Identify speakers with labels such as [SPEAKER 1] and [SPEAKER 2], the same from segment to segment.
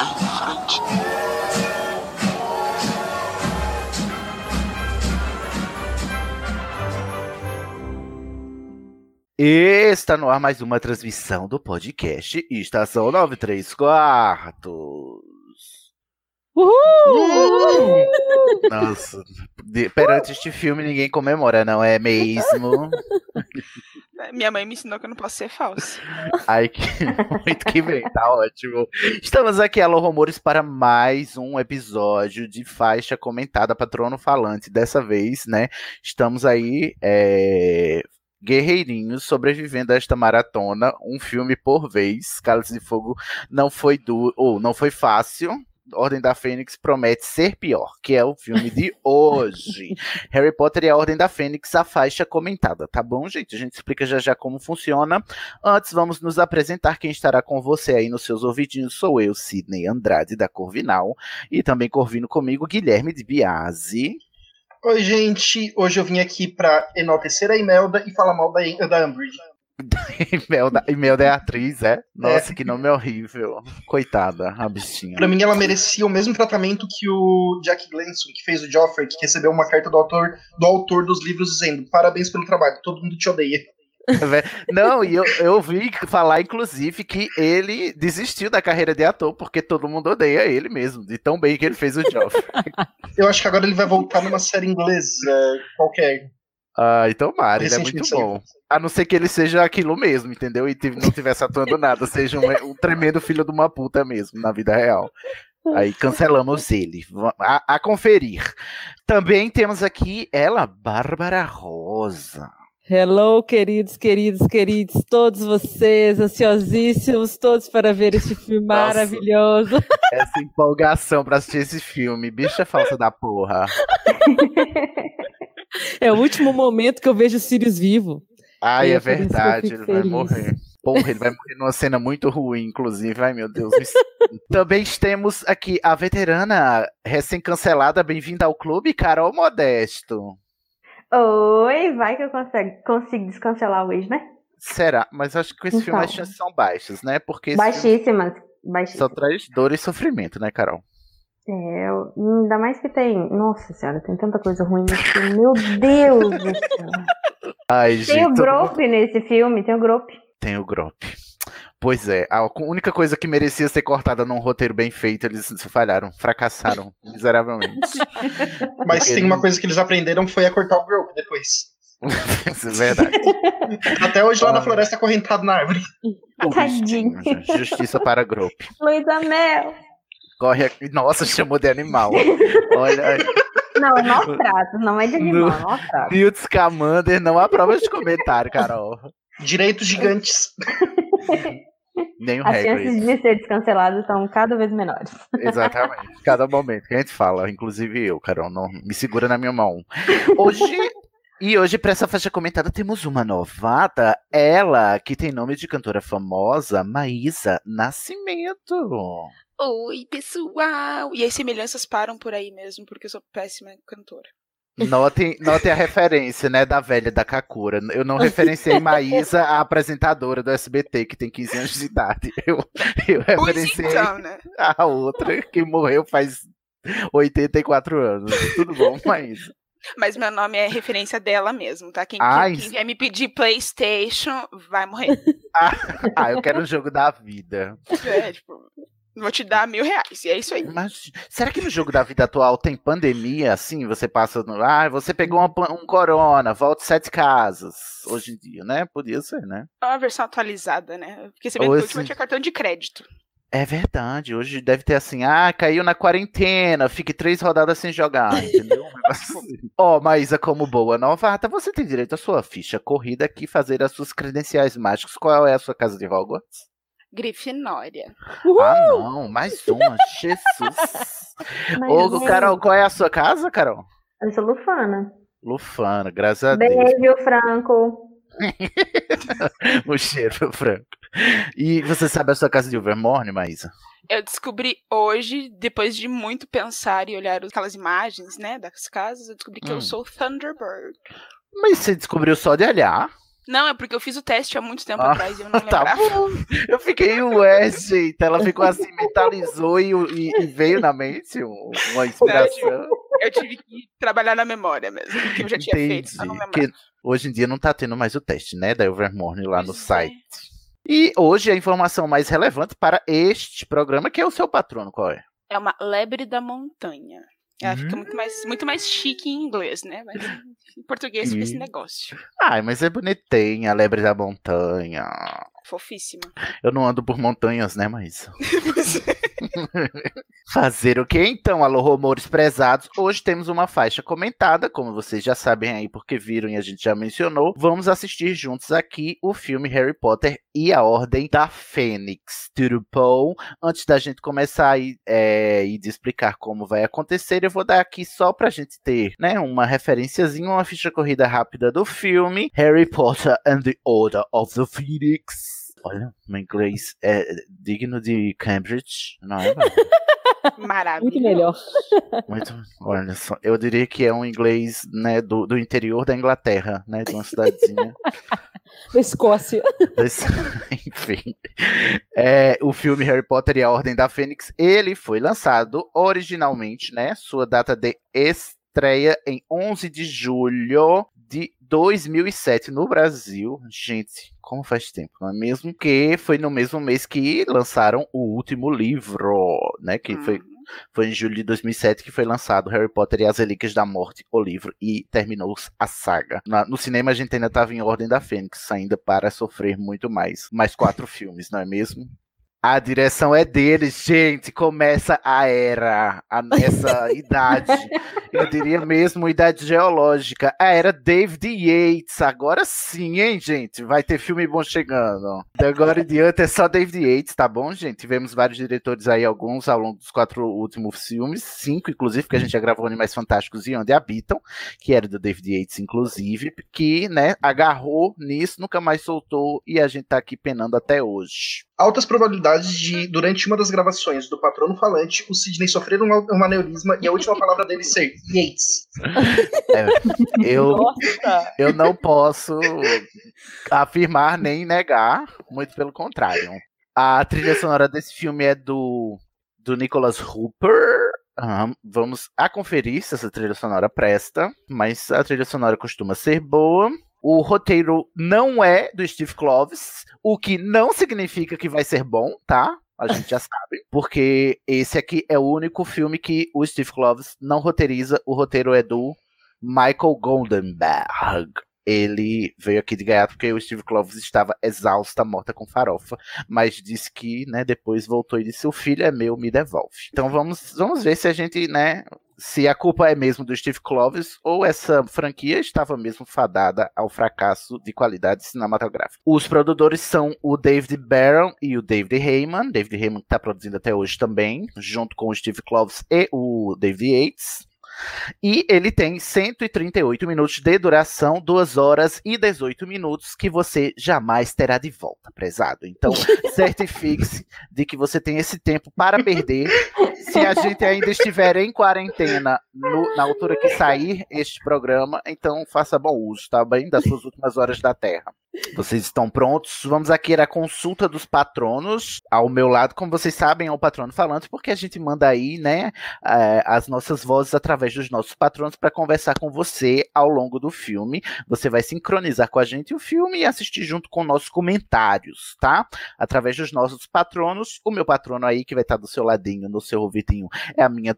[SPEAKER 1] em frente.
[SPEAKER 2] Está no ar mais uma transmissão do podcast Estação 93 Quartos. Uhul! Nossa, de- perante este filme ninguém comemora, não é mesmo?
[SPEAKER 3] Minha mãe me ensinou que eu não posso ser falso.
[SPEAKER 2] Ai, que muito que bem, tá ótimo. Estamos aqui, Alô Rumores, para mais um episódio de faixa comentada patrono falante. Dessa vez, né? Estamos aí, é, guerreirinhos, sobrevivendo a esta maratona, um filme por vez. Cálice de Fogo não foi duro, ou não foi fácil. Ordem da Fênix promete ser pior, que é o filme de hoje. Harry Potter e a Ordem da Fênix, a faixa comentada, tá bom, gente? A gente explica já já como funciona. Antes, vamos nos apresentar. Quem estará com você aí nos seus ouvidinhos sou eu, Sidney Andrade, da Corvinal. E também Corvino comigo, Guilherme de Biasi.
[SPEAKER 4] Oi, gente. Hoje eu vim aqui pra enaltecer a Imelda e falar mal da, da Umbridge.
[SPEAKER 2] Imelda, Imelda é atriz, é? Nossa, que nome horrível. Coitada, a bichinha.
[SPEAKER 4] Pra mim, ela merecia o mesmo tratamento que o Jack Glenson, que fez o Joffrey, que recebeu uma carta do autor, do autor dos livros dizendo parabéns pelo trabalho, todo mundo te odeia.
[SPEAKER 2] Não, e eu, eu ouvi falar, inclusive, que ele desistiu da carreira de ator, porque todo mundo odeia ele mesmo, de tão bem que ele fez o Joffrey.
[SPEAKER 4] Eu acho que agora ele vai voltar numa série inglesa qualquer.
[SPEAKER 2] Ah, então Mari, ele é muito
[SPEAKER 4] Recentemente saiu.
[SPEAKER 2] bom. A não ser que ele seja aquilo mesmo, entendeu? E tive- não tivesse atuando nada, seja um, um tremendo filho de uma puta mesmo, na vida real. Aí cancelamos ele. Va- A, a conferir. Também temos aqui ela, Bárbara Rosa.
[SPEAKER 5] Hello, queridos, queridos, queridos, todos vocês, ansiosíssimos, todos para ver este filme
[SPEAKER 2] Nossa.
[SPEAKER 5] maravilhoso.
[SPEAKER 2] Essa empolgação pra assistir esse filme, bicha falsa da porra.
[SPEAKER 5] É o último momento que eu vejo o Sirius vivo.
[SPEAKER 2] Ai,
[SPEAKER 5] E
[SPEAKER 2] é
[SPEAKER 5] é por isso que eu
[SPEAKER 2] verdade,
[SPEAKER 5] fico
[SPEAKER 2] ele vai
[SPEAKER 5] feliz.
[SPEAKER 2] morrer. Porra, ele vai morrer numa cena muito ruim, inclusive. Ai, meu Deus. me- Também temos aqui a veterana recém-cancelada, bem-vinda ao clube, Carol Modesto.
[SPEAKER 6] Oi, vai que eu consigo, consigo descancelar hoje, né?
[SPEAKER 2] Será? Mas acho que com esse filme as
[SPEAKER 6] Então.
[SPEAKER 2] chances são baixas, né? Porque esse
[SPEAKER 6] Baixíssimas.
[SPEAKER 2] filme só
[SPEAKER 6] Baixíssimas.
[SPEAKER 2] traz dor e sofrimento, né, Carol?
[SPEAKER 6] É, eu- ainda mais que tem. Nossa senhora, tem tanta coisa ruim nesse filme. Meu Deus do céu.
[SPEAKER 2] Ai,
[SPEAKER 6] Tem o
[SPEAKER 2] todo mundo
[SPEAKER 6] Grope nesse filme, tem o Grope.
[SPEAKER 2] Tem o Grop. Pois é, a co- única coisa que merecia ser cortada num roteiro bem feito, eles falharam, fracassaram miseravelmente.
[SPEAKER 4] Mas
[SPEAKER 2] Ele-
[SPEAKER 4] tem uma coisa que eles aprenderam foi a cortar o Grope depois.
[SPEAKER 2] Isso é verdade.
[SPEAKER 4] Até hoje lá na floresta acorrentado na árvore.
[SPEAKER 2] O
[SPEAKER 6] Tadinho.
[SPEAKER 2] bichinho, gente. Justiça para Grop.
[SPEAKER 6] Luísa Mel.
[SPEAKER 2] Corre aqui. Nossa, chamou de animal. Olha,
[SPEAKER 6] Não, é maltrato, não é de animal, é maltrato.
[SPEAKER 2] Newt Scamander não aprova esse comentário, Carol.
[SPEAKER 4] Direitos gigantes.
[SPEAKER 2] Nem o
[SPEAKER 6] As chances
[SPEAKER 2] Hagrid.
[SPEAKER 6] de ser descancelado estão cada vez menores.
[SPEAKER 2] Exatamente. Cada momento que a gente fala, inclusive eu, Carol, não, me segura na minha mão. Hoje. E hoje, para essa faixa comentada, temos uma novata, ela que tem nome de cantora famosa, Maísa Nascimento.
[SPEAKER 3] Oi, pessoal! E as semelhanças param por aí mesmo, porque eu sou péssima cantora.
[SPEAKER 2] Notem, notem a referência, né, da velha da Kakura. Eu não referenciei Maísa, a apresentadora do SBT, que tem 15 anos de idade. Eu, eu
[SPEAKER 3] Pois
[SPEAKER 2] referenciei
[SPEAKER 3] então, né?
[SPEAKER 2] a outra, que morreu faz 84 anos. Tudo bom, Maísa?
[SPEAKER 3] Mas meu nome é referência dela mesmo, tá? Quem, quem-
[SPEAKER 2] Ai.
[SPEAKER 3] quem vier me pedir PlayStation vai morrer.
[SPEAKER 2] Ah, eu quero o jogo da vida.
[SPEAKER 3] É, tipo, Vou te dar mil reais. E é isso aí.
[SPEAKER 2] Mas será que no jogo da vida atual tem pandemia assim? Você passa no. Ah, você pegou uma pan- um corona, volta sete casas. Hoje em dia, né? Podia ser, né?
[SPEAKER 3] É uma versão atualizada, né? Eu Fiquei sabendo
[SPEAKER 2] Ou
[SPEAKER 3] que a última
[SPEAKER 2] assim-
[SPEAKER 3] tinha cartão de crédito.
[SPEAKER 2] É verdade. Hoje deve ter assim, ah, caiu na quarentena, fique três rodadas sem jogar, entendeu? Um negócio assim. Ó, Maísa, como boa novata, você tem direito à sua ficha corrida aqui, fazer as suas credenciais mágicas. Qual é a sua casa de Hogwarts?
[SPEAKER 3] Grifinória.
[SPEAKER 2] Ah, não, mais uma, Jesus.
[SPEAKER 6] Mas
[SPEAKER 2] Ô,
[SPEAKER 6] eu-
[SPEAKER 2] Carol, qual é a sua casa, Carol?
[SPEAKER 6] Eu sou Lufana.
[SPEAKER 2] Lufana, graças a Deus.
[SPEAKER 6] Beijo, Franco.
[SPEAKER 2] O cheiro, Franco. E você sabe a sua casa de Overmorne, Maísa?
[SPEAKER 3] Eu descobri hoje, depois de muito pensar e olhar aquelas imagens, né, das casas, eu descobri que
[SPEAKER 2] Hum.
[SPEAKER 3] eu sou Thunderbird.
[SPEAKER 2] Mas você descobriu só de olhar.
[SPEAKER 3] Não, é porque eu fiz o teste há muito tempo
[SPEAKER 2] Ah,
[SPEAKER 3] atrás e eu não lembrava.
[SPEAKER 2] Tá bom. Eu fiquei, ué, gente. Ela ficou assim, mentalizou e, e- e veio na mente um- uma inspiração.
[SPEAKER 3] Eu tive que trabalhar na memória mesmo, que eu já tinha feito, só não lembrava.
[SPEAKER 2] Porque hoje em dia não tá tendo mais o teste, né? Da Evermorne lá no
[SPEAKER 3] Pois é.
[SPEAKER 2] site. E hoje a informação mais relevante para este programa, que é o seu patrono, qual é?
[SPEAKER 3] É uma lebre da montanha. Ela fica
[SPEAKER 2] Hum.
[SPEAKER 3] muito mais, muito mais chique em inglês, né? Mas em português fica esse
[SPEAKER 2] Hum.
[SPEAKER 3] negócio.
[SPEAKER 2] Ai, mas é bonitinha, a lebre da montanha.
[SPEAKER 3] Fofíssima.
[SPEAKER 2] Eu não ando por montanhas, né, Maísa? Fazer o que então, alô, rumores prezados? Hoje temos uma faixa comentada, como vocês já sabem aí porque viram e a gente já mencionou. Vamos assistir juntos aqui o filme Harry Potter e a Ordem da Fênix. Tudo bom? Antes da gente começar aí, é, e de explicar como vai acontecer, eu vou dar aqui só pra gente ter né, uma referenciazinha, uma ficha corrida rápida do filme Harry Potter and the Order of the Phoenix. Olha, meu inglês é digno de Cambridge, não é? Não?
[SPEAKER 3] Maravilhosa.
[SPEAKER 5] Muito melhor.
[SPEAKER 2] Muito, olha só, eu diria que é um inglês, né, do, do interior da Inglaterra, né, de uma cidadezinha.
[SPEAKER 5] Da Escócia.
[SPEAKER 2] Mas, enfim. É, o filme Harry Potter e a Ordem da Fênix, ele foi lançado originalmente, né, sua data de estreia em 11 de julho de 2007 no Brasil. Gente, como faz tempo, não é mesmo? Que foi no mesmo mês que lançaram o último livro, né, que
[SPEAKER 3] Hum.
[SPEAKER 2] foi foi em julho de 2007 que foi lançado Harry Potter e as Relíquias da Morte, o livro, e terminou a saga. Na- no cinema a gente ainda estava em Ordem da Fênix, ainda para sofrer muito mais. Mais quatro filmes, não é mesmo? A direção é dele, gente. Começa a era, a, essa idade. Eu diria mesmo idade geológica. A era David Yates. Agora sim, hein, gente? Vai ter filme bom chegando. De agora em diante é só David Yates, tá bom, gente? Tivemos vários diretores aí, alguns ao longo dos quatro últimos filmes. Cinco, inclusive, que a gente já gravou Animais Fantásticos e Onde Habitam, que era do David Yates, inclusive, que, né, agarrou nisso, nunca mais soltou e a gente tá aqui penando até hoje.
[SPEAKER 4] Altas probabilidades de,
[SPEAKER 5] Uhum.
[SPEAKER 4] durante uma das gravações do Patrono Falante, o Sidney sofrer um, um aneurisma e a última palavra dele ser Yates.
[SPEAKER 2] Eu,
[SPEAKER 5] Nossa.
[SPEAKER 2] eu não posso afirmar nem negar, muito pelo contrário. A trilha sonora desse filme é do, do Nicholas Hooper. Aham, vamos a conferir se essa trilha sonora presta, mas a trilha sonora costuma ser boa. O roteiro não é do Steve Kloves, o que não significa que vai ser bom, tá? A gente já sabe. Porque esse aqui é o único filme que o Steve Kloves não roteiriza. O roteiro é do Michael Goldenberg. Ele veio aqui de gaiato porque o Steve Kloves estava exausta, morta com farofa, mas disse que, né, depois voltou e disse: "O filho é meu, me devolve". Então vamos, vamos ver se a gente, né, se a culpa é mesmo do Steve Kloves ou essa franquia estava mesmo fadada ao fracasso de qualidade cinematográfica. Os produtores são o David Barron e o David Heyman. David Heyman que está produzindo até hoje também, junto com o Steve Kloves e o David Yates. E ele tem 138 minutos de duração, 2 horas e 18 minutos, que você jamais terá de volta, prezado. Então, certifique-se de que você tem esse tempo para perder Se a gente ainda estiver em quarentena no- na altura que sair este programa, então faça bom uso, tá bem? Das suas últimas horas da Terra. Vocês estão prontos? Vamos aqui à consulta dos patronos. Ao meu lado, como vocês sabem, é o patrono falante, porque a gente manda aí, né, eh, as nossas vozes através dos nossos patronos para conversar com você ao longo do filme. Você vai sincronizar com a gente o filme e assistir junto com nossos comentários, tá? através dos nossos patronos. O meu patrono aí, que vai estar do seu ladinho, no seu ouvidinho, é a minha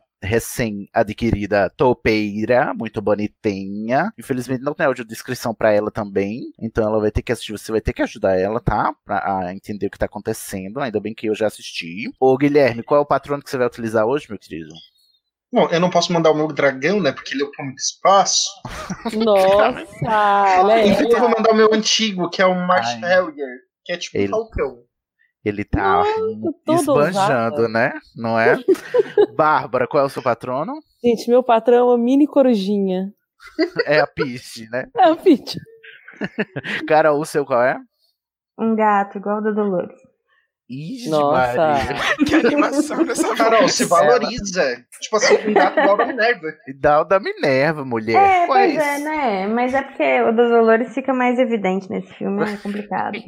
[SPEAKER 2] recém-adquirida toupeira, muito bonitinha. Infelizmente não tem audiodescrição pra ela também, então ela vai ter que assistir, você vai ter que ajudar ela, tá? Pra a entender o que tá acontecendo, ainda bem que eu já assisti. Ô Guilherme, qual é o patrono que você vai utilizar hoje, meu querido?
[SPEAKER 4] Bom, eu não posso mandar o meu dragão, né? Porque ele ocupa muito espaço.
[SPEAKER 5] Nossa, olha
[SPEAKER 4] então eu
[SPEAKER 5] ela. é.
[SPEAKER 4] vou mandar o meu antigo, que é o Marsh
[SPEAKER 2] Ai.
[SPEAKER 4] Hellier, que é tipo
[SPEAKER 2] Ele-
[SPEAKER 4] um falcão.
[SPEAKER 2] Ele tá
[SPEAKER 5] toda
[SPEAKER 2] esbanjando,
[SPEAKER 5] ousada.
[SPEAKER 2] né? Não é? Bárbara, qual é o seu patrono?
[SPEAKER 5] Gente, meu patrão é uma mini corujinha.
[SPEAKER 2] É a Piste, né?
[SPEAKER 5] É um pitch.
[SPEAKER 2] Carol, o seu qual é?
[SPEAKER 6] Um gato, igual o da Dolores.
[SPEAKER 2] Ixi,
[SPEAKER 5] Nossa.
[SPEAKER 2] Maria.
[SPEAKER 7] Que animação dessa
[SPEAKER 4] Carol,
[SPEAKER 7] voz.
[SPEAKER 4] se valoriza. Tipo assim, um gato da hora Minerva.
[SPEAKER 2] E dá o da Minerva, mulher.
[SPEAKER 6] É,
[SPEAKER 2] Qual
[SPEAKER 6] pois é,
[SPEAKER 2] isso?
[SPEAKER 6] né? Mas é porque o da Dolores fica mais evidente nesse filme, é complicado.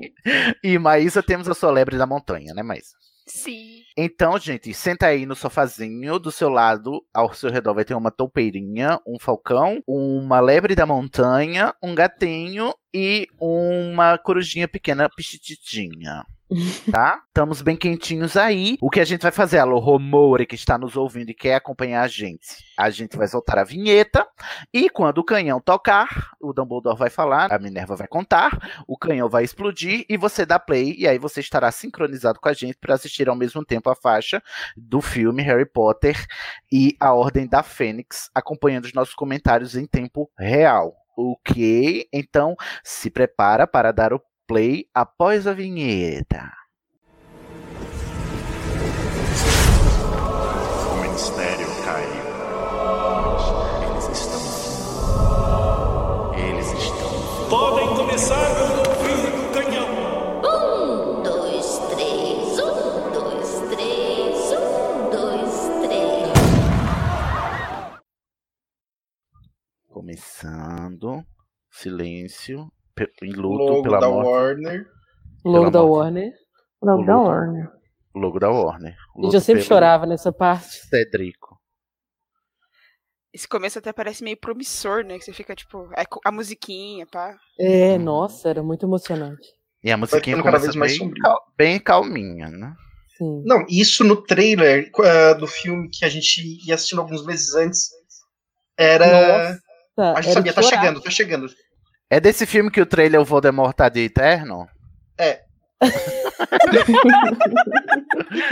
[SPEAKER 2] E Maísa temos a solebre da montanha, né, Maísa?
[SPEAKER 3] Sim.
[SPEAKER 2] Então, gente, senta aí no sofazinho, do seu lado, ao seu redor vai ter uma toupeirinha, um falcão, uma lebre da montanha, um gatinho e uma corujinha pequena pichititinha. tá? Estamos bem quentinhos aí. O que a gente vai fazer, alô, Romore, que está nos ouvindo e quer acompanhar a gente? A gente vai soltar a vinheta e quando o canhão tocar, o Dumbledore vai falar, a Minerva vai contar, o canhão vai explodir e você dá play e aí você estará sincronizado com a gente para assistir ao mesmo tempo a faixa do filme Harry Potter e a Ordem da Fênix, acompanhando os nossos comentários em tempo real. Ok? Então se prepara para dar o play após a vinheta.
[SPEAKER 8] O ministério caiu. Eles estão aqui. Eles estão.
[SPEAKER 9] Podem começar a ouvir o canhão.
[SPEAKER 8] Um, dois, três. Um, dois, três. Um, dois, três.
[SPEAKER 2] Começando. Silêncio. Pe- Em luto
[SPEAKER 4] Logo
[SPEAKER 2] pela
[SPEAKER 4] da
[SPEAKER 2] morte.
[SPEAKER 4] Warner.
[SPEAKER 5] Logo
[SPEAKER 2] Pela
[SPEAKER 5] da
[SPEAKER 2] morte.
[SPEAKER 5] Warner.
[SPEAKER 6] Logo da
[SPEAKER 2] Luto.
[SPEAKER 6] Warner.
[SPEAKER 2] Logo da Warner.
[SPEAKER 5] Gente, eu sempre chorava nessa parte.
[SPEAKER 2] Cedrico.
[SPEAKER 3] Esse começo até parece meio promissor, né? Que você fica, tipo, aí co- a musiquinha, pá.
[SPEAKER 5] É, nossa, era muito emocionante.
[SPEAKER 2] E a musiquinha
[SPEAKER 4] ficando cada
[SPEAKER 2] começa
[SPEAKER 4] vez mais
[SPEAKER 2] bem,
[SPEAKER 4] sombrio.
[SPEAKER 2] cal- bem calminha, né?
[SPEAKER 5] Sim.
[SPEAKER 4] Não, isso no trailer ah, do filme que a gente ia assistindo alguns meses antes. Era.
[SPEAKER 5] Nossa,
[SPEAKER 4] a gente
[SPEAKER 5] era
[SPEAKER 4] sabia, tá
[SPEAKER 5] chorar.
[SPEAKER 4] chegando, tá chegando.
[SPEAKER 2] É desse filme que o trailer o Voldemort tá de eterno?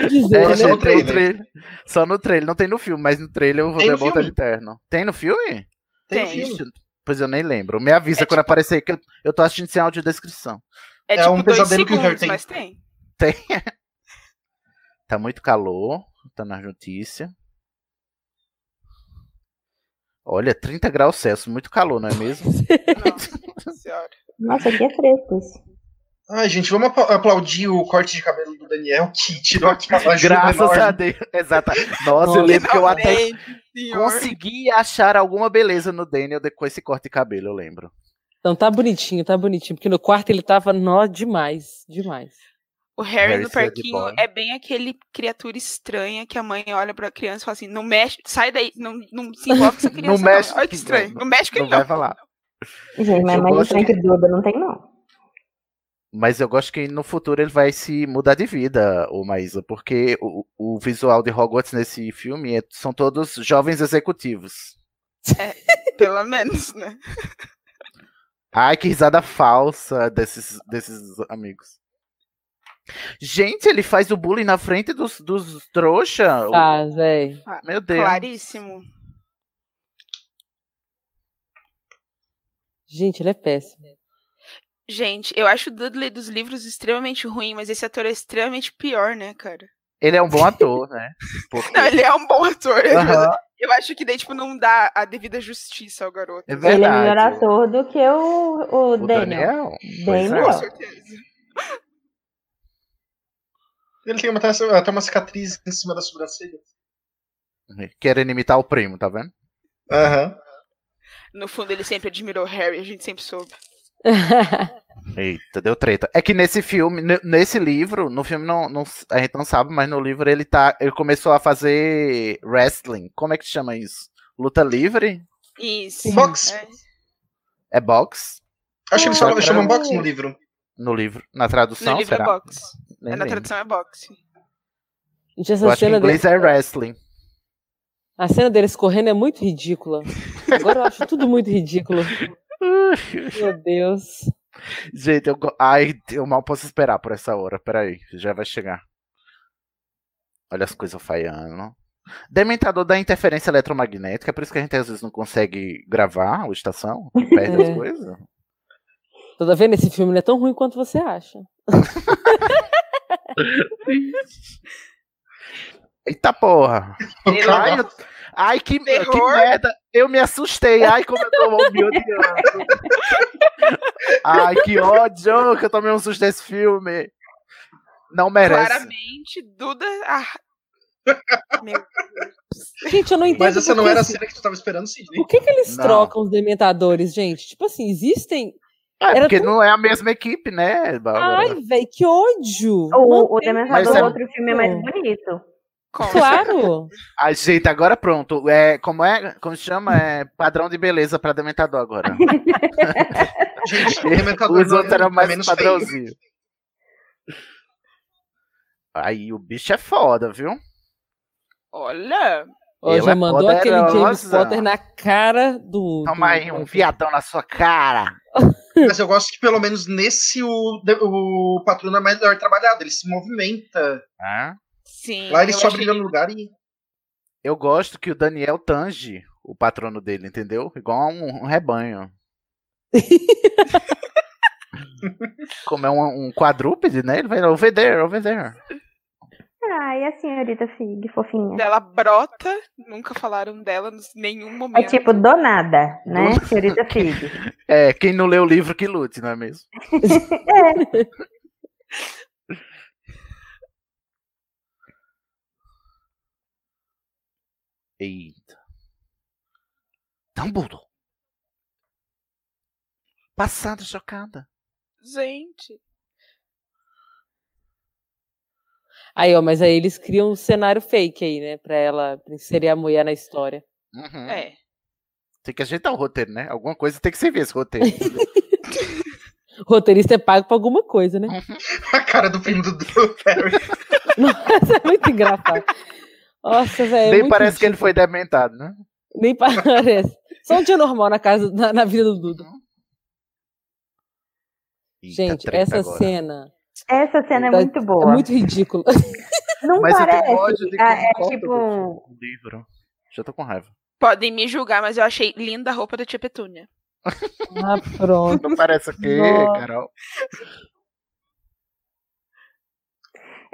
[SPEAKER 5] Dizer,
[SPEAKER 4] É,
[SPEAKER 2] só,
[SPEAKER 5] né?
[SPEAKER 2] no
[SPEAKER 4] no
[SPEAKER 2] trailer.
[SPEAKER 4] trailer.
[SPEAKER 2] só no trailer. Não tem no filme, mas no trailer o
[SPEAKER 4] Tem no
[SPEAKER 2] Voldemort tá de
[SPEAKER 4] filme?
[SPEAKER 2] eterno. Tem no filme?
[SPEAKER 4] um
[SPEAKER 3] Tem.
[SPEAKER 2] Ixi, pois eu nem lembro. Me avisa
[SPEAKER 3] É
[SPEAKER 4] tipo
[SPEAKER 2] quando aparecer que eu, eu tô assistindo sem audiodescrição.
[SPEAKER 3] É,
[SPEAKER 4] É
[SPEAKER 3] tipo
[SPEAKER 4] um
[SPEAKER 3] dois
[SPEAKER 4] pesadelo que o Harry
[SPEAKER 3] segundos,
[SPEAKER 4] tem.
[SPEAKER 3] mas tem.
[SPEAKER 2] Tá muito calor, tá na notícia. Olha, 30 graus Celsius, muito calor, não é mesmo?
[SPEAKER 3] Nossa senhora.
[SPEAKER 6] Nossa, aqui é fresco isso.
[SPEAKER 4] Ai, gente, vamos apa- aplaudir o corte de cabelo do Daniel, que tirou aquela ajuda
[SPEAKER 2] Graças
[SPEAKER 4] enorme.
[SPEAKER 2] a Deus. Exata. Nossa, eu
[SPEAKER 5] Nossa.
[SPEAKER 2] lembro que eu até
[SPEAKER 3] Ei, senhor.
[SPEAKER 2] consegui achar alguma beleza no Daniel com esse corte de cabelo, eu lembro.
[SPEAKER 5] Não, tá bonitinho, tá bonitinho. Porque no quarto ele tava nó demais, demais.
[SPEAKER 3] O Harry,
[SPEAKER 2] Harry
[SPEAKER 3] no
[SPEAKER 2] Seed
[SPEAKER 3] parquinho
[SPEAKER 2] Boy.
[SPEAKER 3] é bem aquele criatura estranha que a mãe olha pra criança e fala assim: não mexe, sai daí, não, não se envolve com essa criança. não.
[SPEAKER 2] mexe
[SPEAKER 3] Olha
[SPEAKER 2] que
[SPEAKER 3] que estranho,
[SPEAKER 2] não,
[SPEAKER 3] não, mexe com
[SPEAKER 2] Não
[SPEAKER 3] ele não.
[SPEAKER 2] vai falar.
[SPEAKER 6] Gente, mas
[SPEAKER 2] Eu
[SPEAKER 6] mais
[SPEAKER 2] gosto
[SPEAKER 6] estranho que Duda não tem, não.
[SPEAKER 2] Mas eu gosto que no futuro ele vai se mudar de vida, o Maísa, porque o, o visual de Hogwarts nesse filme é- são todos jovens executivos.
[SPEAKER 3] Pelo menos, né?
[SPEAKER 2] Ai, que risada falsa desses, desses amigos. Gente, ele faz o bullying na frente dos, dos trouxa. O-
[SPEAKER 5] Ah, velho.
[SPEAKER 2] Meu Deus.
[SPEAKER 3] Claríssimo.
[SPEAKER 5] Gente, ele é péssimo.
[SPEAKER 3] Gente, eu acho o Dudley dos livros extremamente ruim, mas esse ator é extremamente pior, né, cara?
[SPEAKER 2] Ele é um bom ator, né? Porque-
[SPEAKER 3] Não, ele é um bom ator.
[SPEAKER 2] Aham,
[SPEAKER 3] Eu acho que daí, tipo, não dá a devida justiça ao garoto.
[SPEAKER 2] é
[SPEAKER 6] Ele é
[SPEAKER 2] verdade.
[SPEAKER 6] melhor ator do que o, o,
[SPEAKER 2] O
[SPEAKER 6] Daniel.
[SPEAKER 2] Daniel.
[SPEAKER 6] Bem
[SPEAKER 2] Pois é.
[SPEAKER 6] melhor.
[SPEAKER 3] Com certeza.
[SPEAKER 4] Ele tem uma- até uma cicatriz em cima da sobrancelha.
[SPEAKER 2] Querendo imitar o primo, tá vendo?
[SPEAKER 4] Aham.
[SPEAKER 3] No fundo, ele sempre admirou Harry, a gente sempre soube.
[SPEAKER 2] Eita, deu treta. É que nesse filme, ne- nesse livro, no filme não, não- a gente não sabe, mas no livro ele tá. Ele começou a fazer wrestling. Como é que chama isso? Luta livre?
[SPEAKER 3] Isso.
[SPEAKER 4] Box.
[SPEAKER 3] É.
[SPEAKER 2] É box?
[SPEAKER 4] Acho que eles
[SPEAKER 2] Só
[SPEAKER 4] falam,
[SPEAKER 2] que
[SPEAKER 4] chamam
[SPEAKER 2] era-
[SPEAKER 4] box no livro.
[SPEAKER 2] No livro. Na tradução,
[SPEAKER 3] No livro
[SPEAKER 2] será?
[SPEAKER 3] é box.
[SPEAKER 2] Nem
[SPEAKER 3] É, na
[SPEAKER 2] lembro.
[SPEAKER 3] tradução é box.
[SPEAKER 5] Gente, essa
[SPEAKER 2] Eu acho que em
[SPEAKER 5] cena dele-
[SPEAKER 2] inglês é wrestling.
[SPEAKER 5] A cena deles correndo é muito ridícula. Agora eu acho tudo muito ridículo. Meu Deus.
[SPEAKER 2] Gente, eu, go- ai, eu mal posso esperar por essa hora. Peraí, já vai chegar. Olha as coisas falhando. Dementador da interferência eletromagnética, é por isso que a gente às vezes não consegue gravar a estação, que perde as
[SPEAKER 5] É.
[SPEAKER 2] coisas.
[SPEAKER 5] Toda vendo esse filme não é tão ruim quanto você acha.
[SPEAKER 2] Eita porra! Ai, eu- ai, que, que merda! Eu me assustei! Ai, como eu tô me odiando! Ai, que ódio que eu tomei um susto desse filme! Não merece.
[SPEAKER 3] Claramente, Duda. Ah. Meu
[SPEAKER 5] Gente, eu não entendo.
[SPEAKER 4] Mas essa não
[SPEAKER 5] porque,
[SPEAKER 4] era a
[SPEAKER 5] assim,
[SPEAKER 4] cena que tu tava esperando, Sidney.
[SPEAKER 5] Por que, que eles
[SPEAKER 2] Não.
[SPEAKER 5] trocam os dementadores, gente? Tipo assim, existem.
[SPEAKER 2] É,
[SPEAKER 5] Era
[SPEAKER 2] porque
[SPEAKER 5] tão-
[SPEAKER 2] não é a mesma equipe, né, Bárbara?
[SPEAKER 5] Ai, velho, que ódio!
[SPEAKER 6] O, o
[SPEAKER 5] Não tem-
[SPEAKER 2] Mas
[SPEAKER 6] Dementador
[SPEAKER 2] sabe-
[SPEAKER 6] do outro filme é mais bonito.
[SPEAKER 3] como?
[SPEAKER 5] Claro!
[SPEAKER 2] Ai, gente, agora pronto. É, como é? Como se chama? É padrão de beleza pra Dementador agora.
[SPEAKER 4] Gente, o Dementador
[SPEAKER 2] Os
[SPEAKER 4] não-
[SPEAKER 2] outros eram
[SPEAKER 4] é
[SPEAKER 2] mais
[SPEAKER 4] menos feio.
[SPEAKER 2] padrãozinho. Aí o bicho é foda, viu?
[SPEAKER 3] Olha.
[SPEAKER 5] Ó,
[SPEAKER 2] Ela
[SPEAKER 5] já
[SPEAKER 2] é
[SPEAKER 5] mandou aquele James
[SPEAKER 2] poderosa.
[SPEAKER 5] Potter na cara do.
[SPEAKER 2] Toma
[SPEAKER 5] do-
[SPEAKER 2] aí, um viadão na sua cara.
[SPEAKER 4] Mas eu gosto que pelo menos nesse o, de- o patrono é melhor trabalhado, ele se movimenta.
[SPEAKER 2] Hã?
[SPEAKER 3] Sim.
[SPEAKER 4] Lá ele
[SPEAKER 3] eu
[SPEAKER 4] só
[SPEAKER 3] achei-
[SPEAKER 4] brilha no lugar e.
[SPEAKER 2] Eu gosto que o Daniel tange o patrono dele, entendeu? Igual um, um rebanho. Como é um, um quadrúpede, né? Ele vai over there, over there.
[SPEAKER 6] Ai, Ah, a senhorita Fig, fofinha.
[SPEAKER 3] Ela brota, nunca falaram dela em nenhum
[SPEAKER 6] É
[SPEAKER 3] momento.
[SPEAKER 6] tipo do nada, né, senhorita Fig?
[SPEAKER 2] É, quem não lê o livro que lute, não é mesmo? É. Eita. Dumbledore. Passada, chocada.
[SPEAKER 3] Gente.
[SPEAKER 5] Aí, ó, mas aí eles criam um cenário fake aí, né? Pra ela pra inserir a mulher na história.
[SPEAKER 2] Uhum.
[SPEAKER 3] É.
[SPEAKER 2] Tem que ajeitar o roteiro, né? Alguma coisa tem que servir esse roteiro.
[SPEAKER 5] Roteirista é pago pra alguma coisa, né?
[SPEAKER 4] A cara do primo do, do Harry.
[SPEAKER 5] Nossa, é muito engraçado. Nossa, velho. é
[SPEAKER 2] Nem
[SPEAKER 5] muito
[SPEAKER 2] parece que ele
[SPEAKER 5] ridículo.
[SPEAKER 2] foi dementado, né?
[SPEAKER 5] Nem parece. Só um dia normal na casa, na, na vida do Duda.
[SPEAKER 2] Eita,
[SPEAKER 5] Gente,
[SPEAKER 2] treta
[SPEAKER 5] essa
[SPEAKER 2] agora.
[SPEAKER 5] cena
[SPEAKER 6] Essa cena é
[SPEAKER 5] Tá-
[SPEAKER 6] muito boa.
[SPEAKER 5] é muito ridícula.
[SPEAKER 6] Não
[SPEAKER 2] Mas eu tenho ódio
[SPEAKER 6] parece.
[SPEAKER 2] de
[SPEAKER 6] Ah,
[SPEAKER 2] quem
[SPEAKER 6] é
[SPEAKER 2] corta
[SPEAKER 6] tipo.
[SPEAKER 2] O livro. Já tô com raiva.
[SPEAKER 3] Podem me julgar, mas eu achei linda a roupa da Tia Petúnia.
[SPEAKER 5] Ah, pronto.
[SPEAKER 2] Não parece o quê,
[SPEAKER 5] Nossa.
[SPEAKER 2] Carol?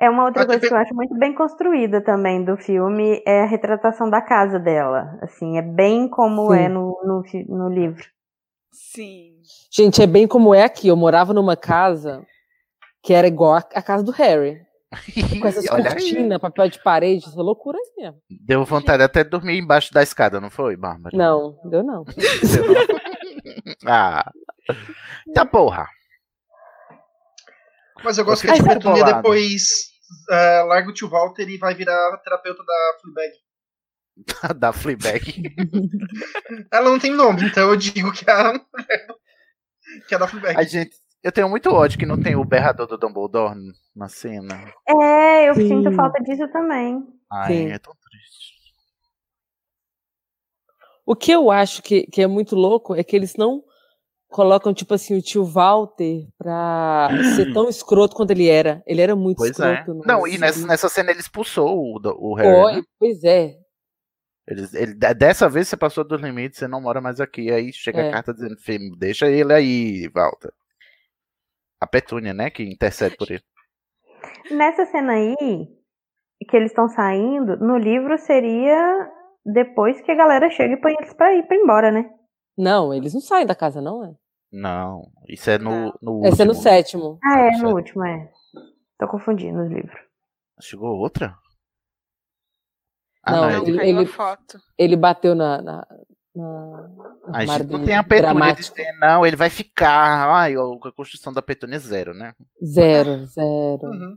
[SPEAKER 6] É uma outra
[SPEAKER 4] Pode
[SPEAKER 6] coisa
[SPEAKER 4] ver.
[SPEAKER 6] que eu acho muito bem construída também do filme é a retratação da casa dela. Assim, é bem como
[SPEAKER 5] Sim.
[SPEAKER 6] é no, no, fi- no livro.
[SPEAKER 3] Sim.
[SPEAKER 5] Gente, é bem como é aqui. Eu morava numa casa que era igual a, a casa do Harry. Com essas
[SPEAKER 2] Olha aí.
[SPEAKER 5] cortinas, papel de parede, essa loucura aí mesmo.
[SPEAKER 2] Deu vontade até de dormir embaixo da escada, não foi, Bárbara?
[SPEAKER 5] Não, deu não.
[SPEAKER 2] Você não- ah. Tá porra.
[SPEAKER 4] Mas eu gosto
[SPEAKER 2] Eu
[SPEAKER 4] que a
[SPEAKER 2] fiquei
[SPEAKER 4] Tibetunia
[SPEAKER 2] bolado.
[SPEAKER 4] depois ah, larga o tio Walter e vai virar terapeuta da Fleabag.
[SPEAKER 2] da Fleabag.
[SPEAKER 4] Ela não tem nome, então eu digo que é a, que é da Fleabag.
[SPEAKER 2] A gente, eu tenho muito ódio que não tem o berrador do Dumbledore na cena.
[SPEAKER 6] É, eu
[SPEAKER 5] Sim.
[SPEAKER 6] sinto falta disso também.
[SPEAKER 2] Ai,
[SPEAKER 5] Sim.
[SPEAKER 2] é tão triste.
[SPEAKER 5] O que eu acho que, que é muito louco é que eles não colocam, tipo assim, o tio Walter pra ser tão escroto quanto ele era. Ele era muito
[SPEAKER 2] Pois é.
[SPEAKER 5] escroto. né? no-
[SPEAKER 2] Não, e nessa, nessa cena ele expulsou o, do- o Harry. né?
[SPEAKER 5] Foi, pois é.
[SPEAKER 2] Ele- ele- de- dessa vez você passou dos limites, você não mora mais aqui. Aí chega
[SPEAKER 5] É.
[SPEAKER 2] a carta dizendo, filho, deixa ele aí, Walter. A Petúnia, né, que intercede por ele.
[SPEAKER 6] Nessa cena aí, que eles estão saindo, no livro seria depois que a galera chega e põe eles pra ir pra embora, né?
[SPEAKER 5] Não, eles não saem da casa, não é?
[SPEAKER 2] Não, isso é no, no último.
[SPEAKER 5] Esse é no sétimo.
[SPEAKER 6] Ah, é, no
[SPEAKER 2] certo.
[SPEAKER 6] último, é. Tô confundindo os livros.
[SPEAKER 2] Chegou outra? Ah,
[SPEAKER 5] não,
[SPEAKER 2] não, ele-
[SPEAKER 5] ele,
[SPEAKER 2] Caiu a
[SPEAKER 5] ele, ele bateu na. na, na no
[SPEAKER 2] A
[SPEAKER 5] armário
[SPEAKER 2] gente não tipo,
[SPEAKER 5] dele.
[SPEAKER 2] tem né? a Petúnia
[SPEAKER 5] Dramático.
[SPEAKER 2] dizer, não, ele vai ficar. Ai, o- a construção da Petúnia é zero, né?
[SPEAKER 5] Zero, zero.
[SPEAKER 4] Uhum.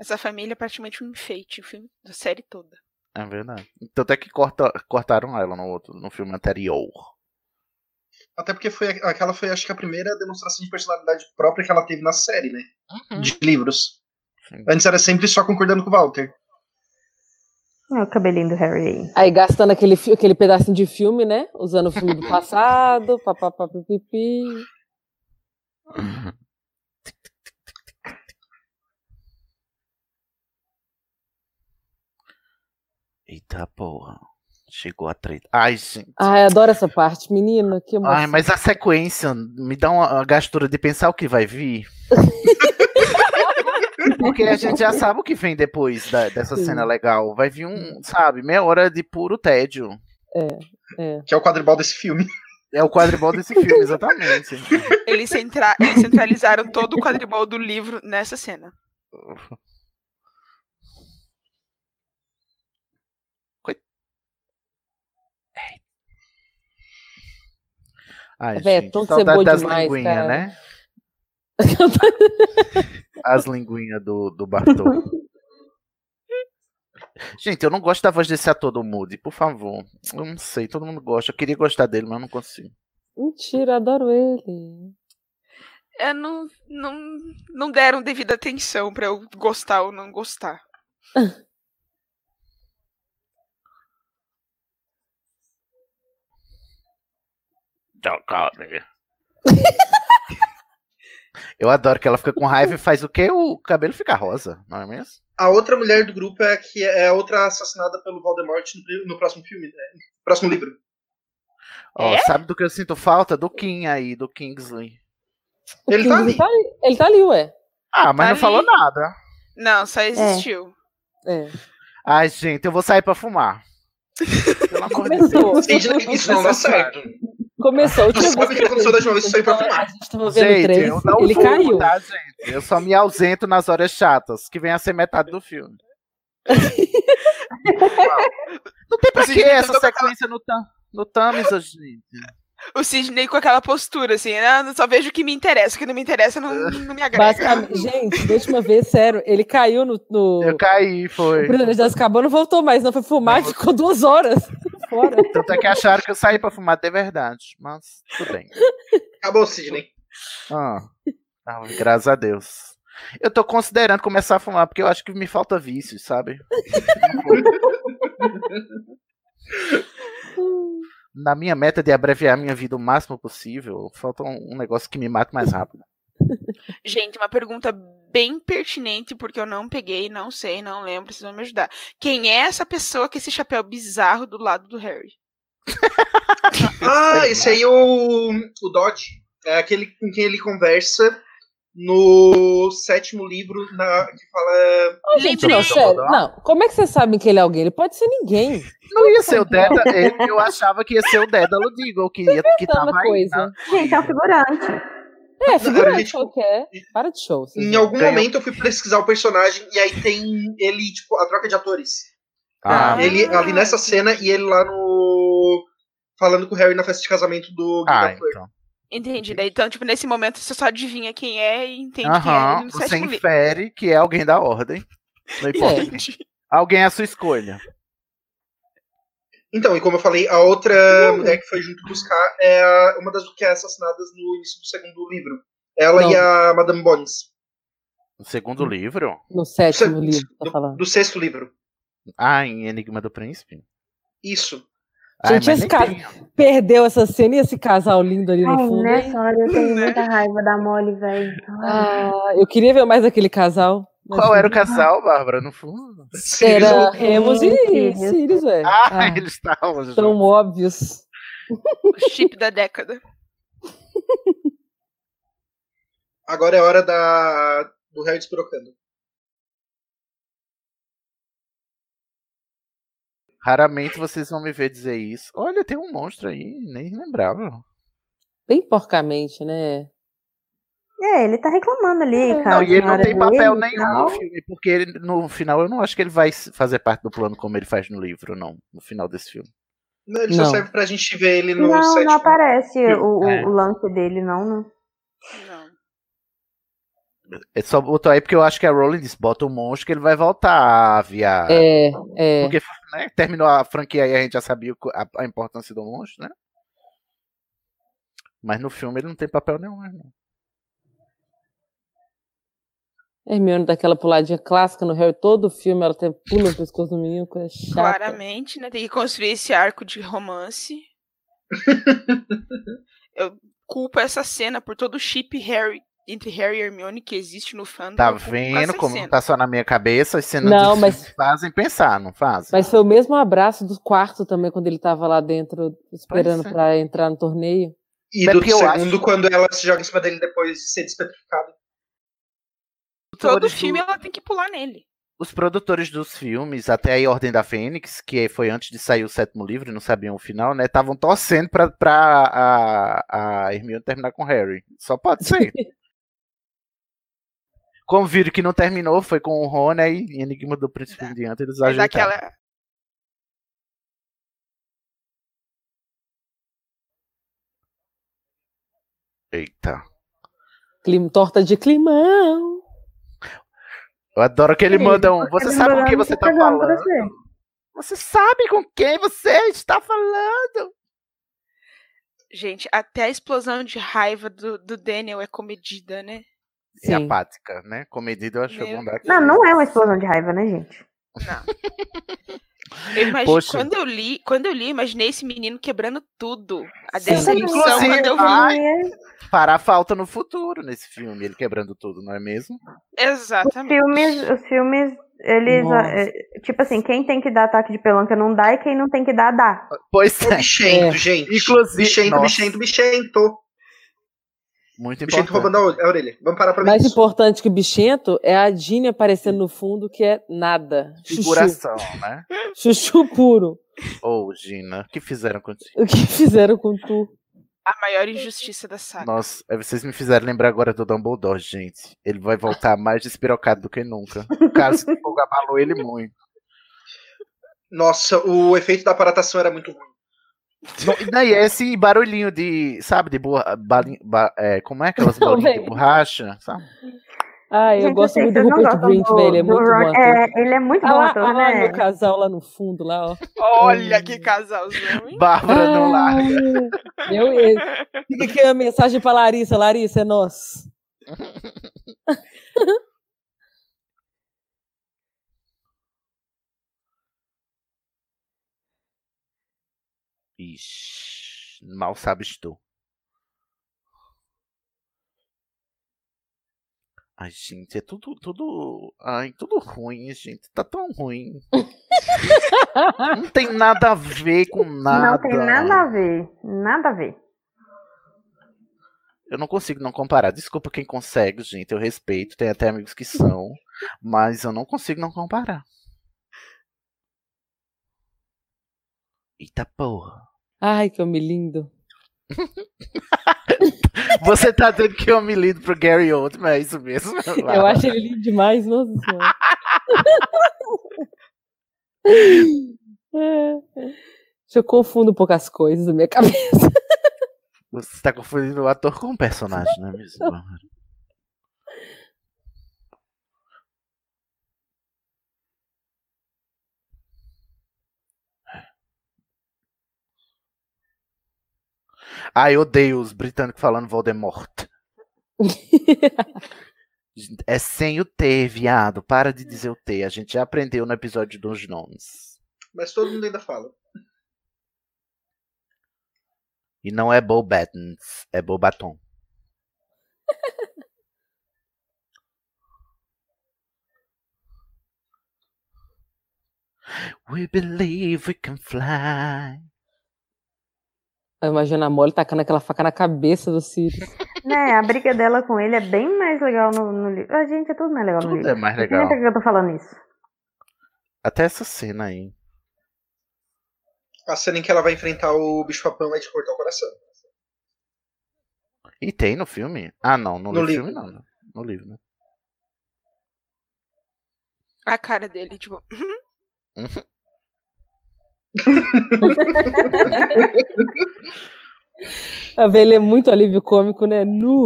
[SPEAKER 3] Essa família é praticamente um enfeite, o filme da série toda.
[SPEAKER 2] É verdade. Então até que corta- cortaram ela no, outro, no filme anterior.
[SPEAKER 4] Até porque foi, aquela foi, acho que, a primeira demonstração de personalidade própria que ela teve na série, né? De livros. Antes era sempre só concordando com o Walter.
[SPEAKER 6] Olha o cabelinho do Harry aí.
[SPEAKER 5] Aí gastando aquele, fi- aquele pedacinho de filme, né? Usando o filme do passado, papapapipipi.
[SPEAKER 2] Eita porra. Chegou a treta. Ai, gente.
[SPEAKER 5] Ai, adoro essa parte, menina. Que emoção.
[SPEAKER 2] Ai, mas a sequência me dá uma uma gastura de pensar o que vai vir. Porque a gente já sabe o que vem depois da- dessa
[SPEAKER 4] Sim.
[SPEAKER 2] cena legal. Vai vir um, sabe, meia hora de puro tédio.
[SPEAKER 5] É,
[SPEAKER 4] Que é o quadribol desse filme.
[SPEAKER 2] É o quadribol desse filme, exatamente.
[SPEAKER 3] Eles, centra- eles centralizaram todo o quadribol do livro nessa cena.
[SPEAKER 2] Ai,
[SPEAKER 5] Véi, é
[SPEAKER 2] gente,
[SPEAKER 5] tão
[SPEAKER 2] saudade
[SPEAKER 5] ceboso
[SPEAKER 2] das
[SPEAKER 5] demais,
[SPEAKER 2] linguinhas,
[SPEAKER 5] cara.
[SPEAKER 2] né? As linguinhas do, do Bartô. Gente, eu não gosto da voz desse ator do Moody, por favor. Eu não sei, todo mundo gosta. Eu queria gostar dele, mas não consigo.
[SPEAKER 5] Mentira, adoro ele.
[SPEAKER 3] É, não, não, não deram devida atenção pra eu gostar ou não gostar.
[SPEAKER 2] Eu adoro que ela fica com raiva e faz o quê? O cabelo fica rosa, não é mesmo?
[SPEAKER 4] A outra mulher do grupo é a que é a outra assassinada pelo Voldemort no, pri- no próximo filme, né? No próximo livro.
[SPEAKER 2] Ó,
[SPEAKER 4] É?
[SPEAKER 2] sabe do que eu sinto falta? Do Kim aí, do Kingsley.
[SPEAKER 5] O Ele tá Kingsley ali. Ele tá ali, ué.
[SPEAKER 2] Ah, mas
[SPEAKER 3] Tá
[SPEAKER 2] não falou
[SPEAKER 3] ali.
[SPEAKER 2] nada.
[SPEAKER 3] Não, só existiu.
[SPEAKER 5] É.
[SPEAKER 2] Ai, gente, eu vou sair pra fumar. Pelo amor de
[SPEAKER 5] Começou.
[SPEAKER 2] Deus.
[SPEAKER 4] Isso não dá certo.
[SPEAKER 5] Começou. a última
[SPEAKER 4] Sabe o
[SPEAKER 5] vez
[SPEAKER 4] que aconteceu da última vez? Isso aí pra
[SPEAKER 5] tava-
[SPEAKER 4] fumar.
[SPEAKER 5] Então, A gente tava vendo o
[SPEAKER 2] Gente,
[SPEAKER 5] três,
[SPEAKER 2] eu não
[SPEAKER 5] ele
[SPEAKER 2] fumo,
[SPEAKER 5] caiu.
[SPEAKER 2] tá, gente? Eu só me ausento nas horas chatas, que vem a ser metade do filme. não tem pra
[SPEAKER 3] Vocês
[SPEAKER 2] que
[SPEAKER 3] não
[SPEAKER 2] essa
[SPEAKER 3] estão com
[SPEAKER 2] sequência no, tam, no Thames, ô, gente.
[SPEAKER 3] O Sidney com aquela postura, assim, ah, eu só vejo o que me interessa, o que não me interessa não,
[SPEAKER 2] É.
[SPEAKER 3] não me agrega.
[SPEAKER 5] Basicamente, gente, da última vez, sério, ele caiu no. no... Eu
[SPEAKER 2] caí, foi.
[SPEAKER 5] O prisioneiro das Cabanas não voltou mais, não foi fumar e ficou duas horas fora.
[SPEAKER 2] Tanto é que acharam que eu saí pra fumar de verdade, mas tudo bem.
[SPEAKER 4] Acabou, Sidney.
[SPEAKER 2] Ah, ah, graças a Deus. Eu tô considerando começar a fumar, porque eu acho que me falta vícios, sabe? Na minha meta de abreviar minha vida o máximo possível, falta um, um negócio que me mate mais rápido.
[SPEAKER 3] Gente, uma pergunta bem pertinente, porque eu não peguei, não sei, não lembro, vocês vão me ajudar. Quem é essa pessoa com esse chapéu bizarro do lado do Harry?
[SPEAKER 4] Ah, esse aí é o, o Dodge. É aquele com quem ele conversa no sétimo livro na, que fala.
[SPEAKER 5] Ô, gente, não, sério. Não, como é que vocês sabem que ele é alguém? Ele pode ser ninguém.
[SPEAKER 2] Não ia ser o Dédalo, eu- eu achava que ia ser o Dédalo Deagle, que, ia, que
[SPEAKER 5] Inventando
[SPEAKER 2] tava aí.
[SPEAKER 5] Tá coisa.
[SPEAKER 2] né?
[SPEAKER 6] Gente, é um figurante.
[SPEAKER 5] É,
[SPEAKER 4] Agora,
[SPEAKER 5] figurante
[SPEAKER 4] gente,
[SPEAKER 5] qualquer. Para de show. vocês
[SPEAKER 4] Em
[SPEAKER 5] vão.
[SPEAKER 4] algum momento eu fui pesquisar o personagem e aí tem ele, tipo, a troca de atores.
[SPEAKER 2] Ah,
[SPEAKER 3] Tá.
[SPEAKER 4] ele ali nessa cena e ele lá no. falando com o Harry na festa de casamento do
[SPEAKER 2] Ah,
[SPEAKER 4] Guilherme.
[SPEAKER 2] então.
[SPEAKER 3] Entendi. Daí, então, tipo, nesse momento você só adivinha quem é e entende quem é.
[SPEAKER 2] Aham,
[SPEAKER 3] ele no
[SPEAKER 2] você
[SPEAKER 3] sétimo livro.
[SPEAKER 2] infere que é alguém da ordem.
[SPEAKER 3] É.
[SPEAKER 2] Não importa. Alguém à sua escolha.
[SPEAKER 4] Então, e como eu falei, a outra
[SPEAKER 2] né?
[SPEAKER 4] mulher que foi junto buscar é a- uma das que é assassinadas no início do segundo livro. Ela
[SPEAKER 2] Não.
[SPEAKER 4] e a Madame Bones.
[SPEAKER 2] O segundo livro?
[SPEAKER 5] No sétimo livro, tá falando.
[SPEAKER 4] Do sexto livro.
[SPEAKER 2] Ah, em Enigma do Príncipe?
[SPEAKER 4] Isso.
[SPEAKER 2] Ai,
[SPEAKER 5] Gente,
[SPEAKER 2] Ah, mas nem
[SPEAKER 5] esse cara perdeu essa cena e esse casal lindo ali no
[SPEAKER 6] Ai,
[SPEAKER 5] um fundo.
[SPEAKER 6] nessa
[SPEAKER 5] hein?
[SPEAKER 6] hora eu tenho muita raiva da Molly, velho.
[SPEAKER 5] Ah, eu queria ver mais aquele casal. mas
[SPEAKER 2] Qual
[SPEAKER 5] não
[SPEAKER 2] era o
[SPEAKER 5] deu.
[SPEAKER 2] casal, Bárbara? No fundo?
[SPEAKER 5] Era Remus e Sirius, velho.
[SPEAKER 2] Ah, eles
[SPEAKER 5] então
[SPEAKER 2] estavam juntos.
[SPEAKER 5] Tão óbvios.
[SPEAKER 3] O chip da década.
[SPEAKER 4] Agora é a hora da, do Harry despirocando.
[SPEAKER 2] Raramente vocês vão me ver dizer isso. Olha, tem um monstro aí, nem lembrava.
[SPEAKER 5] Bem porcamente, né?
[SPEAKER 6] É, ele tá reclamando ali, cara.
[SPEAKER 2] Não, e ele não tem papel nenhum no filme, porque ele, no final eu não acho que ele vai fazer parte do plano como ele faz no livro, não, no final desse filme.
[SPEAKER 4] Não, ele só
[SPEAKER 2] Não.
[SPEAKER 4] serve pra gente ver ele no
[SPEAKER 6] Não,
[SPEAKER 4] set.
[SPEAKER 6] não aparece o, o-
[SPEAKER 2] É.
[SPEAKER 6] o lance dele, não, né?
[SPEAKER 2] Ele É só botou aí porque eu acho que a Rowling disse: bota o monstro que ele vai voltar, viado.
[SPEAKER 5] É, é.
[SPEAKER 2] Porque né, terminou a franquia e a gente já sabia o- a, a importância do monstro, né? Mas no filme ele não tem papel nenhum, né?
[SPEAKER 5] Hermione dá aquela puladinha clássica no Harry, todo o filme ela até pula o pescoço do menino, coisa chata.
[SPEAKER 3] Claramente, né? Tem que construir esse arco de romance. Eu culpo essa cena por todo o chip Harry entre Harry e Hermione que existe no fandom.
[SPEAKER 2] Tá
[SPEAKER 3] eu culpo por causa
[SPEAKER 2] vendo
[SPEAKER 3] dessa
[SPEAKER 2] como não
[SPEAKER 3] cena.
[SPEAKER 2] tá só na minha cabeça? As cenas
[SPEAKER 5] Não,
[SPEAKER 2] do
[SPEAKER 5] mas-
[SPEAKER 2] filme fazem pensar, não fazem?
[SPEAKER 5] Mas foi o mesmo abraço do quarto também, quando ele tava lá dentro, esperando
[SPEAKER 2] Pois é.
[SPEAKER 5] pra entrar no torneio.
[SPEAKER 4] E
[SPEAKER 2] É
[SPEAKER 4] do
[SPEAKER 2] porque eu
[SPEAKER 4] segundo,
[SPEAKER 2] acho-
[SPEAKER 4] quando ela se joga em cima dele depois de ser despetrificado.
[SPEAKER 3] Todo filme ela tem que pular nele.
[SPEAKER 2] Os produtores dos filmes, até a Ordem da Fênix, que foi antes de sair o sétimo livro e não sabiam o final, né? Estavam torcendo pra, pra a, a Hermione terminar com o Harry. Só pode ser. Como viram que não terminou, foi com o Ron né, e Enigma do Príncipe em diante, eles
[SPEAKER 3] É
[SPEAKER 2] ajeitaram.
[SPEAKER 3] daquela.
[SPEAKER 2] Eita.
[SPEAKER 5] Clim- torta de climão.
[SPEAKER 2] Eu adoro que ele
[SPEAKER 5] Querido,
[SPEAKER 2] manda um. Você
[SPEAKER 5] ele
[SPEAKER 2] sabe com
[SPEAKER 5] mandou
[SPEAKER 2] quem
[SPEAKER 5] um
[SPEAKER 2] você tá
[SPEAKER 5] programa pra
[SPEAKER 2] falando? Você sabe com quem você está falando?
[SPEAKER 3] Gente, até a explosão de raiva do, do Daniel é comedida, né?
[SPEAKER 2] É apática, né? Comedido, eu acho que eu vou dar aqui.
[SPEAKER 6] Não, não é uma explosão de raiva, né, gente?
[SPEAKER 3] Eu imagi-
[SPEAKER 2] Poxa.
[SPEAKER 3] quando eu li, quando eu li, imaginei esse menino quebrando tudo. A
[SPEAKER 2] Sim,
[SPEAKER 5] é
[SPEAKER 3] decepção
[SPEAKER 2] inclusive, ah,
[SPEAKER 3] quando eu
[SPEAKER 2] ai.
[SPEAKER 3] vi.
[SPEAKER 2] Fará falta no futuro nesse filme, ele quebrando tudo, não é mesmo?
[SPEAKER 6] Os
[SPEAKER 3] Exatamente.
[SPEAKER 6] filmes, os filmes, eles.
[SPEAKER 2] Nossa.
[SPEAKER 6] é, tipo assim, quem tem que dar ataque de pelanca não dá e quem não tem que dar, dá.
[SPEAKER 2] Pois
[SPEAKER 4] Ô,
[SPEAKER 2] é.
[SPEAKER 4] bichento,
[SPEAKER 2] É.
[SPEAKER 4] gente.
[SPEAKER 2] Inclusive,
[SPEAKER 4] bichento,
[SPEAKER 2] nossa.
[SPEAKER 4] bichento, bichento.
[SPEAKER 2] Muito
[SPEAKER 4] Bichento
[SPEAKER 2] importante.
[SPEAKER 4] roubando a orelha- a orelha. Vamos parar pra ver
[SPEAKER 5] Mais
[SPEAKER 4] isso.
[SPEAKER 5] importante que o bichento é a Dini aparecendo no fundo, que é nada.
[SPEAKER 2] Figuração, né?
[SPEAKER 5] Chuchu. Chuchu puro.
[SPEAKER 2] Ô, Gina, o que fizeram contigo?
[SPEAKER 5] O que fizeram com tu?
[SPEAKER 3] A maior injustiça da saga.
[SPEAKER 2] Nossa, é, vocês me fizeram lembrar agora do Dumbledore, gente. Ele vai voltar mais despirocado do que nunca. O Carlos de Fogo abalou ele muito.
[SPEAKER 4] Nossa, o efeito da aparatação era muito ruim.
[SPEAKER 2] Não, e daí é esse barulhinho de, sabe, de borra, balin- ba- é, como é aquelas
[SPEAKER 5] Não,
[SPEAKER 2] bolinhas de
[SPEAKER 5] velho.
[SPEAKER 2] borracha, sabe?
[SPEAKER 5] Ah, eu
[SPEAKER 6] Gente,
[SPEAKER 5] gosto
[SPEAKER 6] assim,
[SPEAKER 5] muito do
[SPEAKER 6] vocês não
[SPEAKER 5] Rupert
[SPEAKER 6] gostam
[SPEAKER 5] Grint,
[SPEAKER 6] do-
[SPEAKER 5] velho. É
[SPEAKER 6] do
[SPEAKER 5] muito bom.
[SPEAKER 6] Ron-
[SPEAKER 5] ator.
[SPEAKER 6] é, ele é muito
[SPEAKER 5] ah,
[SPEAKER 6] bom
[SPEAKER 5] lá,
[SPEAKER 6] ator,
[SPEAKER 5] ah, lá,
[SPEAKER 6] né?
[SPEAKER 5] meu casal lá no fundo, lá, ó.
[SPEAKER 3] Olha que casalzão, hein?
[SPEAKER 2] Bárbara
[SPEAKER 5] Ah.
[SPEAKER 2] não larga.
[SPEAKER 5] Ai, Eu, eu. Fica aqui é a mensagem pra Larissa. Larissa, é nós.
[SPEAKER 2] Ixi, mal sabes tu. Ai, gente, é tudo, tudo. Ai, tudo ruim, gente. Tá tão ruim. Não tem nada a ver com nada.
[SPEAKER 6] Não tem nada a ver. Nada a ver.
[SPEAKER 2] Eu não consigo não comparar. Desculpa quem consegue, gente. Eu respeito. Tem até amigos que são. Mas eu não consigo não comparar. Eita porra.
[SPEAKER 5] Ai, que homem lindo.
[SPEAKER 2] Você tá dizendo que eu me lido pro Gary Oldman, é isso mesmo?
[SPEAKER 5] Eu acho ele lindo demais, nossa senhora. É. Deixa eu confundo um pouco as coisas na minha cabeça.
[SPEAKER 2] Você tá confundindo o ator com o personagem, não é mesmo? Bárbara? Ah, eu odeio os britânicos falando Voldemort. É sem o T, viado. Para de dizer o T. A gente já aprendeu no episódio dos nomes.
[SPEAKER 4] Mas todo mundo ainda fala.
[SPEAKER 2] E não é Bobatons, é Bobaton. We believe we can fly.
[SPEAKER 5] Imagina a Molly tacando aquela faca na cabeça do Sirius.
[SPEAKER 6] Né, a briga dela com ele é bem mais legal no, no livro. A gente é tudo mais legal no
[SPEAKER 2] Tudo
[SPEAKER 6] livro.
[SPEAKER 2] é mais
[SPEAKER 6] Não sei nem
[SPEAKER 2] legal.
[SPEAKER 6] por que eu tô falando isso.
[SPEAKER 2] Até essa cena aí.
[SPEAKER 4] A cena em que ela vai enfrentar o bicho papão é de cortar o coração.
[SPEAKER 2] E tem no filme? Ah, não, no,
[SPEAKER 4] No
[SPEAKER 2] livro,
[SPEAKER 4] livro.
[SPEAKER 2] filme não. No livro, né?
[SPEAKER 3] A cara dele, tipo.
[SPEAKER 2] Uhum.
[SPEAKER 5] A velha é muito alívio cômico, né? Nu.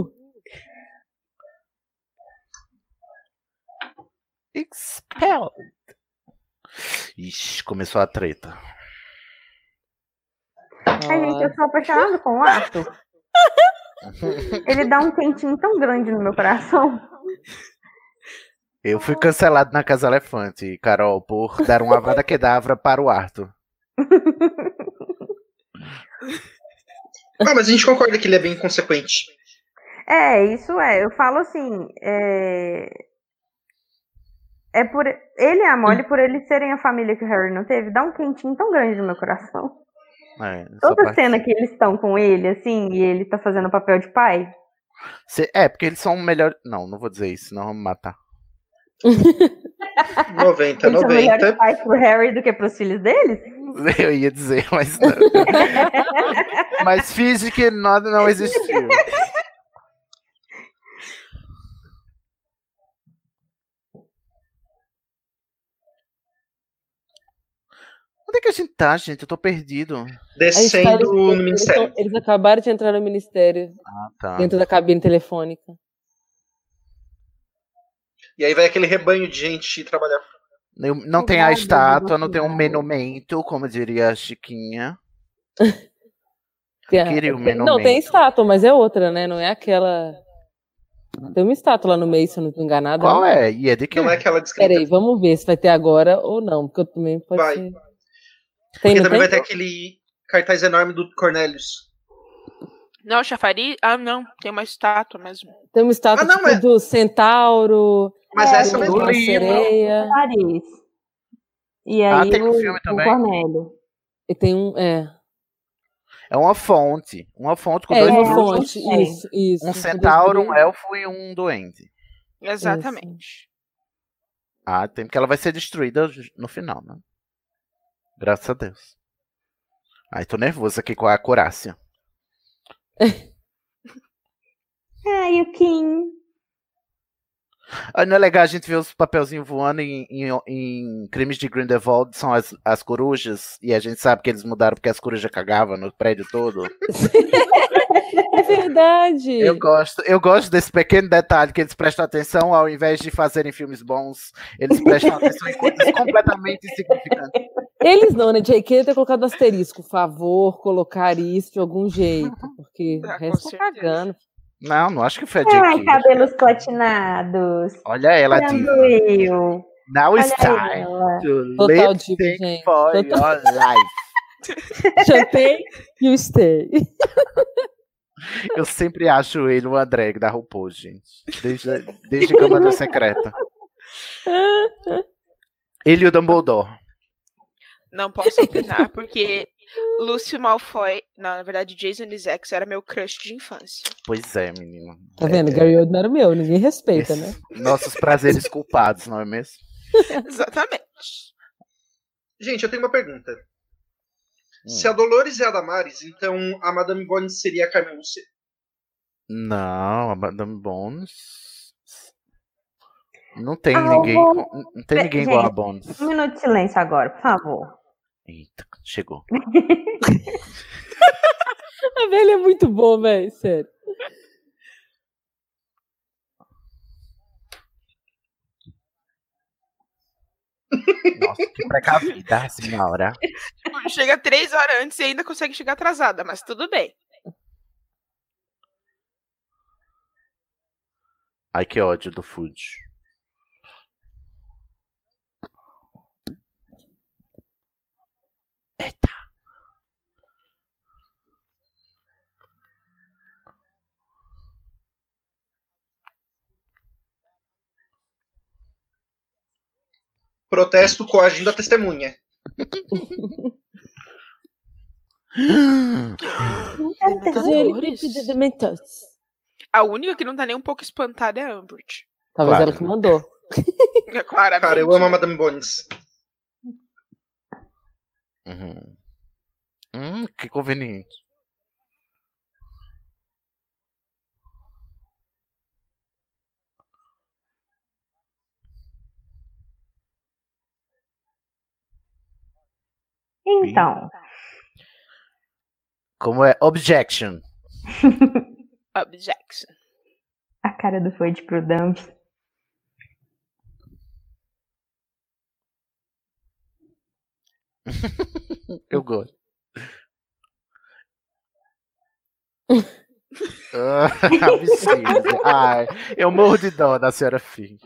[SPEAKER 2] Expel. Ixi, começou a treta.
[SPEAKER 6] Ai, gente, eu sou apaixonada com o Arthur. Ele dá um quentinho tão grande no meu coração.
[SPEAKER 2] Eu fui cancelado na Casa Elefante, Carol, por dar uma vada quedavra para o Arthur.
[SPEAKER 4] Ah, mas a gente concorda que ele é bem inconsequente.
[SPEAKER 6] É, isso é. Eu falo assim. É, é por ele e a Molly, por eles serem a família que o Harry não teve, dá um quentinho tão grande no meu coração.
[SPEAKER 2] É, essa
[SPEAKER 6] Toda
[SPEAKER 2] parte-
[SPEAKER 6] cena que eles estão com ele, assim, e ele tá fazendo o papel de pai.
[SPEAKER 2] Cê- É, porque eles são melhores. Não, não vou dizer isso, senão vão me matar.
[SPEAKER 4] 90,
[SPEAKER 6] eles são melhores
[SPEAKER 2] né?
[SPEAKER 4] 90.
[SPEAKER 6] pais pro Harry do que pros filhos deles?
[SPEAKER 2] Eu ia dizer, mas não. mas finge que nada não existiu. Onde é que a gente tá, gente? Eu tô perdido.
[SPEAKER 4] É
[SPEAKER 5] A história-
[SPEAKER 6] é
[SPEAKER 5] eles, tão- eles acabaram de entrar no ministério
[SPEAKER 2] Ah, tá.
[SPEAKER 5] dentro da cabine telefônica.
[SPEAKER 4] E aí vai aquele rebanho de gente trabalhar.
[SPEAKER 2] Eu- Não tem a estátua,
[SPEAKER 5] né?
[SPEAKER 2] não tem um menumento, como diria a Chiquinha.
[SPEAKER 5] Tem a-
[SPEAKER 2] Queria o
[SPEAKER 5] tem- não, tem
[SPEAKER 2] menumento.
[SPEAKER 5] estátua, mas é outra, né? Não é aquela. Tem uma estátua lá no meio, se eu não tô enganada.
[SPEAKER 2] Qual é? E é de quem?
[SPEAKER 4] Não é aquela descrita.
[SPEAKER 5] Peraí, vamos ver se vai ter agora ou não, porque eu também pode
[SPEAKER 4] Vai.
[SPEAKER 5] ser. Tem,
[SPEAKER 4] Porque
[SPEAKER 5] não
[SPEAKER 4] também
[SPEAKER 5] tem?
[SPEAKER 4] vai ter aquele cartaz enorme do Cornelius.
[SPEAKER 3] Não, chafariz. Ah, não. Tem uma estátua mesmo.
[SPEAKER 5] Tem uma estátua
[SPEAKER 3] Ah, não,
[SPEAKER 4] é.
[SPEAKER 5] tipo, do centauro.
[SPEAKER 3] Mas
[SPEAKER 6] É,
[SPEAKER 5] do-
[SPEAKER 2] é
[SPEAKER 3] essa mesmo.
[SPEAKER 5] da
[SPEAKER 3] Do livro.
[SPEAKER 5] sereia.
[SPEAKER 6] Paris. E
[SPEAKER 2] Ah,
[SPEAKER 6] aí
[SPEAKER 2] tem no
[SPEAKER 6] o,
[SPEAKER 2] filme
[SPEAKER 6] o
[SPEAKER 2] também.
[SPEAKER 6] Cornélio.
[SPEAKER 5] E tem um. É.
[SPEAKER 2] É uma fonte. Uma fonte com
[SPEAKER 5] É,
[SPEAKER 2] dois
[SPEAKER 5] uma
[SPEAKER 2] bruxos,
[SPEAKER 5] fonte,
[SPEAKER 2] um-
[SPEAKER 5] isso, isso, é com
[SPEAKER 2] Um
[SPEAKER 5] dois
[SPEAKER 2] centauro, um
[SPEAKER 5] bruxos.
[SPEAKER 2] elfo e um duende.
[SPEAKER 3] Exatamente.
[SPEAKER 2] Ah, tem porque ela vai ser destruída no final, né? Graças a Deus. Ai, tô nervoso aqui com a acurácia.
[SPEAKER 6] Ai, o Kim.
[SPEAKER 2] Ah, não é legal a gente ver os papelzinhos voando em, em- em crimes de Grindelwald, são as, as corujas, e a gente sabe que eles mudaram porque as corujas cagavam no prédio todo.
[SPEAKER 5] É verdade.
[SPEAKER 2] Eu gosto, eu gosto desse pequeno detalhe que eles prestam atenção, ao invés de fazerem filmes bons, eles prestam atenção em coisas completamente insignificantes.
[SPEAKER 5] Eles não, né? JK ter colocado asterisco, favor, colocar isso de algum jeito. Porque o resto tá cagando.
[SPEAKER 2] Não, não É acho que foi a
[SPEAKER 6] Ai, tá
[SPEAKER 2] J.K.
[SPEAKER 6] cabelos platinados.
[SPEAKER 2] Olha ela,
[SPEAKER 6] Tirando
[SPEAKER 2] diva.
[SPEAKER 6] eu.
[SPEAKER 2] Now it's
[SPEAKER 6] Olha
[SPEAKER 2] time
[SPEAKER 6] ela.
[SPEAKER 2] to
[SPEAKER 5] Total
[SPEAKER 2] live
[SPEAKER 5] diva, gente.
[SPEAKER 2] for your
[SPEAKER 5] Total.
[SPEAKER 2] life.
[SPEAKER 5] Chantei e o stay.
[SPEAKER 2] Eu sempre acho ele uma drag da RuPaul, gente. Desde, desde Câmara Secreta. Ele e o Dumbledore.
[SPEAKER 3] Não posso opinar, porque Lúcio Malfoy. Não, na verdade, Jason Isaacs era meu crush de infância.
[SPEAKER 2] Pois é, menino.
[SPEAKER 5] Tá vendo? Gary Oldman era o meu, ninguém respeita, né?
[SPEAKER 2] Nossos prazeres culpados, não é mesmo?
[SPEAKER 3] Exatamente.
[SPEAKER 4] Gente, eu tenho uma pergunta.
[SPEAKER 2] Hum.
[SPEAKER 4] Se a Dolores é a Damares, então a Madame Bonnie seria a Carmen Lúcia.
[SPEAKER 2] Não, a Madame Bones. Não tem
[SPEAKER 6] Ah, eu
[SPEAKER 2] ninguém.
[SPEAKER 6] vou-
[SPEAKER 2] com- Não tem ninguém
[SPEAKER 6] Gente,
[SPEAKER 2] igual a Bones.
[SPEAKER 6] Um minuto de silêncio agora, por favor.
[SPEAKER 2] Chegou.
[SPEAKER 5] A velha é muito boa, velho, sério.
[SPEAKER 2] Nossa, que precavida, assim, na hora.
[SPEAKER 3] Tipo, chega três horas antes e ainda consegue chegar atrasada, mas tudo bem.
[SPEAKER 2] Ai, que ódio do Food.
[SPEAKER 4] Protesto coagindo a testemunha.
[SPEAKER 3] A única que não tá nem um pouco espantada é a Ambert.
[SPEAKER 5] Talvez
[SPEAKER 4] Claro.
[SPEAKER 5] ela que mandou.
[SPEAKER 3] É claramente.
[SPEAKER 4] Cara, eu amo a Madame Bones.
[SPEAKER 2] Uhum. Hum, que conveniente.
[SPEAKER 6] Então.
[SPEAKER 2] Como é? Objection.
[SPEAKER 3] Objection.
[SPEAKER 6] A cara do Floyd Prudence.
[SPEAKER 2] Eu gosto. Absurdo. Ah, Ai, eu morro de dó da senhora Finn.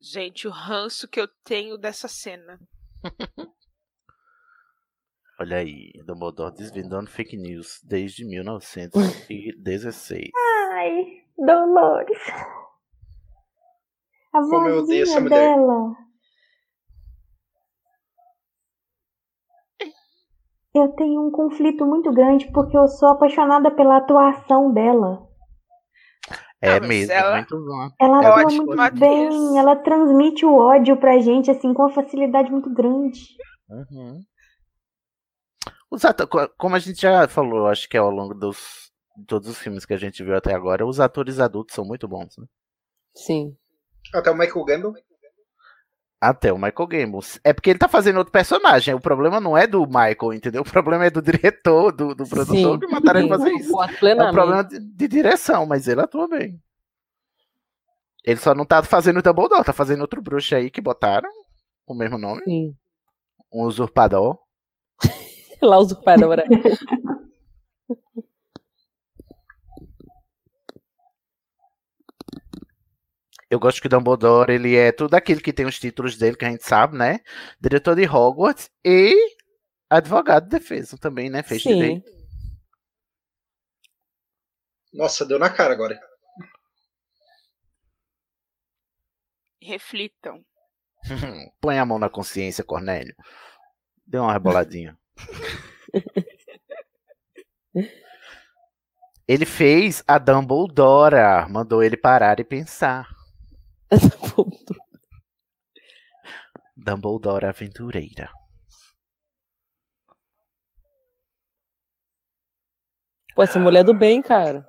[SPEAKER 3] Gente, o ranço que eu tenho dessa cena.
[SPEAKER 2] Olha aí, Dumbledore desvendando fake news desde 1916.
[SPEAKER 6] Ai, Dolores. A
[SPEAKER 4] Como eu odeio essa
[SPEAKER 6] vozinha
[SPEAKER 4] mulher.
[SPEAKER 6] dela. Eu tenho um conflito muito grande porque eu sou apaixonada pela atuação dela.
[SPEAKER 2] É
[SPEAKER 3] mas
[SPEAKER 2] mesmo,
[SPEAKER 3] ela-
[SPEAKER 2] muito bom.
[SPEAKER 6] Ela
[SPEAKER 2] Ela
[SPEAKER 6] atua
[SPEAKER 2] ótima
[SPEAKER 6] tá muito
[SPEAKER 2] atriz.
[SPEAKER 6] bem, ela transmite o ódio pra gente assim com uma facilidade muito grande.
[SPEAKER 2] Uhum. Os ato- co- Como a gente já falou, acho que é ao longo dos de todos os filmes que a gente viu até agora, os atores adultos são muito bons, né?
[SPEAKER 5] Sim.
[SPEAKER 4] Até o Michael Gambon.
[SPEAKER 2] Até o Michael Gambons. É porque ele tá fazendo outro personagem. O problema não é do Michael, entendeu? O problema é do diretor, do, do produtor
[SPEAKER 5] Sim.
[SPEAKER 2] que mataram ele fazer isso.
[SPEAKER 5] Concordo
[SPEAKER 2] É um
[SPEAKER 5] plenamente.
[SPEAKER 2] problema de, de direção, mas ele atua bem. Ele só não tá fazendo o Dumbledore, tá fazendo outro bruxo aí que botaram com o mesmo nome,
[SPEAKER 5] Sim.
[SPEAKER 2] um usurpador.
[SPEAKER 5] Lá usurpadora.
[SPEAKER 2] Eu gosto que o Dumbledore, ele é tudo aquilo que tem os títulos dele, que a gente sabe, né? Diretor de Hogwarts e advogado de defesa também, né? Fez
[SPEAKER 5] Sim.
[SPEAKER 2] direito.
[SPEAKER 4] Nossa, deu na cara agora.
[SPEAKER 3] Reflitam.
[SPEAKER 2] Põe a mão na consciência, Cornélio. Deu uma reboladinha. ele fez a Dumbledore, mandou ele parar e pensar. Dumbledore aventureira.
[SPEAKER 5] Pô, essa mulher é do bem, cara.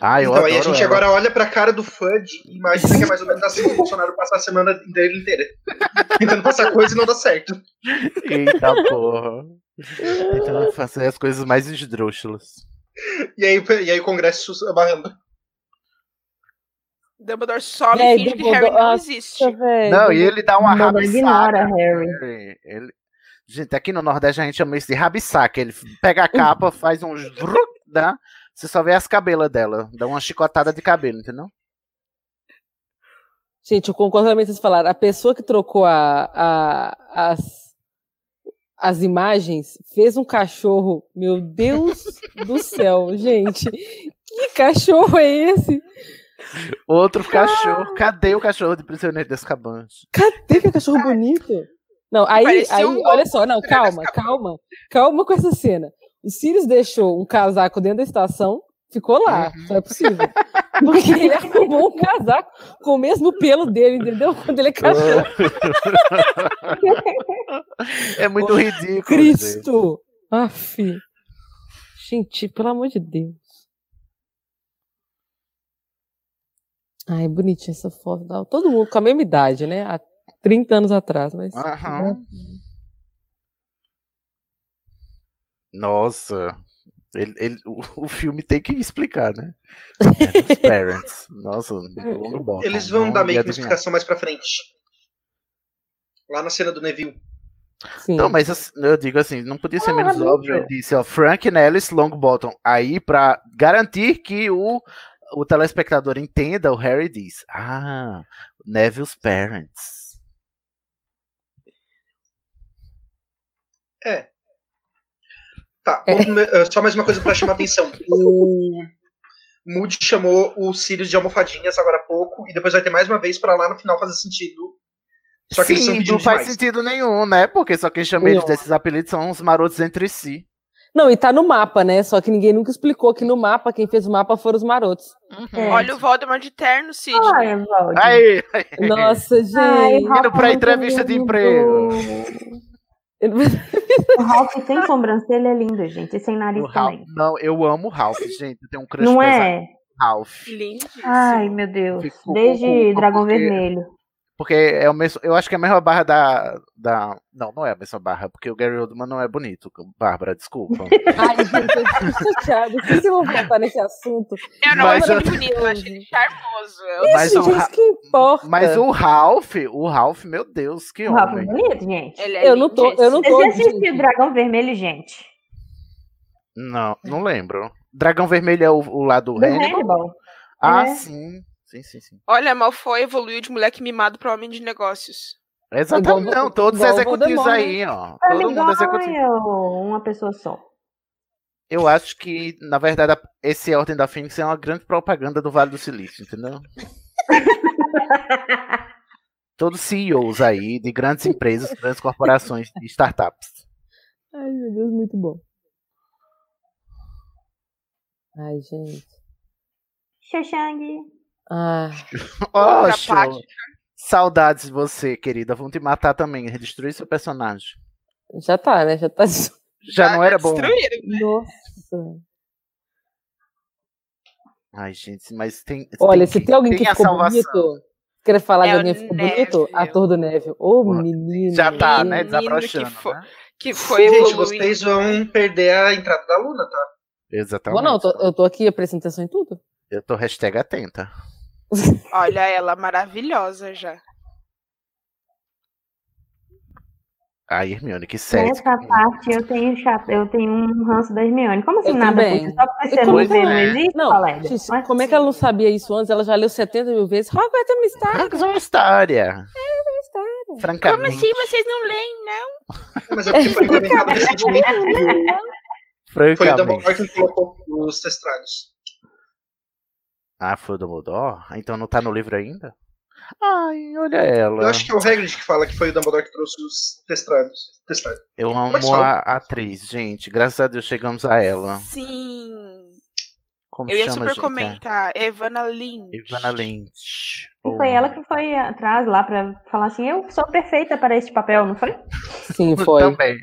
[SPEAKER 2] Ah, eu
[SPEAKER 4] Então, aí a
[SPEAKER 2] adoro
[SPEAKER 4] gente
[SPEAKER 2] ela.
[SPEAKER 4] agora olha pra cara do Fudge e imagina que é mais ou menos assim que o Bolsonaro passa a semana dele inteira. Tentando passar coisa e não dá certo.
[SPEAKER 2] Eita porra. Tentando fazer as coisas mais esdrúxulas.
[SPEAKER 4] E aí, e aí o Congresso barrando.
[SPEAKER 3] Dumbledore sobe
[SPEAKER 5] E aí,
[SPEAKER 3] e finge que
[SPEAKER 5] Dumbledore-
[SPEAKER 3] Harry não
[SPEAKER 5] Nossa,
[SPEAKER 3] existe.
[SPEAKER 5] velho.
[SPEAKER 2] Não, e ele dá uma
[SPEAKER 6] Não, não ignora,
[SPEAKER 2] rabiçada.
[SPEAKER 6] Harry.
[SPEAKER 2] Ele- ele- Gente, aqui no Nordeste a gente chama isso de rabisaca. Ele pega a capa, faz uns. druc, dá, você só vê as cabelas dela. Dá uma chicotada de cabelo, entendeu?
[SPEAKER 5] Gente, eu concordo também com vocês falaram. A pessoa que trocou a, a- as, as imagens fez um cachorro. Meu Deus do céu, gente. Que cachorro é esse?
[SPEAKER 2] Outro cachorro. Cadê o cachorro de prisioneiro desse cabante?
[SPEAKER 5] Cadê que é cachorro bonito? Não, aí,
[SPEAKER 3] Parecia
[SPEAKER 5] aí
[SPEAKER 3] um
[SPEAKER 5] olha só, não, calma, calma, calma com essa cena. O Sirius deixou um casaco dentro da estação, ficou lá,
[SPEAKER 3] Uhum.
[SPEAKER 5] não é possível. Porque ele arrumou um casaco com o mesmo pelo dele, entendeu? Quando ele é cachorro.
[SPEAKER 2] É muito ridículo. gente.
[SPEAKER 5] Cristo! Aff. Gente, pelo amor de Deus. Ai, bonitinha essa foto. Não, Todo mundo com a mesma idade, né? Há 30 anos atrás, mas.
[SPEAKER 2] Ah, Aham. Nossa. Ele, ele- o, o filme tem que explicar, né? É, dos parents. Nossa, longo bom.
[SPEAKER 4] Eles vão dar meio que um
[SPEAKER 2] explicação.
[SPEAKER 4] uma explicação mais pra frente. Lá na cena do Neville.
[SPEAKER 5] Sim.
[SPEAKER 2] Não, mas assim, eu digo assim, não podia ser
[SPEAKER 6] Ah,
[SPEAKER 2] menos
[SPEAKER 6] amigo.
[SPEAKER 2] óbvio. Ele disse, ó, Frank Nellis Longbottom. Aí, pra garantir que o, o telespectador entenda, o Harry diz: Ah, Neville's parents.
[SPEAKER 4] Tá,
[SPEAKER 2] É.
[SPEAKER 4] o- eh, só mais uma coisa pra chamar a atenção. O Moody chamou o Sirius de almofadinhas agora há pouco, e depois vai ter mais uma vez pra lá no final fazer sentido. Só que eles são
[SPEAKER 2] Sim, não
[SPEAKER 4] pedindo
[SPEAKER 2] faz
[SPEAKER 4] demais.
[SPEAKER 2] sentido nenhum, né? Porque só quem chama eles
[SPEAKER 5] Não.
[SPEAKER 2] desses apelidos são uns marotos entre si.
[SPEAKER 5] Não, e tá no mapa, né? Só que ninguém nunca explicou que no mapa, quem fez o mapa foram os marotos.
[SPEAKER 3] Uhum. Olha o Voldemort de terno, Cid. Olha, né?
[SPEAKER 2] Aí, aí.
[SPEAKER 5] Nossa, gente. Ai,
[SPEAKER 2] Indo pra entrevista de emprego.
[SPEAKER 6] o Ralph sem sobrancelha é lindo, gente. E sem nariz
[SPEAKER 2] Ralph,
[SPEAKER 6] também.
[SPEAKER 2] Não, eu amo o Ralph, gente. Tem um crush
[SPEAKER 6] Não
[SPEAKER 2] pesado.
[SPEAKER 6] é?
[SPEAKER 2] Ralph.
[SPEAKER 3] Lindíssimo.
[SPEAKER 6] Ai, meu Deus.
[SPEAKER 2] Ficou
[SPEAKER 6] Desde
[SPEAKER 2] com- com-
[SPEAKER 6] Dragão
[SPEAKER 2] porque-
[SPEAKER 6] Vermelho.
[SPEAKER 2] Porque é o mesmo, eu acho que é a mesma barra da, da. Não, não é a mesma barra, porque o Gary Oldman não é bonito. Bárbara, desculpa.
[SPEAKER 5] Ai, gente, eu fico chateada. Por que vocês vão voltar nesse assunto?
[SPEAKER 3] Eu não
[SPEAKER 2] Mas
[SPEAKER 3] acho
[SPEAKER 2] eu-
[SPEAKER 3] ele bonito, eu acho ele charmoso. Eu-
[SPEAKER 5] Isso,
[SPEAKER 2] Mas o
[SPEAKER 5] gente,
[SPEAKER 2] Ra-
[SPEAKER 5] isso que importa.
[SPEAKER 2] Mas um o Ralph, o Ralph, meu Deus, que
[SPEAKER 6] O Ralph é
[SPEAKER 2] homem.
[SPEAKER 6] bonito, gente.
[SPEAKER 3] Ele é
[SPEAKER 5] Eu não tô- eu não
[SPEAKER 3] lindíssimo.
[SPEAKER 5] tô-
[SPEAKER 6] Vocês já assistiram Dragão Vermelho, gente?
[SPEAKER 2] Não, não lembro. Dragão Vermelho é o, o lado
[SPEAKER 6] Do
[SPEAKER 2] Hannibal?
[SPEAKER 6] Hannibal.
[SPEAKER 2] Ah,
[SPEAKER 6] né?
[SPEAKER 2] sim. Sim, sim, sim.
[SPEAKER 3] Olha, Malfoy evoluiu de moleque mimado pra homem de negócios.
[SPEAKER 2] Exatamente.
[SPEAKER 5] Igual o-
[SPEAKER 2] não, todos
[SPEAKER 5] igual o
[SPEAKER 2] executivos
[SPEAKER 5] Voldemort, né?
[SPEAKER 2] aí, ó. Todo mundo executivo.
[SPEAKER 6] Amigão, é uma pessoa só.
[SPEAKER 2] Eu acho que, na verdade, a- esse Ordem da Fênix é uma grande propaganda do Vale do Silício, entendeu? Todos CEOs aí de grandes empresas, grandes corporações e startups.
[SPEAKER 5] Ai, meu Deus, muito bom. Ai, gente.
[SPEAKER 6] Shang.
[SPEAKER 5] Ah,
[SPEAKER 2] Oh,
[SPEAKER 3] Outra
[SPEAKER 2] show.
[SPEAKER 3] parte.
[SPEAKER 2] Saudades de você, querida. Vão te matar também, destruir seu personagem.
[SPEAKER 5] já tá, né? Já tá.
[SPEAKER 2] Já,
[SPEAKER 3] Ah,
[SPEAKER 2] não
[SPEAKER 3] é
[SPEAKER 2] era bom.
[SPEAKER 3] Destruíram.
[SPEAKER 5] Nossa.
[SPEAKER 2] Ai, gente, mas tem.
[SPEAKER 5] Olha,
[SPEAKER 2] tem
[SPEAKER 5] se tem alguém que
[SPEAKER 2] a
[SPEAKER 5] ficou
[SPEAKER 2] salvação.
[SPEAKER 5] bonito. Quer falar de
[SPEAKER 3] É o
[SPEAKER 5] alguém que ficou
[SPEAKER 3] Neville.
[SPEAKER 5] bonito? Ator do Neville. Ô,
[SPEAKER 2] Porra,
[SPEAKER 5] menino.
[SPEAKER 2] Já tá,
[SPEAKER 3] Menino
[SPEAKER 2] né?
[SPEAKER 3] que
[SPEAKER 2] Desabrochando.
[SPEAKER 3] foi-
[SPEAKER 2] né?
[SPEAKER 3] Que foi
[SPEAKER 4] Gente,
[SPEAKER 3] evoluindo.
[SPEAKER 4] vocês vão perder a entrada da Luna, tá?
[SPEAKER 2] Exatamente.
[SPEAKER 5] Bom, não, eu tô, eu tô aqui, apresentação em tudo.
[SPEAKER 2] Eu tô hashtag atenta.
[SPEAKER 3] Olha ela, maravilhosa já.
[SPEAKER 2] Ai, Hermione, que sério.
[SPEAKER 6] Nessa parte eu tenho chato, eu tenho um ranço da Hermione. Como assim
[SPEAKER 5] Eu
[SPEAKER 6] nada
[SPEAKER 5] também.
[SPEAKER 6] disso? Só porque
[SPEAKER 5] Eu
[SPEAKER 6] você não
[SPEAKER 2] também. Pois
[SPEAKER 6] vê, não
[SPEAKER 2] é.
[SPEAKER 6] existe,
[SPEAKER 5] Não,
[SPEAKER 6] colega?
[SPEAKER 5] gente,
[SPEAKER 6] Mas assim,
[SPEAKER 5] como é que ela não sabia isso antes? Ela já leu 70 mil vezes. Hogwarts é uma história.
[SPEAKER 2] Ah, que é uma história. Francamente.
[SPEAKER 3] Como assim vocês não leem, né?
[SPEAKER 4] Mas é porque foi implementado recentemente. Foi o Dumbledore
[SPEAKER 2] Francamente.
[SPEAKER 4] que colocou os testralhos.
[SPEAKER 2] Ah, foi o Dumbledore? Ah, Então não tá no livro ainda? Ai, olha ela.
[SPEAKER 4] Eu acho que é o Hagrid que fala que foi o Dumbledore que trouxe os testralhos. testralhos.
[SPEAKER 2] Eu
[SPEAKER 4] Mas
[SPEAKER 2] amo
[SPEAKER 4] fala.
[SPEAKER 2] a
[SPEAKER 3] um
[SPEAKER 2] atriz, gente. Graças a Deus chegamos a ela.
[SPEAKER 3] Sim.
[SPEAKER 2] Como
[SPEAKER 3] Eu ia
[SPEAKER 2] chama,
[SPEAKER 3] super
[SPEAKER 2] gente? É.
[SPEAKER 3] comentar. Evana Lynch.
[SPEAKER 2] Ivana Lynch.
[SPEAKER 6] E Foi ela que foi atrás lá pra falar assim, eu sou perfeita para este papel, não foi?
[SPEAKER 5] Sim, foi.
[SPEAKER 2] Também.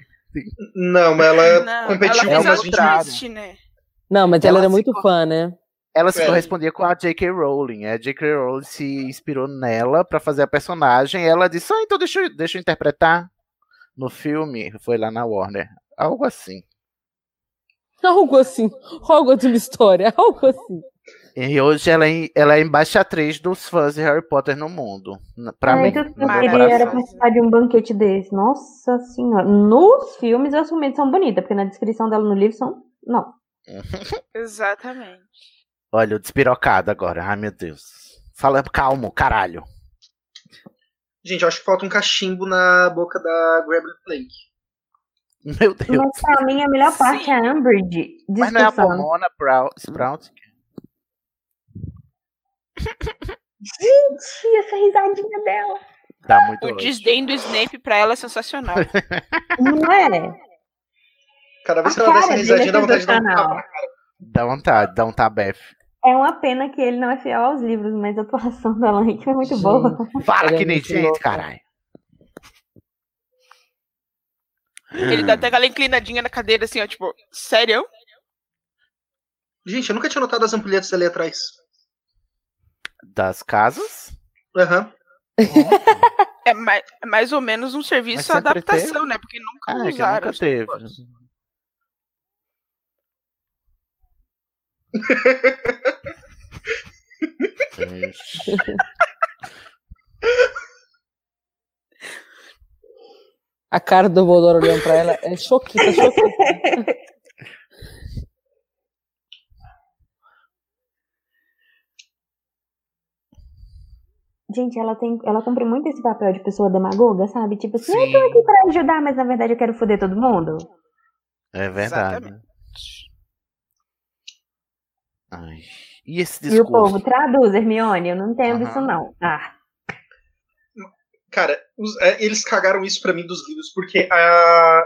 [SPEAKER 4] Não, mas ela
[SPEAKER 2] É,
[SPEAKER 3] Não,
[SPEAKER 4] competiu
[SPEAKER 2] ela
[SPEAKER 4] com
[SPEAKER 2] fez
[SPEAKER 4] umas
[SPEAKER 2] a
[SPEAKER 4] 20
[SPEAKER 2] outra.
[SPEAKER 4] vezes.
[SPEAKER 3] twist, né?
[SPEAKER 5] Não, mas
[SPEAKER 2] Ela
[SPEAKER 5] ela era
[SPEAKER 2] se
[SPEAKER 5] muito
[SPEAKER 3] co-
[SPEAKER 5] fã, né?
[SPEAKER 2] Ela se
[SPEAKER 4] É.
[SPEAKER 2] correspondia com a J.K. Rowling. é, A J.K. Rowling se inspirou nela pra fazer a personagem. Ela disse: Ah, então deixa eu, deixa eu interpretar no filme. Foi lá na Warner. Algo assim.
[SPEAKER 5] Algo assim. Algo de uma história. Algo assim.
[SPEAKER 2] E hoje ela é, ela é embaixatriz dos fãs de Harry Potter no mundo. Na- Pra
[SPEAKER 6] Ai,
[SPEAKER 2] mim.
[SPEAKER 6] tudo que
[SPEAKER 2] no meu
[SPEAKER 6] eu
[SPEAKER 3] maravilhoso.
[SPEAKER 6] queria É, então, era
[SPEAKER 2] coração.
[SPEAKER 6] participar de um banquete desse. Nossa senhora. Nos filmes as realmente são bonitas, porque na descrição dela no livro são. Não.
[SPEAKER 3] Exatamente.
[SPEAKER 2] Olha, o despirocado agora. Ai, meu Deus. Fala calmo, caralho.
[SPEAKER 4] Gente, eu acho que falta um cachimbo na boca da Gremlin Plank.
[SPEAKER 2] Meu Deus.
[SPEAKER 6] Mas pra mim a melhor parte é a Umbridge.
[SPEAKER 2] Mas não é a
[SPEAKER 6] Discussão.
[SPEAKER 2] Pomona Prou- Sprout?
[SPEAKER 6] Gente, essa risadinha dela.
[SPEAKER 2] Dá muito
[SPEAKER 3] O
[SPEAKER 2] ódio.
[SPEAKER 3] desdém do Snape pra ela é sensacional.
[SPEAKER 6] Não é?
[SPEAKER 4] Cada vez que
[SPEAKER 6] A
[SPEAKER 4] ela dá essa
[SPEAKER 6] cara
[SPEAKER 4] risadinha, dá
[SPEAKER 6] dele é
[SPEAKER 4] vontade de dar um
[SPEAKER 6] sensacional.
[SPEAKER 4] tapa na cara.
[SPEAKER 2] Dá vontade, dá um tabef.
[SPEAKER 6] É uma pena que ele não é fiel aos livros, mas a atuação dela aí que é muito
[SPEAKER 5] Gente.
[SPEAKER 6] boa.
[SPEAKER 2] Fala
[SPEAKER 5] Ela é
[SPEAKER 2] que nem
[SPEAKER 5] muito
[SPEAKER 2] gente,
[SPEAKER 5] louca.
[SPEAKER 2] caralho.
[SPEAKER 3] Ele dá até aquela inclinadinha na cadeira, assim, ó, tipo, sério?
[SPEAKER 4] Gente, eu nunca tinha notado as ampulhetas ali atrás.
[SPEAKER 2] Das casas?
[SPEAKER 4] Aham.
[SPEAKER 3] É mais, é mais ou menos um
[SPEAKER 2] Mas
[SPEAKER 3] serviço à
[SPEAKER 2] sempre
[SPEAKER 3] adaptação,
[SPEAKER 2] teve.
[SPEAKER 3] né? Porque nunca
[SPEAKER 2] Ah, é que
[SPEAKER 3] usaram.
[SPEAKER 2] nunca teve. Gente.
[SPEAKER 5] A cara do Dumbledore olhando pra ela é choquita, choquita.
[SPEAKER 6] Gente, ela tem, ela cumpre muito esse papel de pessoa demagoga, sabe? Tipo assim, eu
[SPEAKER 2] Sim,
[SPEAKER 6] tô aqui pra ajudar, mas na verdade eu quero foder todo mundo.
[SPEAKER 2] é verdade.
[SPEAKER 3] Exatamente.
[SPEAKER 2] Ai. E esse
[SPEAKER 6] E o povo
[SPEAKER 2] discurso?
[SPEAKER 6] traduz, Hermione, eu não entendo
[SPEAKER 2] Aham.
[SPEAKER 6] isso não. Ah,
[SPEAKER 4] Cara, os- é, eles cagaram isso pra mim dos livros, porque a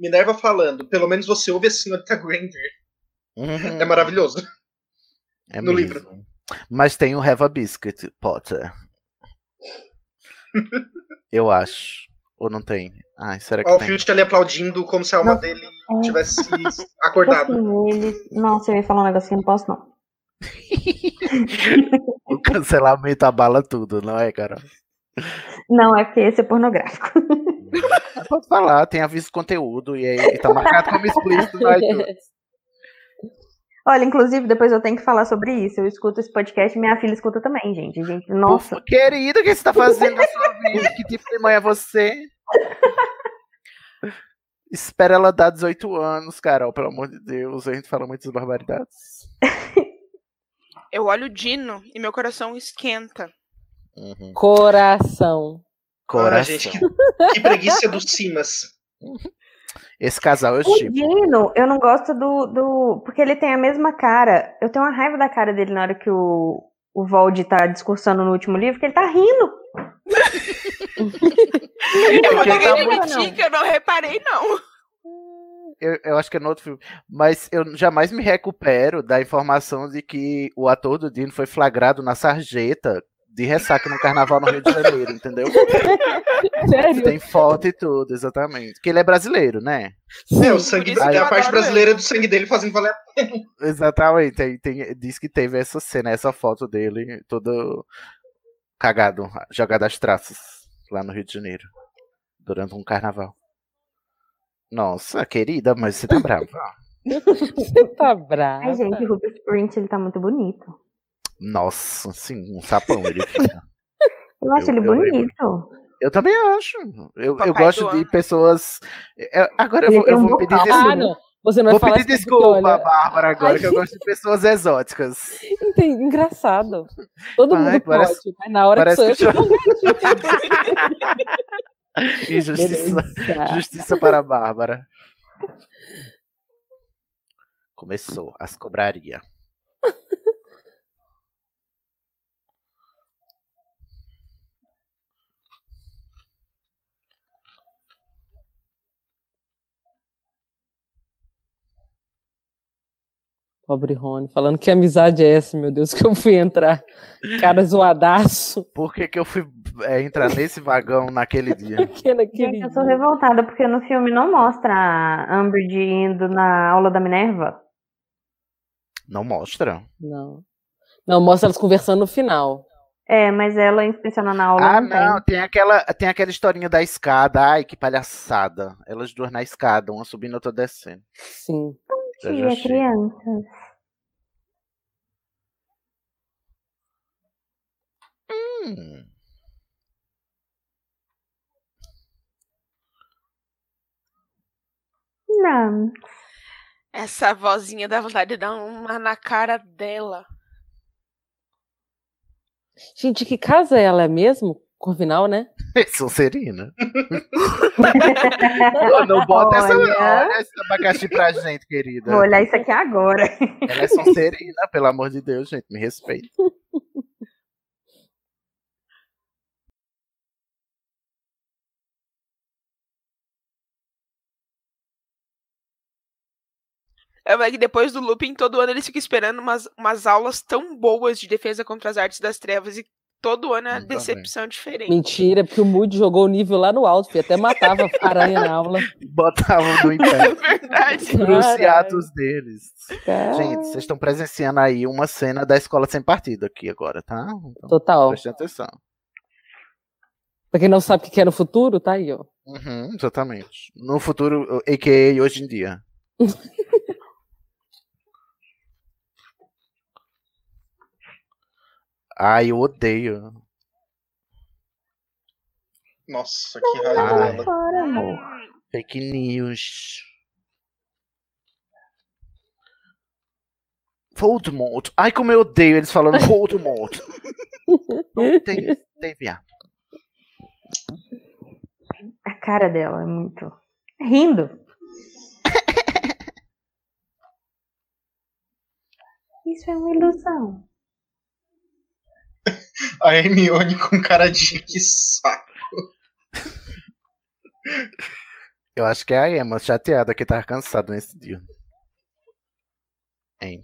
[SPEAKER 4] Minerva falando, pelo menos você ouve a senhorita Granger.
[SPEAKER 2] Uhum.
[SPEAKER 4] É maravilhoso.
[SPEAKER 2] É
[SPEAKER 4] no
[SPEAKER 2] mesmo.
[SPEAKER 4] livro.
[SPEAKER 2] Mas tem o Have a Biscuit, Potter. Eu acho. Ou não tem? Ai, será É que
[SPEAKER 4] Ó, o
[SPEAKER 2] tem?
[SPEAKER 4] Filt ali aplaudindo como se a alma
[SPEAKER 6] Não.
[SPEAKER 4] dele
[SPEAKER 6] É,
[SPEAKER 4] tivesse acordado.
[SPEAKER 6] assim, ele- Nossa, eu ia falar um negócio que eu não posso, não.
[SPEAKER 2] O cancelamento abala tudo, não é, Carol?
[SPEAKER 6] Não, é porque esse é pornográfico.
[SPEAKER 2] Pode falar, tem aviso de conteúdo e aí tá marcado como explícito no iTunes.
[SPEAKER 6] Olha, inclusive, depois eu tenho que falar sobre isso. Eu escuto esse podcast e minha filha escuta também, gente. gente nossa.
[SPEAKER 2] Querida, o que você tá fazendo na sua vida? Que tipo de mãe é você? Espera ela dar 18 anos, Carol, pelo amor de Deus. A gente fala muitas barbaridades.
[SPEAKER 3] Eu olho o Dino e meu coração esquenta.
[SPEAKER 2] Uhum.
[SPEAKER 5] Coração.
[SPEAKER 4] Ah,
[SPEAKER 2] Coração.
[SPEAKER 4] gente, que, que preguiça do Simas.
[SPEAKER 2] Esse casal eu
[SPEAKER 6] O
[SPEAKER 2] tipo.
[SPEAKER 6] Dino, eu não gosto do, do. Porque ele tem a mesma cara. Eu tenho uma raiva da cara dele na hora que o, o Vold tá discursando no último livro, que ele tá rindo.
[SPEAKER 3] Eu vou
[SPEAKER 2] Porque
[SPEAKER 3] ter
[SPEAKER 2] tá
[SPEAKER 3] que
[SPEAKER 6] muito-
[SPEAKER 3] admitir que eu não reparei, não.
[SPEAKER 2] Eu, eu acho que é no outro filme. Mas eu jamais me recupero da informação de que o ator do Dino foi flagrado na sarjeta de ressaca no carnaval no Rio de Janeiro, entendeu?
[SPEAKER 5] Sério?
[SPEAKER 2] Tem foto e tudo, exatamente. Porque ele é brasileiro, né?
[SPEAKER 4] É, o sangue
[SPEAKER 3] por isso
[SPEAKER 4] dele,
[SPEAKER 3] que eu
[SPEAKER 4] a parte
[SPEAKER 3] adoro
[SPEAKER 4] brasileira do sangue dele fazendo valer. a-
[SPEAKER 2] Exatamente. Tem, tem- diz que teve essa cena, essa foto dele todo cagado, jogado às traças lá no Rio de Janeiro. Durante um carnaval. Nossa, querida, mas você tá brava.
[SPEAKER 5] Você tá brava.
[SPEAKER 6] Ai, gente, o Rupert Sprint, ele tá muito bonito.
[SPEAKER 2] Nossa, sim, um sapão ele fica.
[SPEAKER 6] Eu acho
[SPEAKER 2] Eu-
[SPEAKER 6] ele
[SPEAKER 2] eu
[SPEAKER 6] bonito.
[SPEAKER 2] Eu também acho. Eu,
[SPEAKER 3] Papai
[SPEAKER 2] eu gosto
[SPEAKER 3] do
[SPEAKER 2] de
[SPEAKER 3] ano.
[SPEAKER 2] pessoas. eu- agora eu
[SPEAKER 6] Ele
[SPEAKER 2] vou,
[SPEAKER 6] tem
[SPEAKER 2] eu
[SPEAKER 6] um
[SPEAKER 2] vou pedir
[SPEAKER 6] vocal.
[SPEAKER 5] Ah,
[SPEAKER 2] desculpa.
[SPEAKER 5] não. Você não vai
[SPEAKER 2] Vou
[SPEAKER 5] falar
[SPEAKER 2] pedir
[SPEAKER 5] isso porque,
[SPEAKER 2] desculpa,
[SPEAKER 5] olha,
[SPEAKER 2] Bárbara, agora,
[SPEAKER 5] Ai,
[SPEAKER 2] que eu gosto de pessoas exóticas.
[SPEAKER 5] Entendi, engraçado. Todo
[SPEAKER 2] Ai,
[SPEAKER 5] mundo
[SPEAKER 2] parece-
[SPEAKER 5] pode, mas na hora que
[SPEAKER 2] parece
[SPEAKER 5] sou eu,
[SPEAKER 2] que eu-
[SPEAKER 5] fico
[SPEAKER 2] E justiça,
[SPEAKER 5] Beleza.
[SPEAKER 2] justiça para a Bárbara. Começou as cobraria.
[SPEAKER 5] Pobre Rony, falando que amizade é essa, meu Deus, que eu fui entrar. Cara zoadaço.
[SPEAKER 2] Por que, que eu fui é, entrar nesse vagão naquele dia?
[SPEAKER 5] Que naquele
[SPEAKER 6] Gente, eu sou
[SPEAKER 5] dia.
[SPEAKER 6] revoltada porque no filme não mostra a Umbridge indo na aula da Minerva.
[SPEAKER 2] Não mostra?
[SPEAKER 5] Não. Não, mostra elas conversando no final.
[SPEAKER 6] É, mas ela inspecionando a aula
[SPEAKER 2] Ah,
[SPEAKER 6] não tem.
[SPEAKER 2] não, tem aquela, tem aquela historinha da escada. Ai, que palhaçada. Elas duas na escada, uma subindo, outra descendo.
[SPEAKER 5] Sim.
[SPEAKER 2] Já, já
[SPEAKER 6] Tia,
[SPEAKER 2] achei.
[SPEAKER 6] crianças.
[SPEAKER 2] Hum.
[SPEAKER 6] Não.
[SPEAKER 3] Essa vozinha dá vontade de dar uma na cara dela.
[SPEAKER 5] Gente, que casa ela é mesmo? Corvinal, né?
[SPEAKER 2] Sonserina. Pô, não bota essa,
[SPEAKER 6] Olha.
[SPEAKER 2] olha esse abacaxi pra gente, querida.
[SPEAKER 6] Vou olhar isso aqui agora.
[SPEAKER 2] Ela é Sonserina, pelo amor de Deus, gente, me respeita.
[SPEAKER 3] É, mas que depois do looping, todo ano eles ficam esperando umas, umas aulas tão boas de defesa contra as artes das trevas. E todo ano é uma
[SPEAKER 2] Nunca vem.
[SPEAKER 3] decepção diferente.
[SPEAKER 5] Mentira, porque o Moody jogou o nível lá no alto, filho, até matava a aranha na aula.
[SPEAKER 2] Botavam no
[SPEAKER 3] É
[SPEAKER 2] inferno
[SPEAKER 3] verdade.
[SPEAKER 2] os
[SPEAKER 5] Caralho. É.
[SPEAKER 2] hiatos deles.
[SPEAKER 5] Cara,
[SPEAKER 2] Gente, vocês estão presenciando aí uma cena da escola sem partido aqui agora, tá? Então,
[SPEAKER 5] Total.
[SPEAKER 2] prestem atenção.
[SPEAKER 5] Pra quem não sabe o que é no futuro, tá aí, ó.
[SPEAKER 2] Uhum, exatamente. No futuro, a.k.a. hoje em dia. Ai, eu odeio.
[SPEAKER 4] Nossa, que
[SPEAKER 2] Ai.
[SPEAKER 4] raiva.
[SPEAKER 6] Bora, amor.
[SPEAKER 2] Fake news. Voldemort. Ai, como eu odeio eles falando Voldemort. Não tem, tem viado.
[SPEAKER 6] A cara dela é muito. Rindo. Isso é uma ilusão.
[SPEAKER 4] A um Hermione com cara de que saco.
[SPEAKER 2] Eu acho que é a Emma, chateada, que tava cansada nesse dia. Hein?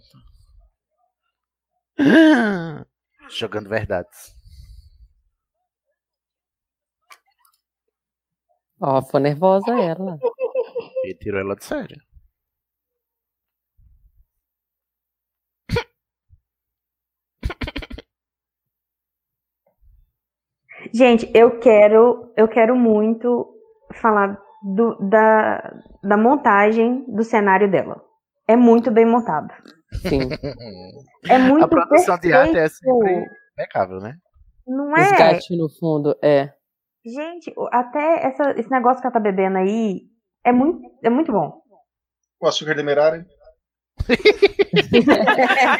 [SPEAKER 2] Jogando verdades.
[SPEAKER 5] Ó, foi nervosa ela.
[SPEAKER 2] Ele tirou ela de sério.
[SPEAKER 6] Gente, eu quero, eu quero muito falar do- da, da montagem do cenário dela. É muito bem montado.
[SPEAKER 5] Sim.
[SPEAKER 6] É muito
[SPEAKER 2] A produção de arte é sempre
[SPEAKER 6] perfeito.
[SPEAKER 2] impecável, né?
[SPEAKER 6] Não
[SPEAKER 5] Os
[SPEAKER 6] é?
[SPEAKER 5] gatos no fundo, é.
[SPEAKER 6] Gente, o- até essa- esse negócio que ela tá bebendo aí é muito, é muito bom.
[SPEAKER 4] O açúcar demerara.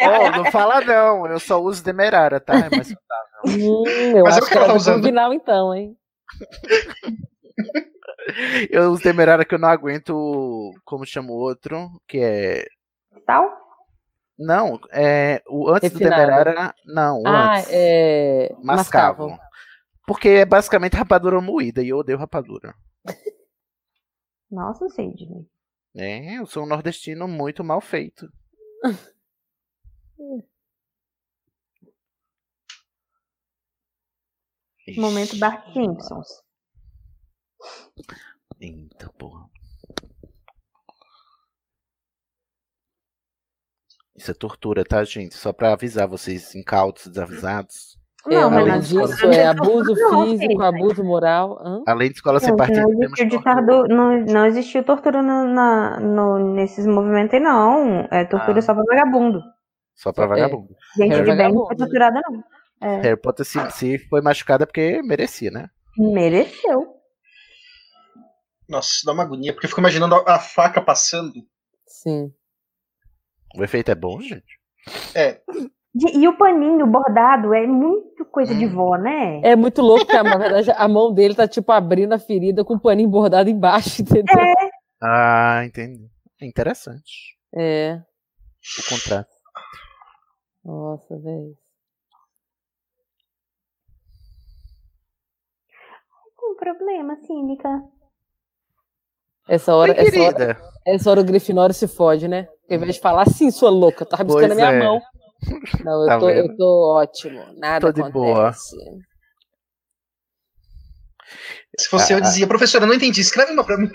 [SPEAKER 2] Oh, não fala não, eu só uso demerara, tá? É mais saudável.
[SPEAKER 5] Hum, eu
[SPEAKER 4] Mas é o
[SPEAKER 5] acho
[SPEAKER 4] que
[SPEAKER 5] que
[SPEAKER 4] ela
[SPEAKER 5] ela
[SPEAKER 4] tá
[SPEAKER 5] do
[SPEAKER 4] usando.
[SPEAKER 5] combinal então, hein?
[SPEAKER 2] Eu uso demerara que eu não aguento, como chama o outro, que é...
[SPEAKER 6] Tal?
[SPEAKER 2] Não, é... O antes
[SPEAKER 5] Refinado.
[SPEAKER 2] do demerara... Não, o
[SPEAKER 5] Ah,
[SPEAKER 2] antes.
[SPEAKER 5] é.
[SPEAKER 2] Mascavo.
[SPEAKER 5] mascavo.
[SPEAKER 2] Porque é basicamente rapadura moída e eu odeio rapadura.
[SPEAKER 6] Nossa, Sidney.
[SPEAKER 2] É, eu sou um nordestino muito mal feito. Ixi,
[SPEAKER 6] Momento Bart Simpsons.
[SPEAKER 2] Eita porra. Isso é tortura, tá, gente? Só pra avisar vocês, incautos, desavisados.
[SPEAKER 5] É,
[SPEAKER 6] Não, mas tá
[SPEAKER 5] além
[SPEAKER 6] nada de
[SPEAKER 5] disso,
[SPEAKER 6] tortura.
[SPEAKER 5] é abuso
[SPEAKER 6] Não,
[SPEAKER 5] físico,
[SPEAKER 6] gente.
[SPEAKER 5] abuso moral. hã?
[SPEAKER 2] Além de escola ser
[SPEAKER 6] Não,
[SPEAKER 2] partido,
[SPEAKER 6] não
[SPEAKER 2] temos
[SPEAKER 6] existiu ditado, não, não existiu tortura no- na- no- nesses movimentos aí, não. É tortura
[SPEAKER 2] Ah.
[SPEAKER 6] só pra vagabundo.
[SPEAKER 2] só pra
[SPEAKER 5] É.
[SPEAKER 2] vagabundo.
[SPEAKER 6] Gente
[SPEAKER 2] É
[SPEAKER 6] de bem não
[SPEAKER 5] vagabundo,
[SPEAKER 6] foi
[SPEAKER 5] né?
[SPEAKER 6] torturada, não. É,
[SPEAKER 2] Harry Potter se, se foi machucada é porque merecia, né?
[SPEAKER 6] mereceu.
[SPEAKER 4] Nossa, isso dá uma agonia, porque eu fico imaginando a, a faca passando.
[SPEAKER 5] Sim.
[SPEAKER 2] O efeito é bom, gente.
[SPEAKER 4] É,
[SPEAKER 6] De- E o paninho bordado é muito coisa
[SPEAKER 2] Hum.
[SPEAKER 6] de vó, né?
[SPEAKER 5] É muito louco, porque na verdade a mão dele tá tipo abrindo a ferida com o paninho bordado embaixo, entendeu?
[SPEAKER 2] Ah, entendi. É interessante
[SPEAKER 5] É.
[SPEAKER 2] o contraste.
[SPEAKER 5] Nossa, velho.
[SPEAKER 6] Um problema, cínica.
[SPEAKER 5] Essa hora,
[SPEAKER 2] Oi,
[SPEAKER 5] essa hora,
[SPEAKER 2] querida.
[SPEAKER 5] essa hora o Grifinório se fode, né? Ao invés de falar, sim, sua louca, tá
[SPEAKER 2] Pois
[SPEAKER 5] rabiscando a minha
[SPEAKER 2] é.
[SPEAKER 5] mão. Não, eu,
[SPEAKER 2] Tá
[SPEAKER 5] tô,
[SPEAKER 2] vendo?
[SPEAKER 5] eu tô ótimo. Nada
[SPEAKER 2] Tô de
[SPEAKER 5] acontece.
[SPEAKER 4] se fosse eu,
[SPEAKER 2] Ah.
[SPEAKER 4] dizia, professora, não entendi, escreve uma pra mim.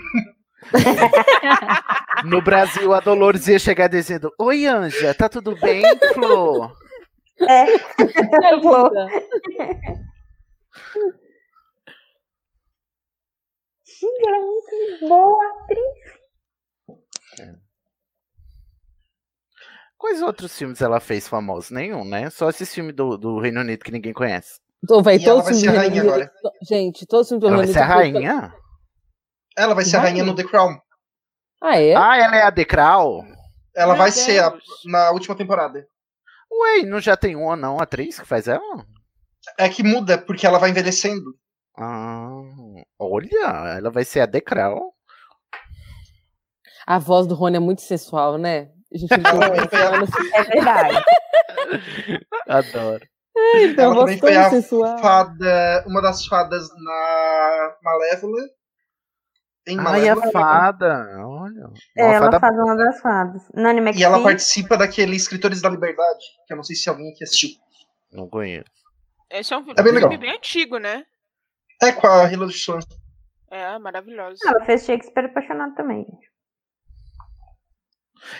[SPEAKER 2] No Brasil, a Dolores ia chegar dizendo: Oi, Anja, tá tudo bem, Flor?
[SPEAKER 6] É.
[SPEAKER 5] Que linda.
[SPEAKER 6] Gente, ela é muito boa atriz.
[SPEAKER 2] Quais outros filmes ela fez famosos? Nenhum, né? Só esse filme do, do Reino Unido que ninguém conhece.
[SPEAKER 5] Então, véi,
[SPEAKER 4] E ela
[SPEAKER 5] todos
[SPEAKER 4] vai
[SPEAKER 5] os
[SPEAKER 4] ser a
[SPEAKER 5] meninos-
[SPEAKER 4] rainha agora.
[SPEAKER 5] Gente, todos os
[SPEAKER 2] Ela vai
[SPEAKER 5] meninos-
[SPEAKER 2] ser a rainha?
[SPEAKER 4] Ela vai ser a rainha no The Crown.
[SPEAKER 5] Ah, é?
[SPEAKER 2] Ah, ela é a Decral?
[SPEAKER 4] Ela
[SPEAKER 3] Meu
[SPEAKER 4] vai ser a-
[SPEAKER 3] Deus.
[SPEAKER 4] na última temporada.
[SPEAKER 2] Ué, não já tem uma, não, atriz que faz ela?
[SPEAKER 4] É que muda, porque ela vai envelhecendo.
[SPEAKER 2] Ah, olha, ela vai ser a Decral.
[SPEAKER 5] A voz do Rony é muito sensual, né? A gente assim, não
[SPEAKER 4] Ela também
[SPEAKER 5] tem
[SPEAKER 4] foi a-
[SPEAKER 5] anos.
[SPEAKER 6] É verdade.
[SPEAKER 2] Adoro.
[SPEAKER 5] Então,
[SPEAKER 4] ela
[SPEAKER 5] a voz
[SPEAKER 4] também foi
[SPEAKER 5] tão
[SPEAKER 4] a
[SPEAKER 5] sensual.
[SPEAKER 4] Fada, uma das fadas na Malévola. Em
[SPEAKER 2] Ai, a
[SPEAKER 4] Malévola.
[SPEAKER 2] é fada. Olha.
[SPEAKER 6] É,
[SPEAKER 2] Uma
[SPEAKER 6] ela
[SPEAKER 2] fada
[SPEAKER 6] faz uma das fadas. Nani
[SPEAKER 4] E ela
[SPEAKER 6] McPhee,
[SPEAKER 4] participa daquele Escritores da Liberdade, que eu não sei se alguém aqui assistiu.
[SPEAKER 2] Não conheço.
[SPEAKER 3] Esse é um filme,
[SPEAKER 4] É bem legal.
[SPEAKER 3] filme bem antigo, né?
[SPEAKER 4] É com a Hilary Swank.
[SPEAKER 3] É, maravilhoso.
[SPEAKER 6] ela fez Shakespeare apaixonado também.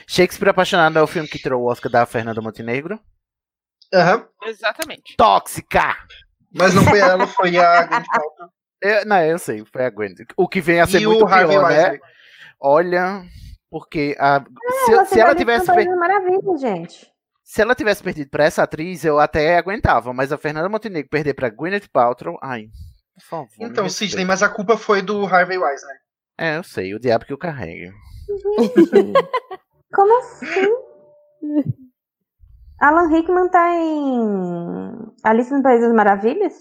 [SPEAKER 2] Shakespeare Apaixonado é o filme que tirou o Oscar da Fernanda Montenegro?
[SPEAKER 4] Aham.
[SPEAKER 3] Exatamente.
[SPEAKER 2] Tóxica!
[SPEAKER 4] Mas não foi ela, foi a Gwyneth Paltrow.
[SPEAKER 2] Eu, não, eu sei, foi a Gwen. O que vem a ser
[SPEAKER 4] E
[SPEAKER 2] muito
[SPEAKER 4] o Harvey
[SPEAKER 2] pior, né?
[SPEAKER 4] Weinstein.
[SPEAKER 2] Olha, porque a-
[SPEAKER 6] Ela
[SPEAKER 2] se, se
[SPEAKER 6] fez
[SPEAKER 2] ela
[SPEAKER 6] Alice no
[SPEAKER 2] tivesse,
[SPEAKER 6] País
[SPEAKER 2] per-
[SPEAKER 6] das Maravilhas, gente.
[SPEAKER 2] se ela tivesse perdido pra essa atriz, eu até aguentava. Mas a Fernanda Montenegro perder pra Gwyneth Paltrow, ai, por favor. me
[SPEAKER 4] Então,
[SPEAKER 2] respeita.
[SPEAKER 4] Sidney, mas a culpa foi do Harvey Weinstein.
[SPEAKER 2] É, eu sei, o diabo que eu carrego.
[SPEAKER 6] Como assim? Alan Rickman tá em Alice no País das Maravilhas?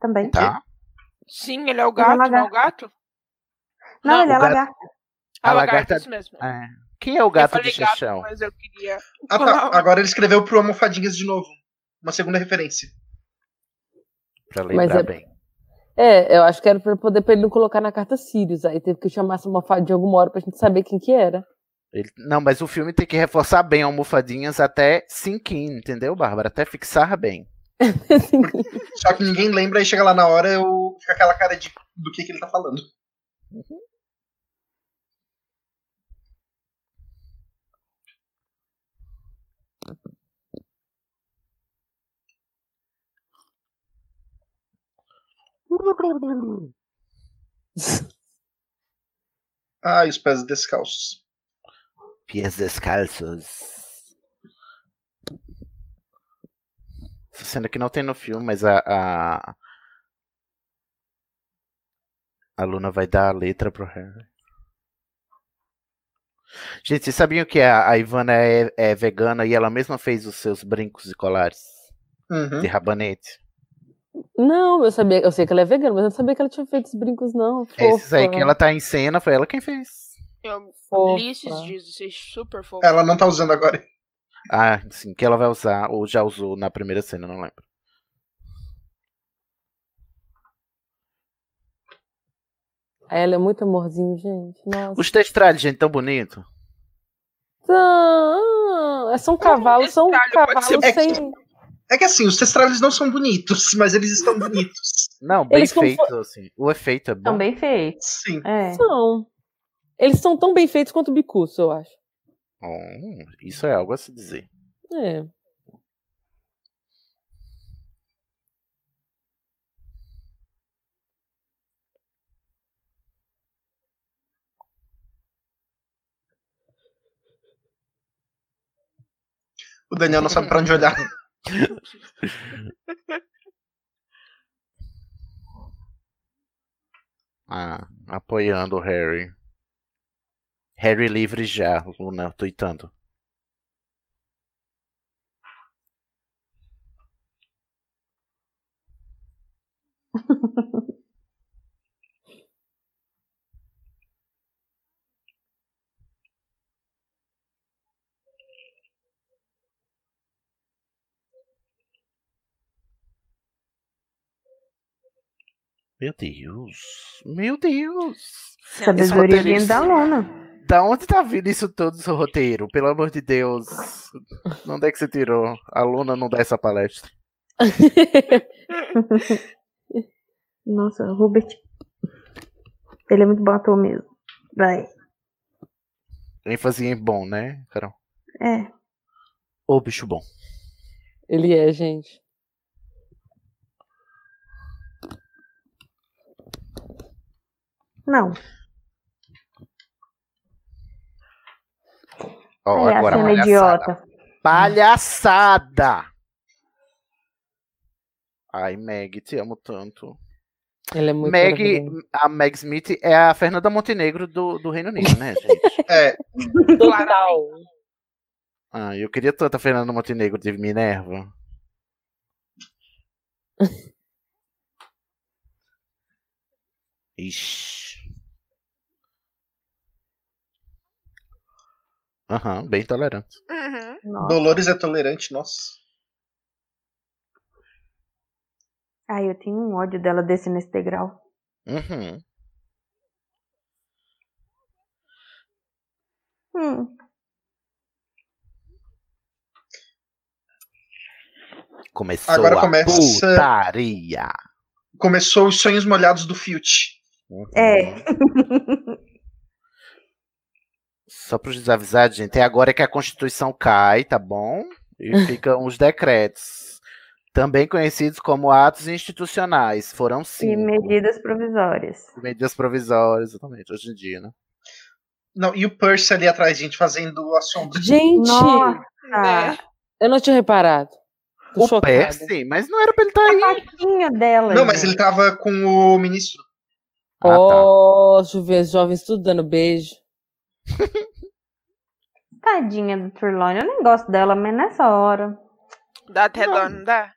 [SPEAKER 6] Também.
[SPEAKER 2] Tá?
[SPEAKER 3] Sim, ele é o
[SPEAKER 6] é
[SPEAKER 3] gato,
[SPEAKER 6] um
[SPEAKER 3] não é o gato?
[SPEAKER 6] Não,
[SPEAKER 3] Não,
[SPEAKER 6] ele é
[SPEAKER 2] o gato-
[SPEAKER 6] lagarto.
[SPEAKER 2] A
[SPEAKER 3] Ah, lagarto,
[SPEAKER 2] lagarta-
[SPEAKER 3] isso mesmo.
[SPEAKER 2] É. Quem é o
[SPEAKER 3] Eu
[SPEAKER 2] gato de
[SPEAKER 3] falei gato,
[SPEAKER 2] Chechão?
[SPEAKER 3] mas eu queria
[SPEAKER 4] Ah,
[SPEAKER 3] falar
[SPEAKER 4] tá. Agora ele escreveu pro Almofadinhas de novo. Uma segunda referência.
[SPEAKER 2] Pra lembrar
[SPEAKER 5] é-
[SPEAKER 2] bem.
[SPEAKER 5] É, eu acho que era pra poder pra ele não colocar na carta Sirius. Aí teve que chamar essa almofadinha alguma hora pra gente saber quem que era.
[SPEAKER 2] Ele- não, mas o filme tem que reforçar bem almofadinhas até sinkin, entendeu, Bárbara? Até fixar bem.
[SPEAKER 4] Só que ninguém lembra e chega lá na hora eu fica aquela cara de do que, que ele tá falando. Ai, Ah, os pés descalços.
[SPEAKER 2] Pies descalços. Essa cena que não tem no filme, mas a, a. A Luna vai dar a letra pro Harry. Gente, vocês sabiam que a, a Ivana é, é vegana e ela mesma fez os seus brincos e colares
[SPEAKER 5] Hum?
[SPEAKER 4] Uhum.
[SPEAKER 2] de rabanete?
[SPEAKER 5] Não, eu sabia, eu sei que ela é vegana, mas eu não sabia que ela tinha feito esses brincos, não.
[SPEAKER 4] É
[SPEAKER 2] Esses aí
[SPEAKER 5] Fofa.
[SPEAKER 2] que ela tá em cena, foi ela quem fez.
[SPEAKER 3] Eu
[SPEAKER 5] Fofa.
[SPEAKER 3] li esses dias, isso é super fofo.
[SPEAKER 4] Ela não tá usando agora.
[SPEAKER 2] Ah, sim, que ela vai usar, ou já usou na primeira cena, não lembro.
[SPEAKER 5] Aí Ela é muito amorzinho, gente. Nossa.
[SPEAKER 2] Os testrades, gente, tão bonito.
[SPEAKER 5] Não, é são cavalos, são cavalos
[SPEAKER 4] ser
[SPEAKER 5] sem.
[SPEAKER 4] É que assim, os testrales não são bonitos, mas eles estão bonitos.
[SPEAKER 2] Não, bem
[SPEAKER 5] Eles são
[SPEAKER 2] feito, assim. O efeito é bom.
[SPEAKER 6] São bem feitos.
[SPEAKER 4] Sim.
[SPEAKER 6] É.
[SPEAKER 5] São. Eles são tão bem feitos quanto o Bicuço, eu acho.
[SPEAKER 2] Hum, isso é algo a se dizer.
[SPEAKER 5] É.
[SPEAKER 4] O Daniel não sabe pra onde olhar.
[SPEAKER 2] Ah, apoiando o Harry. Harry livre já, Luna, tuitando. Meu Deus. Meu Deus.
[SPEAKER 6] Sabedoria
[SPEAKER 2] Esse
[SPEAKER 6] vindo da Luna.
[SPEAKER 2] Da onde tá vindo isso todo, seu roteiro? Pelo amor de Deus. De Onde é que você tirou? A Luna não dá essa palestra.
[SPEAKER 6] Nossa, o Robert. Ele é muito bom ator mesmo. Vai.
[SPEAKER 2] ênfase em bom, né, Carol?
[SPEAKER 6] É.
[SPEAKER 2] Ô, bicho bom.
[SPEAKER 5] Ele é, gente.
[SPEAKER 6] Não.
[SPEAKER 2] Ó,
[SPEAKER 6] é a
[SPEAKER 2] agora,
[SPEAKER 6] cena
[SPEAKER 2] palhaçada.
[SPEAKER 6] idiota.
[SPEAKER 2] Palhaçada! Ai, Meg, te amo tanto.
[SPEAKER 5] Ele é muito
[SPEAKER 2] Meg,
[SPEAKER 5] maravilhoso.
[SPEAKER 2] a Meg Smith é a Fernanda Montenegro do, do Reino Unido, né, gente?
[SPEAKER 4] É,
[SPEAKER 5] Total.
[SPEAKER 2] Ah, eu queria tanto a Fernanda Montenegro de Minerva. Ixi. Aham, bem tolerante.
[SPEAKER 3] Uhum.
[SPEAKER 6] Nossa.
[SPEAKER 4] Dolores é tolerante, nossa.
[SPEAKER 6] Ai, eu tenho um ódio dela descendo esse degrau.
[SPEAKER 2] Uhum.
[SPEAKER 6] Hum.
[SPEAKER 2] Começou
[SPEAKER 4] Agora
[SPEAKER 2] a
[SPEAKER 4] começa-
[SPEAKER 2] putaria.
[SPEAKER 4] Começou os sonhos molhados do Filt.
[SPEAKER 2] Uhum.
[SPEAKER 6] É.
[SPEAKER 2] Só para os desavisados, gente, é agora que a Constituição cai, tá bom? E ficam os decretos, também conhecidos como atos institucionais. Foram
[SPEAKER 6] e
[SPEAKER 2] cinco.
[SPEAKER 6] medidas provisórias.
[SPEAKER 2] Medidas provisórias, exatamente, hoje em dia, né?
[SPEAKER 4] Não, e o Percy ali atrás, gente, fazendo o assombro.
[SPEAKER 5] Gente,
[SPEAKER 6] Nossa. Ah.
[SPEAKER 3] Né?
[SPEAKER 5] eu não tinha reparado. Tô
[SPEAKER 2] O
[SPEAKER 5] chocada.
[SPEAKER 2] Percy, mas não era pra ele estar
[SPEAKER 6] Ah,
[SPEAKER 2] aí.
[SPEAKER 6] Faquinha dela.
[SPEAKER 4] Não, mas
[SPEAKER 6] gente.
[SPEAKER 4] ele tava com o ministro.
[SPEAKER 2] Ah, tá.
[SPEAKER 5] Ó, jovens, jovens, tudo dando beijo.
[SPEAKER 6] Tadinha do Trelawney. Eu nem gosto dela, mas nessa hora.
[SPEAKER 3] Dá até
[SPEAKER 2] Não.
[SPEAKER 3] dó, não dá?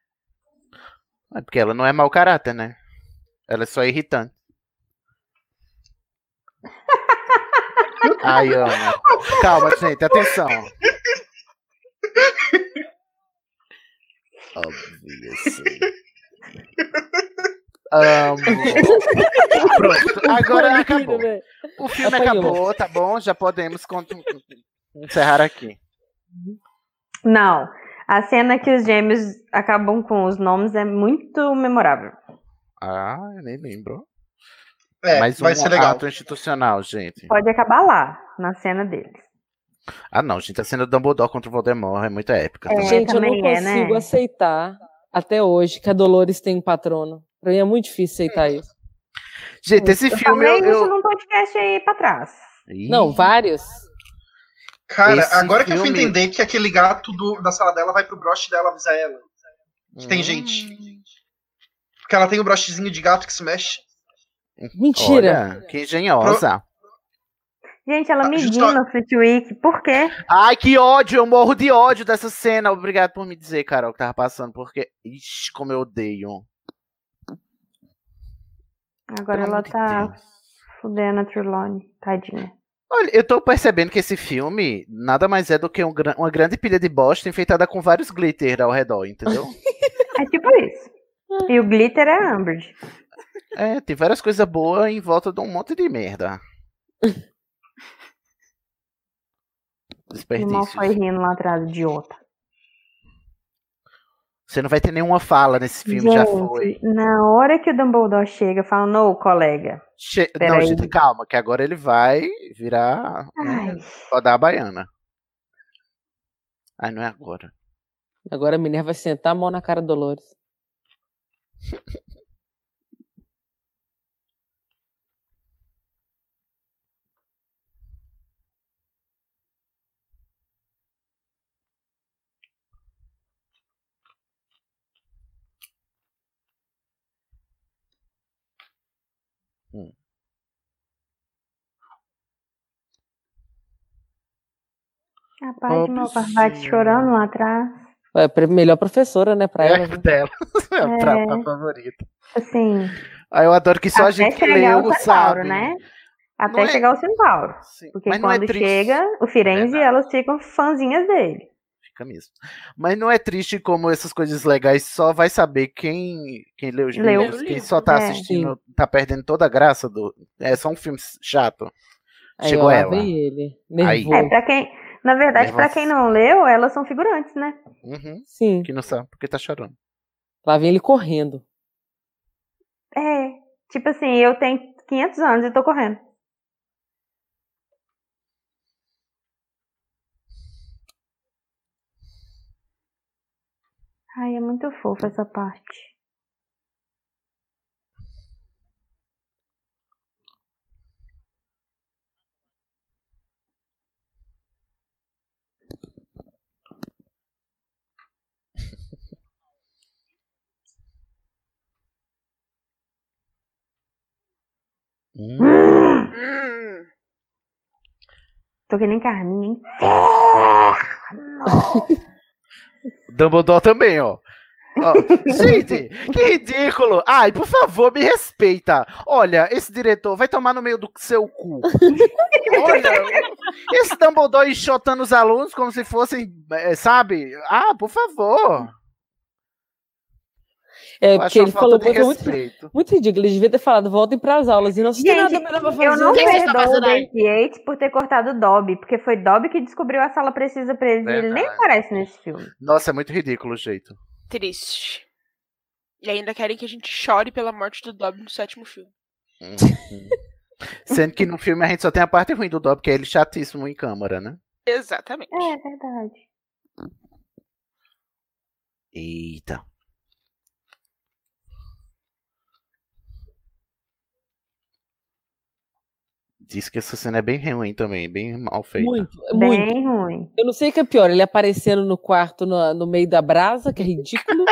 [SPEAKER 2] É porque ela não é mau caráter, né? Ela é só irritante. Ai, Ana. Calma, gente, atenção. Obviously. Amo. Pronto, agora
[SPEAKER 5] né?
[SPEAKER 2] acabou. O filme
[SPEAKER 6] Apanhou.
[SPEAKER 2] acabou, tá bom? Já podemos con- encerrar aqui.
[SPEAKER 6] Não. A cena que os gêmeos acabam com os nomes é muito memorável.
[SPEAKER 2] Ah, eu nem lembro.
[SPEAKER 6] É,
[SPEAKER 2] Mais um
[SPEAKER 6] vai ser legal.
[SPEAKER 2] ato institucional, gente.
[SPEAKER 6] Pode acabar lá, na cena deles.
[SPEAKER 2] Ah, não, gente, a cena do Dumbledore contra o Voldemort é muito épica. também.
[SPEAKER 5] Gente, eu não
[SPEAKER 6] também é, né?
[SPEAKER 5] consigo aceitar até hoje que a Dolores tem um patrono. Pra mim é muito difícil aceitar isso.
[SPEAKER 2] Gente, esse filme
[SPEAKER 6] Falei
[SPEAKER 5] eu- eu-
[SPEAKER 6] isso num podcast aí pra trás.
[SPEAKER 5] Não, vários.
[SPEAKER 4] Cara,
[SPEAKER 5] Esse
[SPEAKER 4] agora que eu fui
[SPEAKER 5] filme-
[SPEAKER 4] entender que aquele gato do- da sala dela vai pro broche dela avisar ela. Que tem
[SPEAKER 2] Hum.
[SPEAKER 5] Uhum.
[SPEAKER 4] gente. Porque ela tem o brochezinho de gato que se mexe.
[SPEAKER 2] Mentira. Olha, que engenhosa.
[SPEAKER 6] Gente, ela mediu
[SPEAKER 2] justo-
[SPEAKER 6] no Flitwick, por quê?
[SPEAKER 2] Ai, que ódio, eu morro de ódio dessa cena. Obrigado por me dizer, Carol, que tava passando, porque. Ixi, como eu odeio.
[SPEAKER 6] Agora ela tá fudendo a Trelawney, tadinha.
[SPEAKER 2] Olha, eu tô percebendo que esse filme nada mais é do que um gran- uma grande pilha de bosta enfeitada com vários glitter ao redor, entendeu?
[SPEAKER 6] É tipo isso. E o glitter é Umbridge.
[SPEAKER 2] é, tem várias coisas boas em volta de um monte de merda.
[SPEAKER 6] E o
[SPEAKER 2] Desperdício.
[SPEAKER 6] Malfoy rindo lá atrás, idiota.
[SPEAKER 2] Você não vai ter nenhuma fala nesse filme, já foi.
[SPEAKER 6] Na hora que o Dumbledore chega, falando, ô, colega.
[SPEAKER 2] Che- Não,
[SPEAKER 6] Peraí.
[SPEAKER 2] gente, calma, que agora ele vai virar. Né, rodar a baiana. Ai, não é agora.
[SPEAKER 5] Agora a Minerva vai sentar a mão na cara da Dolores.
[SPEAKER 2] Hum.
[SPEAKER 6] A pai de
[SPEAKER 5] Ô,
[SPEAKER 6] meu papai chorando lá atrás.
[SPEAKER 5] É a pre- melhor professora, né,
[SPEAKER 2] É
[SPEAKER 5] pra ela. né?
[SPEAKER 2] dela.
[SPEAKER 6] É.
[SPEAKER 2] pra, pra favorita.
[SPEAKER 6] Assim.
[SPEAKER 2] Ah, eu adoro que só a gente que leu sabe.
[SPEAKER 6] né?
[SPEAKER 2] Não
[SPEAKER 6] Até
[SPEAKER 2] é-
[SPEAKER 6] chegar o centauro. Porque
[SPEAKER 2] mas não é
[SPEAKER 6] quando
[SPEAKER 2] triste.
[SPEAKER 6] chega, o Firenze, elas ficam fãzinhas dele.
[SPEAKER 2] Fica mesmo. Mas não é triste como essas coisas legais só vai saber quem, quem leu os
[SPEAKER 6] Leu.
[SPEAKER 2] livros, quem só tá
[SPEAKER 6] É.
[SPEAKER 2] assistindo, tá perdendo toda a graça do. É só um filme chato.
[SPEAKER 5] Aí,
[SPEAKER 2] Chegou
[SPEAKER 5] ó, lá
[SPEAKER 2] ela.
[SPEAKER 5] vem ele.
[SPEAKER 2] Aí.
[SPEAKER 5] Nervoso.
[SPEAKER 6] É, pra quem. Na verdade, pra
[SPEAKER 2] Nervosa.
[SPEAKER 6] quem não leu, elas são figurantes, né?
[SPEAKER 2] Uhum.
[SPEAKER 5] Sim.
[SPEAKER 2] Que não sabe porque tá chorando.
[SPEAKER 5] Lá vem ele correndo.
[SPEAKER 6] É. Tipo assim, eu tenho 500 anos e tô correndo. Ai, é muito fofa essa parte. Tô que nem carninha, hein?
[SPEAKER 2] Dumbledore também, ó. Ó, gente, que ridículo! Ai, por favor, me respeita. Olha, esse diretor vai tomar no meio do seu cu. Olha, esse Dumbledore enxotando os alunos como se fossem, eh, sabe? Ah, por favor.
[SPEAKER 5] É,
[SPEAKER 2] Eu acho
[SPEAKER 5] porque
[SPEAKER 2] uma
[SPEAKER 5] ele
[SPEAKER 2] falta
[SPEAKER 5] falou
[SPEAKER 2] de
[SPEAKER 5] coisa muito,
[SPEAKER 2] respeito.
[SPEAKER 5] muito ridícula. Ele devia ter falado, voltem pras aulas. E não se tem
[SPEAKER 6] Gente,
[SPEAKER 5] nada melhor pra fazer.
[SPEAKER 6] eu não
[SPEAKER 5] O que vocês estão
[SPEAKER 6] perdoo o
[SPEAKER 5] fazendo aí?
[SPEAKER 6] David Yates por ter cortado o Dobby, porque foi Dobby que descobriu a sala precisa pra ele. e Ele nem
[SPEAKER 2] Verdade.
[SPEAKER 6] aparece nesse filme.
[SPEAKER 2] Nossa, é muito ridículo o jeito.
[SPEAKER 3] Triste. E ainda querem que a gente chore pela morte do Dobby no sétimo filme.
[SPEAKER 2] Uhum. Sendo que no filme a gente só tem a parte ruim do Dobby, que é ele chatíssimo em câmara, né?
[SPEAKER 3] Exatamente.
[SPEAKER 6] É verdade.
[SPEAKER 2] Eita. Diz que essa cena é bem ruim também, bem mal feita.
[SPEAKER 5] Muito, muito.
[SPEAKER 6] ruim.
[SPEAKER 5] Eu não sei o que é pior, ele aparecendo no quarto no, no meio da brasa, que é ridículo,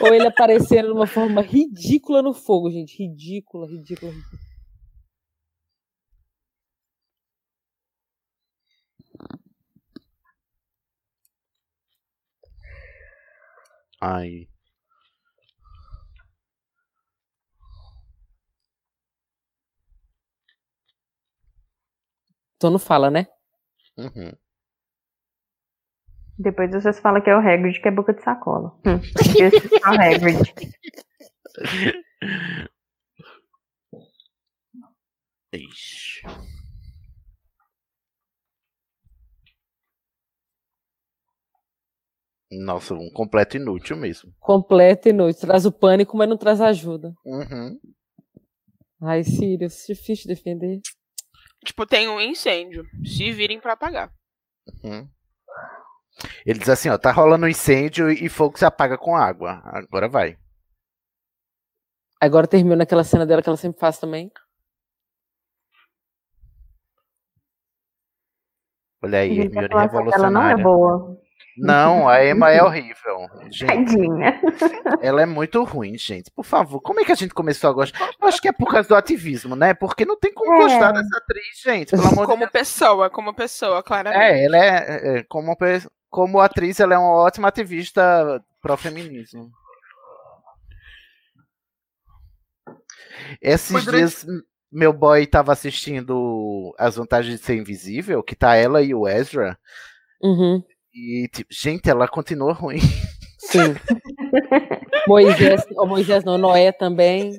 [SPEAKER 5] ou ele aparecendo de uma forma ridícula no fogo, gente. Ridícula, ridícula, ridícula.
[SPEAKER 2] Ai.
[SPEAKER 5] Então não fala, né?
[SPEAKER 2] Uhum.
[SPEAKER 6] Depois vocês falam que é o Hagrid, que é boca de sacola. Hum, esqueci que é o Hagrid.
[SPEAKER 2] Ixi. Nossa, um completo inútil mesmo.
[SPEAKER 5] Completo inútil. Traz o pânico, mas não traz ajuda.
[SPEAKER 2] Uhum.
[SPEAKER 5] Ai, Sirius, difícil defender.
[SPEAKER 3] Tipo, tem um incêndio. Se virem pra apagar.
[SPEAKER 2] Uhum. Ele diz assim, ó, tá rolando um incêndio e fogo se apaga com água. Agora vai.
[SPEAKER 5] Agora terminou naquela cena dela que ela sempre faz também.
[SPEAKER 2] Olha aí,
[SPEAKER 6] Gente, a
[SPEAKER 2] Hermione
[SPEAKER 6] atuação dela
[SPEAKER 2] revolucionária.
[SPEAKER 6] não é boa.
[SPEAKER 2] Não, a Emma é horrível. Gente,
[SPEAKER 6] Tadinha.
[SPEAKER 2] ela é muito ruim, gente. Por favor, como é que a gente começou a gostar? Eu acho que é por causa do ativismo, né? Porque não tem como
[SPEAKER 6] É.
[SPEAKER 2] gostar dessa atriz, gente. Pelo amor de
[SPEAKER 3] Como pessoa, como pessoa, claramente.
[SPEAKER 2] É, ela é, é, como, pe- como atriz, ela é uma ótima ativista pró-feminismo. Esses
[SPEAKER 4] Foi durante-
[SPEAKER 2] dias, m- meu boy tava assistindo As Vantagens de Ser Invisível, que tá ela e o Ezra,
[SPEAKER 5] Uhum.
[SPEAKER 2] e, tipo, gente, ela continua ruim.
[SPEAKER 5] Sim. Moisés, ou Moisés não, Noé também.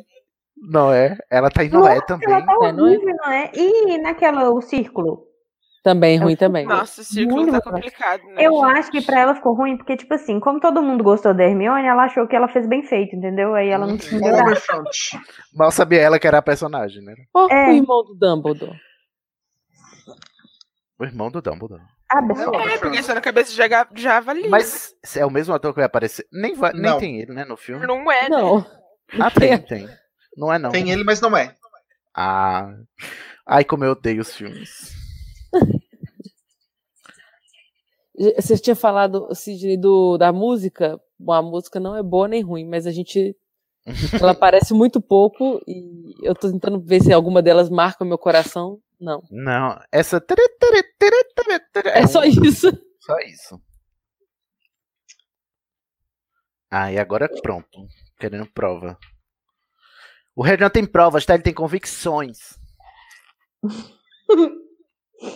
[SPEAKER 2] Não é? Ela tá em Noé também.
[SPEAKER 6] Ela tá
[SPEAKER 5] É, não é?
[SPEAKER 6] horrível, não é? E naquela, o círculo?
[SPEAKER 5] Também ruim
[SPEAKER 2] É,
[SPEAKER 5] também.
[SPEAKER 3] Nossa, É o círculo
[SPEAKER 6] Muito
[SPEAKER 3] tá
[SPEAKER 6] bom.
[SPEAKER 3] complicado, né?
[SPEAKER 6] Eu
[SPEAKER 3] gente?
[SPEAKER 6] acho que pra ela ficou ruim, porque, tipo assim, como todo mundo gostou da Hermione, ela achou que ela fez bem feito, entendeu? Aí ela não
[SPEAKER 4] Uhum.
[SPEAKER 6] quis melhorar.
[SPEAKER 4] Overfront.
[SPEAKER 2] Mal sabia ela que era a personagem, né?
[SPEAKER 5] Qual
[SPEAKER 6] É.
[SPEAKER 5] o irmão do Dumbledore?
[SPEAKER 2] O irmão do Dumbledore.
[SPEAKER 6] Absurdo.
[SPEAKER 3] É, porque isso na cabeça já, já avalia.
[SPEAKER 2] Mas é o mesmo ator que vai aparecer. Nem, vai- nem
[SPEAKER 4] Não.
[SPEAKER 2] tem ele, né, no filme?
[SPEAKER 3] Não é, né?
[SPEAKER 5] Não.
[SPEAKER 2] Ah, tem, tem. Não é não.
[SPEAKER 4] Tem ele, mas não é.
[SPEAKER 2] Ah. Ai, como eu odeio os filmes.
[SPEAKER 5] Você tinha falado, Sidney, do, da música. Bom, a música não é boa nem ruim, mas a gente. Ela aparece muito pouco e eu tô tentando ver se alguma delas marca o meu coração. Não.
[SPEAKER 2] Não, essa. tere, tere, tere, tere, tere, um,
[SPEAKER 5] É só isso.
[SPEAKER 2] Só isso. Ah, e agora pronto. Querendo prova. O Harry não tem provas, tá? Ele tem convicções.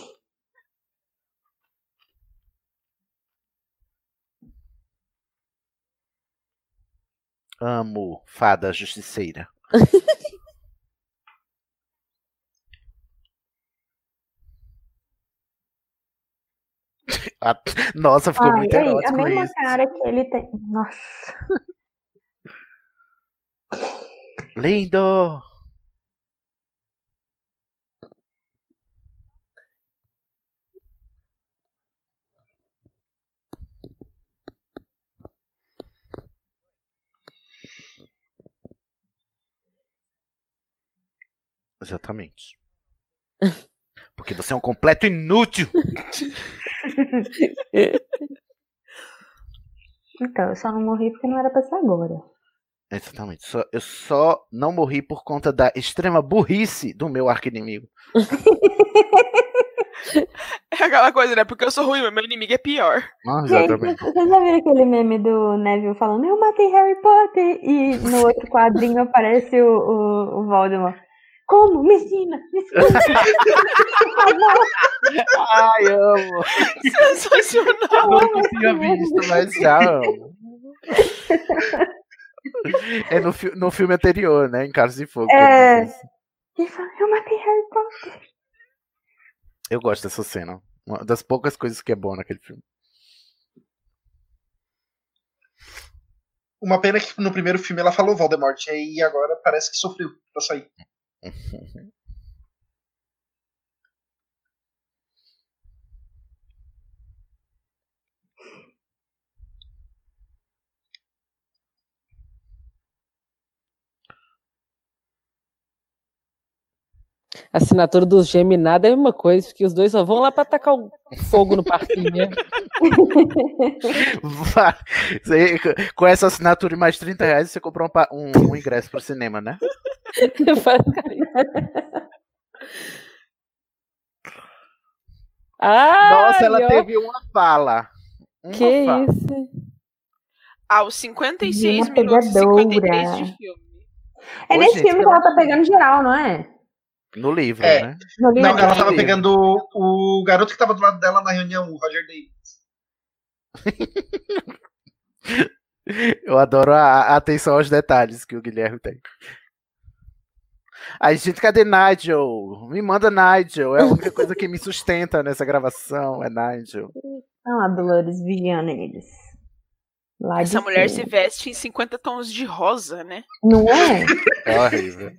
[SPEAKER 2] Amo, fada justiceira. A- Nossa, ficou
[SPEAKER 6] Ai,
[SPEAKER 2] muito
[SPEAKER 6] aí, Ah, a
[SPEAKER 2] erótico
[SPEAKER 6] mesma
[SPEAKER 2] isso.
[SPEAKER 6] cara que ele tem. Nossa.
[SPEAKER 2] Lindo! Exatamente. Porque você é um completo inútil.
[SPEAKER 6] Então, eu só não morri porque não era pra ser agora.
[SPEAKER 2] Exatamente. Só- eu só não morri por conta da extrema burrice do meu arqui-inimigo.
[SPEAKER 3] É aquela coisa, né? Porque eu sou ruim, mas meu inimigo é pior.
[SPEAKER 2] Ah,
[SPEAKER 6] Gente, vocês já viram aquele meme do Neville falando eu matei Harry Potter e no outro quadrinho aparece o, o, o Voldemort. Como? Me ensina, me ensina.
[SPEAKER 2] Ai, amo.
[SPEAKER 3] Sensacional.
[SPEAKER 2] Eu não
[SPEAKER 5] tá
[SPEAKER 2] tinha visto, mas já amo. É no, fi- no filme anterior, né? Em Carlos de Fogo. que
[SPEAKER 6] É.
[SPEAKER 2] ele diz isso.
[SPEAKER 6] Ele fala, eu matei Harry Potter.
[SPEAKER 2] Eu gosto dessa cena. Uma das poucas coisas que é boa naquele filme.
[SPEAKER 4] Uma pena que no primeiro filme ela falou Voldemort, e aí agora parece que sofreu pra sair.
[SPEAKER 5] A assinatura dos Geminada é a mesma coisa, que os dois só vão lá pra tacar o fogo no parquinho. né?
[SPEAKER 2] Vai. Você- Com essa assinatura e mais 30 reais, você comprou um, pa- um- um ingresso pro cinema, né? Nossa,
[SPEAKER 5] Ai,
[SPEAKER 2] ela
[SPEAKER 5] ó,
[SPEAKER 2] teve uma bala. Uma
[SPEAKER 5] Que
[SPEAKER 2] bala.
[SPEAKER 5] isso?
[SPEAKER 3] Aos 56
[SPEAKER 6] Minha
[SPEAKER 3] minutos e
[SPEAKER 6] pegadora.
[SPEAKER 3] 53 de filme.
[SPEAKER 6] É
[SPEAKER 2] Ô,
[SPEAKER 6] nesse
[SPEAKER 2] gente,
[SPEAKER 6] filme que
[SPEAKER 2] pelo
[SPEAKER 6] ela tá pegando geral, não é?
[SPEAKER 2] No livro,
[SPEAKER 4] É.
[SPEAKER 2] né?
[SPEAKER 6] Joguei
[SPEAKER 4] Não,
[SPEAKER 6] na
[SPEAKER 4] ela tava
[SPEAKER 2] Entendi.
[SPEAKER 4] pegando o garoto que tava do lado dela na reunião, o Roger Davis.
[SPEAKER 2] Eu adoro a, a atenção aos detalhes que o Guilherme tem. Ai, gente, cadê Nigel? Me manda Nigel. É a única coisa que me sustenta nessa gravação. É Nigel.
[SPEAKER 6] Não, a Dolores vigiando eles. Lá
[SPEAKER 3] Essa
[SPEAKER 6] de
[SPEAKER 3] mulher
[SPEAKER 6] cima.
[SPEAKER 3] se veste em 50 tons de rosa, né?
[SPEAKER 6] Não é?
[SPEAKER 2] É horrível.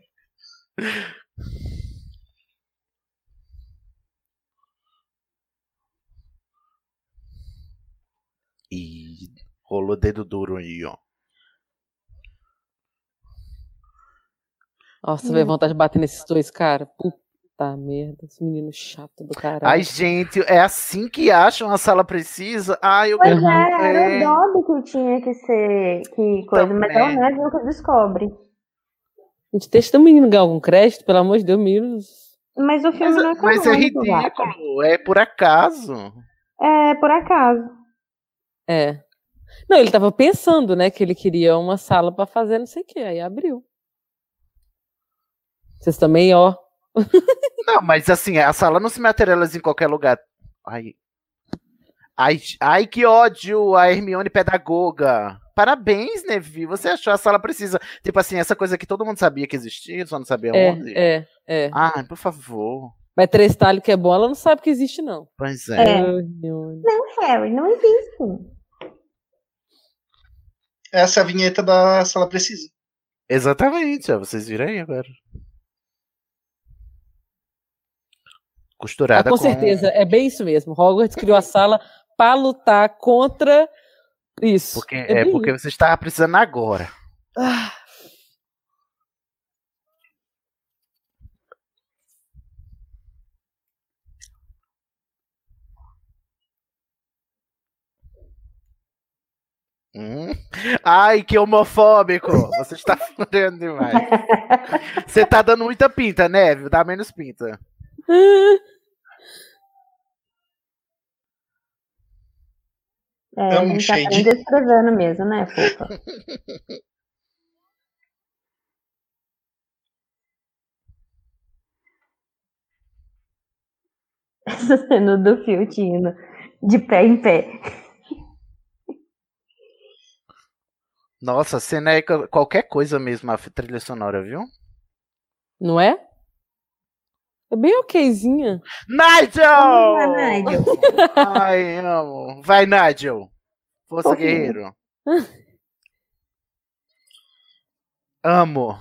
[SPEAKER 2] E rolou dedo duro aí, ó.
[SPEAKER 5] Nossa, velho, vontade de bater nesses dois, cara. Puta merda, esse menino chato do caralho.
[SPEAKER 2] Ai, gente, é assim que acham a sala precisa? Ai, eu
[SPEAKER 6] Pois é,
[SPEAKER 2] É.
[SPEAKER 6] era o Dobby que tinha que ser. Que coisa, mas é o
[SPEAKER 2] né?
[SPEAKER 6] Ned que descobre.
[SPEAKER 5] gente deixa o menino ganhar algum crédito, pelo amor de Deus, menino.
[SPEAKER 6] Mas o filme não é
[SPEAKER 2] Mas é
[SPEAKER 6] canônico, Vaca.
[SPEAKER 2] ridículo, é por acaso.
[SPEAKER 6] É, por acaso.
[SPEAKER 5] É. Não, ele tava pensando, né, que ele queria uma sala pra fazer não sei o quê, aí abriu. Vocês também, ó.
[SPEAKER 2] Não, mas assim, a sala não se materializa em qualquer lugar. Ai. Ai, ai, que ódio, a Hermione pedagoga. Parabéns, Nevi. Você achou a sala precisa. Tipo assim, essa coisa que todo mundo sabia que existia, só não sabia onde.
[SPEAKER 5] É, é, é.
[SPEAKER 2] Ai, por favor.
[SPEAKER 5] Mas três talhos que é bom, ela não sabe que existe, não.
[SPEAKER 2] Pois
[SPEAKER 6] É.
[SPEAKER 2] é.
[SPEAKER 6] Não, Harry, não existe.
[SPEAKER 4] Essa é a vinheta da Sala Precisa.
[SPEAKER 2] Exatamente, ó, vocês viram aí agora.
[SPEAKER 5] Ah,
[SPEAKER 2] Costurada
[SPEAKER 5] com certeza, é bem isso mesmo. Hogwarts criou a sala pra lutar contra isso.
[SPEAKER 2] Porque,
[SPEAKER 5] É
[SPEAKER 2] é
[SPEAKER 5] bem
[SPEAKER 2] porque
[SPEAKER 5] isso.
[SPEAKER 2] você está precisando agora.
[SPEAKER 5] Ah,
[SPEAKER 2] Hum? Ai, que homofóbico! Você está fudendo demais. Você tá dando muita pinta, né? Viu? Dá menos pinta.
[SPEAKER 6] É,
[SPEAKER 4] É
[SPEAKER 6] a
[SPEAKER 4] um
[SPEAKER 6] gente
[SPEAKER 4] shade.
[SPEAKER 6] aprende escrevendo tá mesmo, né, fofa? Essa cena do Fiotino, de pé em pé.
[SPEAKER 2] Nossa, a cena é co- qualquer coisa mesmo, a trilha sonora, viu?
[SPEAKER 5] não é? É bem okzinha.
[SPEAKER 2] Nigel!
[SPEAKER 6] Vamos lá, Nigel.
[SPEAKER 2] Ai, amo. Vai, Nigel. Força,
[SPEAKER 6] Fofinho.
[SPEAKER 2] guerreiro. Amo.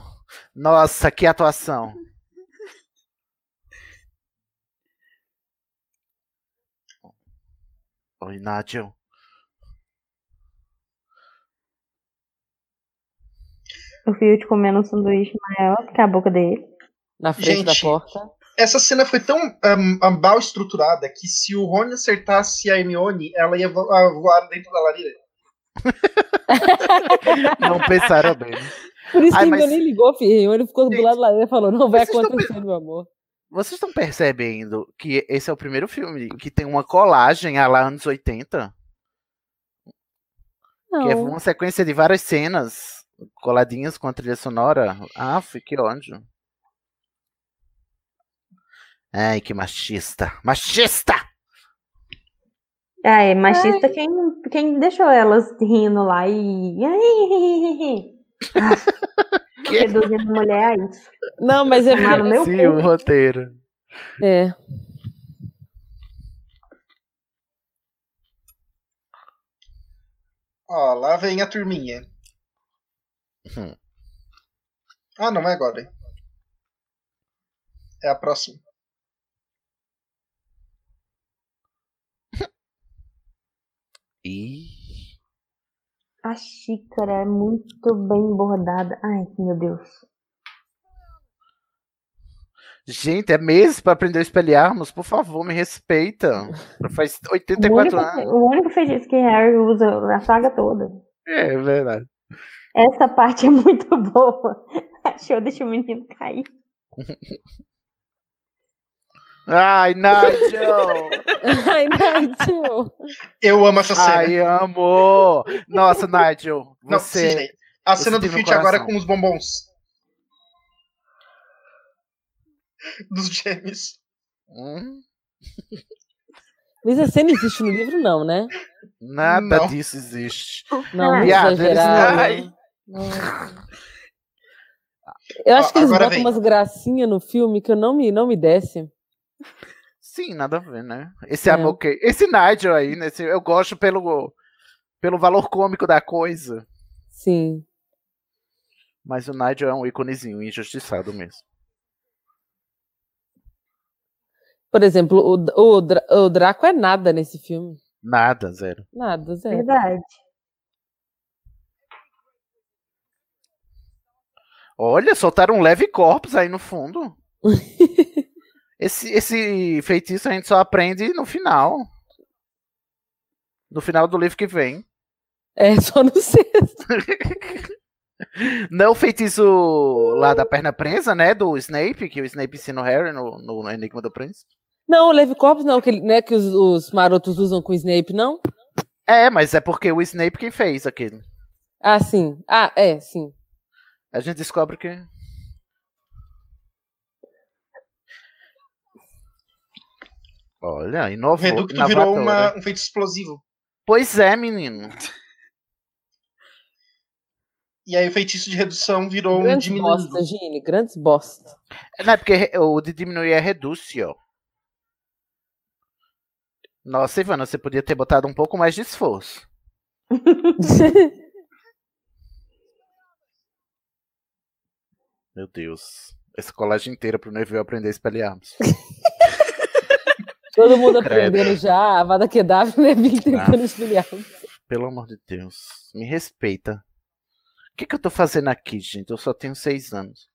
[SPEAKER 2] Nossa, que atuação. Oi, Nigel.
[SPEAKER 6] O Fiot comendo um sanduíche maior que a boca dele.
[SPEAKER 5] Na frente
[SPEAKER 4] Gente.
[SPEAKER 5] da porta.
[SPEAKER 4] Essa cena foi tão ah, mal estruturada que se o Rony acertasse a Hermione, ela ia vo- ah, voar dentro da lareira.
[SPEAKER 2] Não pensaram bem.
[SPEAKER 5] Por isso
[SPEAKER 2] Ai,
[SPEAKER 5] que
[SPEAKER 2] mas-
[SPEAKER 5] ainda nem ligou, filho. Ele ficou do
[SPEAKER 2] Gente,
[SPEAKER 5] lado lá e falou: não vai
[SPEAKER 2] vocês tão
[SPEAKER 5] acontecer, meu amor.
[SPEAKER 2] Vocês estão percebendo que esse é o primeiro filme que tem uma colagem à lá anos 80? Que é
[SPEAKER 6] Então.
[SPEAKER 5] Não.
[SPEAKER 2] uma sequência de várias cenas coladinhas com a trilha sonora. Ah, que ódio. Ai, que machista. Machista!
[SPEAKER 6] Ah, é machista quem, quem deixou elas rindo lá e. Ah,
[SPEAKER 2] Que?
[SPEAKER 6] Reduzindo mulher a isso.
[SPEAKER 5] Não, mas é.
[SPEAKER 6] Tomar no meu
[SPEAKER 2] Sim, o
[SPEAKER 6] cu.
[SPEAKER 2] roteiro.
[SPEAKER 5] É.
[SPEAKER 4] Ó, lá vem a turminha.
[SPEAKER 2] Hum.
[SPEAKER 4] Ah, não é agora. É a próxima.
[SPEAKER 2] Ih.
[SPEAKER 6] A xícara é muito bem bordada. Ai, meu Deus.
[SPEAKER 2] Gente, é meses pra aprender a espelharmos. Por favor, me respeita. Já Faz
[SPEAKER 6] O
[SPEAKER 2] 84
[SPEAKER 6] único,
[SPEAKER 2] anos.
[SPEAKER 6] o único feitiço que Harry usa na saga toda.
[SPEAKER 2] É, é verdade.
[SPEAKER 6] Essa parte é muito boa. Achou, deixa o menino cair.
[SPEAKER 2] Ai, Nigel!
[SPEAKER 5] Ai, Nigel.
[SPEAKER 4] Eu amo essa cena.
[SPEAKER 2] Ai, amor! Nossa, Nigel,
[SPEAKER 4] não,
[SPEAKER 2] você.
[SPEAKER 4] Sidney, a
[SPEAKER 2] você
[SPEAKER 4] cena do
[SPEAKER 2] tem meu
[SPEAKER 4] Fiat agora é
[SPEAKER 2] coração.
[SPEAKER 4] com os bombons. Dos gêmeos.
[SPEAKER 2] Hum?
[SPEAKER 5] Luísa Senna existe no livro, não, né?
[SPEAKER 2] Nada não. disso existe.
[SPEAKER 5] Não, não exagerado. Eles... Eu acho que eles
[SPEAKER 4] Agora
[SPEAKER 5] botam
[SPEAKER 4] vem.
[SPEAKER 5] umas gracinhas no filme que eu não me, não me desce.
[SPEAKER 2] Sim, nada a ver, né? Esse amor que. Esse Nigel aí, né? esse- eu gosto pelo, pelo valor cômico da coisa.
[SPEAKER 5] Sim.
[SPEAKER 2] Mas o Nigel é um íconezinho injustiçado mesmo.
[SPEAKER 5] Por exemplo, o, o, Dra- o Draco é nada nesse filme.
[SPEAKER 2] Nada, zero.
[SPEAKER 5] Nada, zero.
[SPEAKER 6] Verdade.
[SPEAKER 2] Olha, soltaram um leve corpus aí no fundo. esse, esse feitiço a gente só aprende no final. No final do livro que vem.
[SPEAKER 5] É, só no sexto.
[SPEAKER 2] Não é o feitiço lá da perna presa, né? Do Snape, que o Snape ensina o Harry no, no Enigma do Príncipe.
[SPEAKER 5] Não, o Leve Corpus não, que, ele- né, que os, os marotos usam com o Snape, não?
[SPEAKER 2] É, mas é porque o Snape que fez aquele.
[SPEAKER 5] Ah, sim. Ah, é, sim.
[SPEAKER 2] A gente descobre que. Olha, inovou.
[SPEAKER 4] Reducto virou
[SPEAKER 2] inovadora.
[SPEAKER 4] uma- um feito explosivo.
[SPEAKER 2] Pois é, menino.
[SPEAKER 4] E aí o feitiço de redução virou um
[SPEAKER 5] Grandes
[SPEAKER 4] diminuindo.
[SPEAKER 5] bosta, Gini, grandes bosta.
[SPEAKER 2] Não, é porque re- o de diminuir é reducio. Nossa, Ivana, você podia ter botado um pouco mais de esforço. Meu Deus. Esse colégio inteiro pro Neville aprender a espelharmos.
[SPEAKER 5] Todo mundo
[SPEAKER 2] Credo.
[SPEAKER 5] aprendendo já, a Vada Kedavra, né, Vim tentando espelhar.
[SPEAKER 2] Pelo amor de Deus. Me respeita. O que, que eu tô fazendo aqui, gente? Eu só tenho seis anos.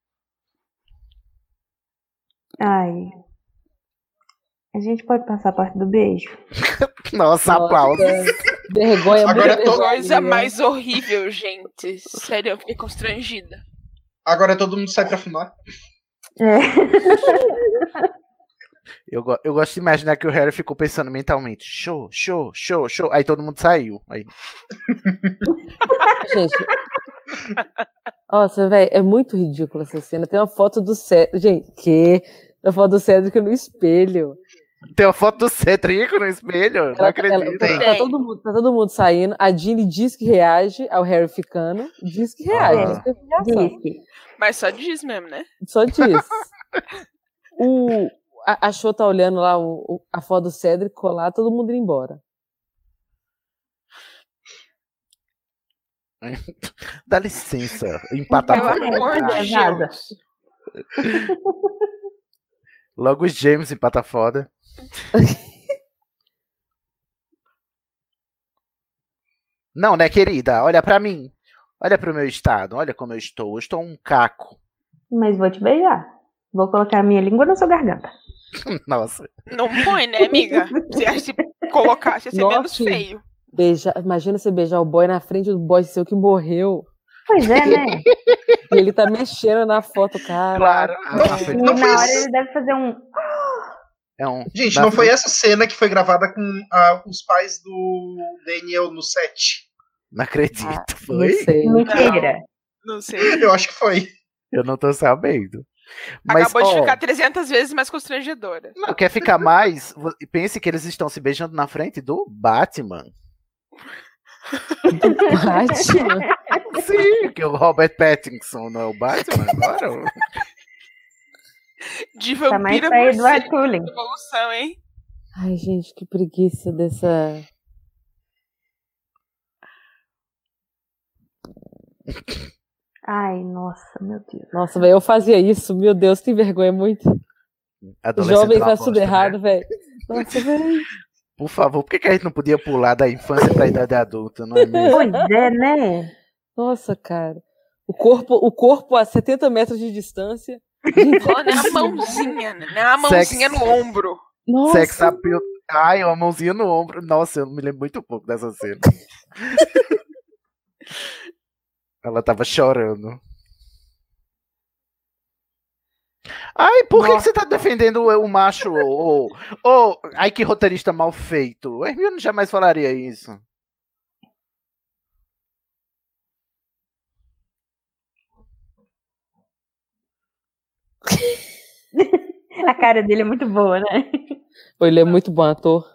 [SPEAKER 6] Ai. A gente pode passar a parte do beijo?
[SPEAKER 2] Nossa, aplausos.
[SPEAKER 5] é Vergonha,
[SPEAKER 4] Agora
[SPEAKER 5] muita
[SPEAKER 4] eu tô-
[SPEAKER 5] vergonha.
[SPEAKER 3] É Coisa
[SPEAKER 4] né?
[SPEAKER 3] mais horrível, gente. Sério, eu fiquei constrangida.
[SPEAKER 4] Agora todo mundo sai pra fumar.
[SPEAKER 6] É.
[SPEAKER 2] Eu, go- eu gosto de imaginar que o Harry ficou pensando mentalmente: show, show, show, show. Aí todo mundo saiu. Aí,
[SPEAKER 5] Gente. Nossa, velho, é muito ridícula essa cena. Tem uma foto do Cedric. Gente, que? Tem uma foto do Cedric no espelho.
[SPEAKER 2] Tem uma foto do Cedrico no espelho? Não
[SPEAKER 5] Ela- ela-
[SPEAKER 2] acredito.
[SPEAKER 5] tá, tá todo mundo, tá todo mundo saindo. A Ginny diz que reage ao Harry ficando. Diz que reage.
[SPEAKER 2] Ah.
[SPEAKER 5] diz que teve reação.
[SPEAKER 3] Mas só diz mesmo, né?
[SPEAKER 5] Só diz. O, a, a Cho tá olhando lá o- o- a foto do Cedric colar, todo mundo indo embora.
[SPEAKER 2] Dá licença. Empatar.
[SPEAKER 3] Pelo
[SPEAKER 2] por
[SPEAKER 3] amor
[SPEAKER 6] tá
[SPEAKER 2] favor.
[SPEAKER 3] de
[SPEAKER 6] nada.
[SPEAKER 3] Deus.
[SPEAKER 2] Logo os James empata foda. Não, né, querida? Olha pra mim. Olha pro meu estado. Olha como eu estou. Eu estou um caco.
[SPEAKER 6] Mas vou te beijar. Vou colocar a minha língua na sua garganta.
[SPEAKER 2] Nossa.
[SPEAKER 3] Não põe, né, amiga? Se a gente colocasse, ia ser
[SPEAKER 5] Nossa.
[SPEAKER 3] menos feio.
[SPEAKER 5] Beija, imagina você beijar o boy na frente do boy seu que morreu.
[SPEAKER 6] Pois é, né?
[SPEAKER 5] E ele tá mexendo na foto, cara.
[SPEAKER 2] Claro.
[SPEAKER 6] E
[SPEAKER 4] Não foi
[SPEAKER 6] na hora
[SPEAKER 4] isso.
[SPEAKER 6] ele deve fazer um.
[SPEAKER 2] É um...
[SPEAKER 4] Gente,
[SPEAKER 2] Dá
[SPEAKER 4] não foi
[SPEAKER 2] pra-
[SPEAKER 4] essa cena que foi gravada com ah, os pais do Daniel no set.
[SPEAKER 2] Não acredito.
[SPEAKER 5] Não
[SPEAKER 2] Foi?
[SPEAKER 5] sei.
[SPEAKER 6] Mentira.
[SPEAKER 3] Não sei.
[SPEAKER 4] Eu acho que foi.
[SPEAKER 2] Eu não tô sabendo. Mas,
[SPEAKER 3] Acabou de
[SPEAKER 2] ó,
[SPEAKER 3] ficar 300 vezes mais constrangedora.
[SPEAKER 2] Não, quer ficar mais? Vo- Pense que eles estão se beijando na frente do Batman.
[SPEAKER 5] Batman.
[SPEAKER 2] Sim, que o Robert Pattinson não é o Batman agora?
[SPEAKER 3] De
[SPEAKER 6] Tá mais
[SPEAKER 3] vampira
[SPEAKER 6] pra
[SPEAKER 3] por cima.
[SPEAKER 6] Eduardo Cullen.
[SPEAKER 3] Evolução, hein?
[SPEAKER 5] Ai, gente, que preguiça dessa.
[SPEAKER 6] Ai, nossa, meu Deus.
[SPEAKER 5] Nossa, velho, eu fazia isso. Meu Deus, tem vergonha muito.
[SPEAKER 2] Adolescente
[SPEAKER 5] Jovem
[SPEAKER 2] não
[SPEAKER 5] faz tudo
[SPEAKER 2] aposta, né?
[SPEAKER 5] errado, velho. Nossa, velho.
[SPEAKER 2] Por favor, por que, que a gente não podia pular da infância pra idade adulta, não é mesmo?
[SPEAKER 6] Pois é, né?
[SPEAKER 5] Nossa, cara. O corpo, o corpo a 70 metros de distância. Gente,
[SPEAKER 3] Ó, né,
[SPEAKER 6] assim.
[SPEAKER 3] a mãozinha, né? né, A mãozinha
[SPEAKER 2] Sexy.
[SPEAKER 3] no ombro.
[SPEAKER 5] Nossa.
[SPEAKER 2] Sex appeal. Ai, uma mãozinha no ombro. Nossa, eu me lembro muito pouco dessa cena. Ela tava chorando. Ai, por que, que você tá defendendo o, o macho? Ou, ou, ai, que roteirista mal feito. O Hermione jamais falaria isso.
[SPEAKER 6] A cara dele é muito boa, né? né?
[SPEAKER 5] Pô, Ele é muito bom é ator.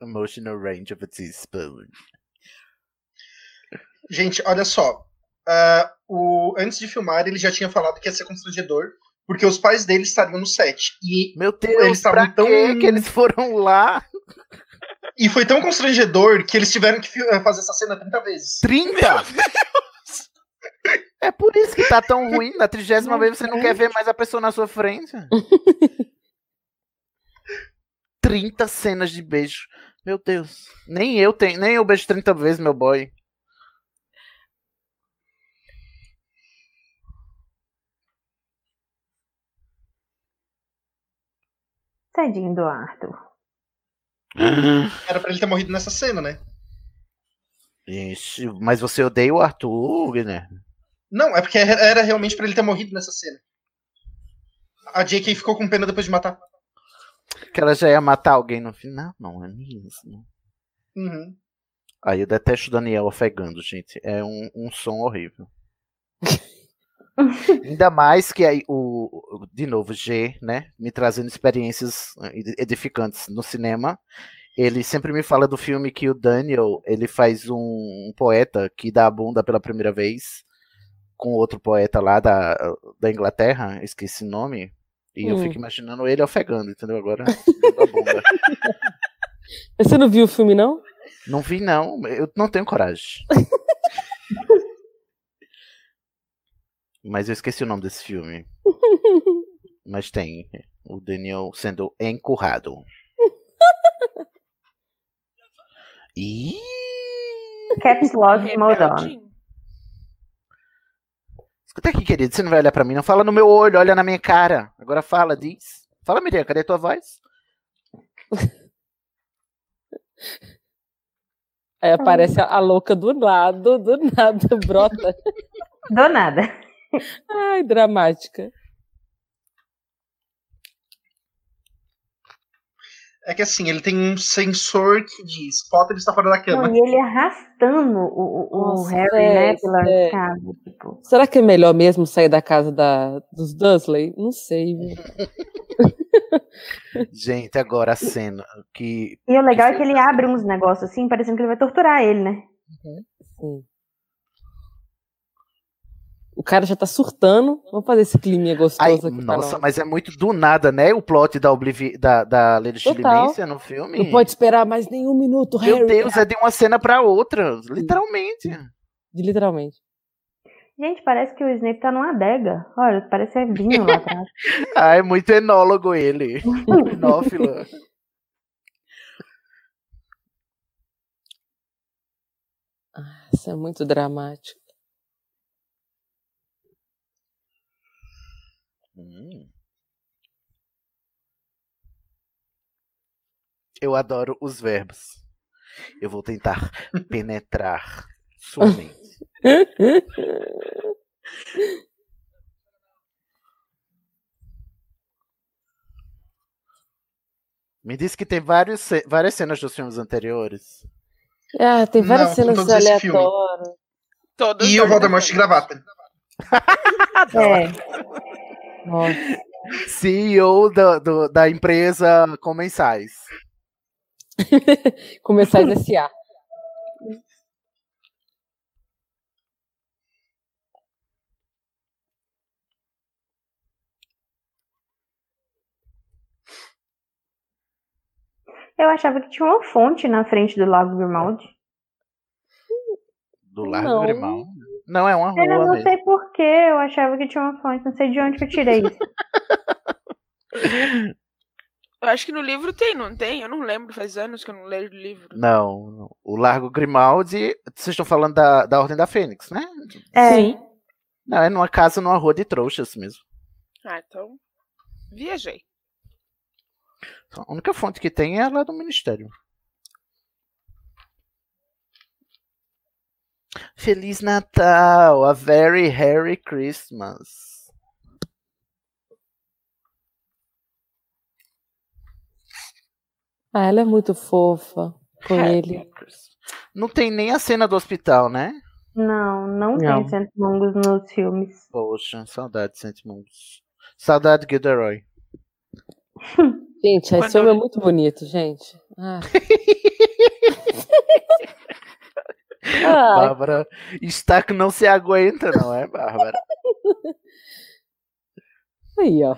[SPEAKER 2] emotional range of a teaspoon.
[SPEAKER 4] Gente, olha só. Ah, o, antes de filmar, ele já tinha falado que ia ser constrangedor, porque os pais dele estariam no set. E
[SPEAKER 2] Meu Deus,
[SPEAKER 4] eles
[SPEAKER 2] pra
[SPEAKER 4] estavam Tá tão.
[SPEAKER 2] quê que eles foram lá?
[SPEAKER 4] E foi tão constrangedor que eles tiveram que fi- fazer essa cena 30 vezes.
[SPEAKER 2] 30? É por isso que tá tão ruim. Na trigésima vez você não quer ver mais a pessoa na sua frente. 30 cenas de beijo. Meu Deus. Nem eu tenho, nem eu beijo 30 vezes, meu boy.
[SPEAKER 6] Tadinho do Arthur.
[SPEAKER 4] Era pra ele ter morrido nessa cena, né?
[SPEAKER 2] Ixi, mas você odeia o Arthur, né? Guilherme?
[SPEAKER 4] Não, é porque era- era realmente pra ele ter morrido nessa cena. A JK ficou com pena depois de matar.
[SPEAKER 2] Que ela já ia matar alguém no final. Não, é nem isso. Não.
[SPEAKER 4] Uhum.
[SPEAKER 2] Aí eu detesto o Daniel ofegando, gente. É um, um som horrível. Ainda mais que aí o, o- de novo, G, né? Me trazendo experiências eh, edificantes no cinema. Ele sempre me fala do filme que o Daniel ele faz um, um poeta que dá a bunda pela primeira vez com outro poeta lá da, da Inglaterra, esqueci o nome. E eu
[SPEAKER 5] Hum.
[SPEAKER 2] fico imaginando ele ofegando, entendeu? Agora, dando a bunda.
[SPEAKER 5] Você não viu o filme, não?
[SPEAKER 2] Não vi, não. Eu não tenho coragem. Mas eu esqueci o nome desse filme. Mas tem. O Daniel sendo encurrado. Ih,
[SPEAKER 6] Caps
[SPEAKER 5] É
[SPEAKER 6] Lock Modon.
[SPEAKER 2] escuta aqui, querido. Você não vai olhar pra mim, não. Fala no meu olho, olha na minha cara. Agora fala, diz. Fala, Miriam, cadê tua voz?
[SPEAKER 5] Aí aparece a, a louca do lado, do nada, brota.
[SPEAKER 6] Do nada.
[SPEAKER 5] Ai, dramática.
[SPEAKER 4] É que assim, ele tem um sensor que diz: Potter está fora da cama.
[SPEAKER 6] Não, e ele arrastando o, o, o
[SPEAKER 5] Nossa, é,
[SPEAKER 6] Harry, né,
[SPEAKER 5] sério,
[SPEAKER 6] pela
[SPEAKER 5] sério.
[SPEAKER 6] escada. Tipo.
[SPEAKER 5] Será que é melhor mesmo sair da casa da, dos Dursley? Não sei, viu?
[SPEAKER 2] Gente, agora a cena que.
[SPEAKER 6] E o legal é que ele abre uns negócios assim, parecendo que ele vai torturar ele, né?
[SPEAKER 5] Sim. O cara já tá surtando. Vamos fazer esse climinha gostoso
[SPEAKER 2] Ai,
[SPEAKER 5] aqui. um. pra
[SPEAKER 2] nossa,
[SPEAKER 5] nós.
[SPEAKER 2] mas é muito do nada, né? O plot da, Oblivi... da, da Lady
[SPEAKER 5] Total.
[SPEAKER 2] Chilimensia no filme.
[SPEAKER 5] Não pode esperar mais nenhum minuto, Harry.
[SPEAKER 2] Meu Deus, é de uma cena pra outra, literalmente.
[SPEAKER 5] Literalmente.
[SPEAKER 6] Gente, parece que o Snape tá numa adega. Olha, parece é vinho lá atrás.
[SPEAKER 2] Ah, é muito enólogo ele. Enófilo.
[SPEAKER 5] Isso é muito dramático.
[SPEAKER 2] Hum. Eu adoro os verbos. Eu vou tentar penetrar sua mente. Me disse que tem vários, ce- várias cenas dos filmes anteriores.
[SPEAKER 5] Ah, tem várias
[SPEAKER 4] Não,
[SPEAKER 5] cenas
[SPEAKER 4] todos esse filme.
[SPEAKER 5] aleatórias.
[SPEAKER 3] Todos
[SPEAKER 4] E o
[SPEAKER 3] dois
[SPEAKER 4] Voldemort de
[SPEAKER 3] defendem.
[SPEAKER 4] gravata.
[SPEAKER 6] É.
[SPEAKER 5] Nossa.
[SPEAKER 2] CEO da, do- da empresa Comensais.
[SPEAKER 5] Começar a SA.
[SPEAKER 6] É, Eu achava que tinha uma fonte na frente do Lago Grimaldi.
[SPEAKER 2] Do Largo
[SPEAKER 5] Não.
[SPEAKER 2] Grimal. Não, é uma rua
[SPEAKER 6] Eu não
[SPEAKER 2] mesmo.
[SPEAKER 6] sei porquê, eu achava que tinha uma fonte, não sei de onde que eu tirei isso.
[SPEAKER 3] Eu acho que no livro tem, não tem? Eu não lembro, faz anos que eu não leio o livro.
[SPEAKER 2] Não, não. o Largo Grimaldi, vocês estão falando da, da Ordem da Fênix, né?
[SPEAKER 6] É.
[SPEAKER 5] Sim.
[SPEAKER 2] Não, é numa casa, numa rua de trouxas mesmo.
[SPEAKER 3] Ah, então. Viajei.
[SPEAKER 2] Então, A única fonte que tem é lá do Ministério. Feliz Natal, a very Merry Christmas.
[SPEAKER 5] Ah, ela é muito fofa com
[SPEAKER 4] É.
[SPEAKER 2] Happy
[SPEAKER 5] ele.
[SPEAKER 2] Christmas. Não tem nem a cena do hospital, né?
[SPEAKER 6] Não, não,
[SPEAKER 5] Não.
[SPEAKER 6] tem Santos nos filmes.
[SPEAKER 2] Poxa, saudade, Sentimos. Saudade, Gilderoy.
[SPEAKER 5] Gente, esse homem é muito bonito, gente. Ah.
[SPEAKER 2] Ah. Bárbara está que não se aguenta, não é, Bárbara?
[SPEAKER 5] Aí, ó.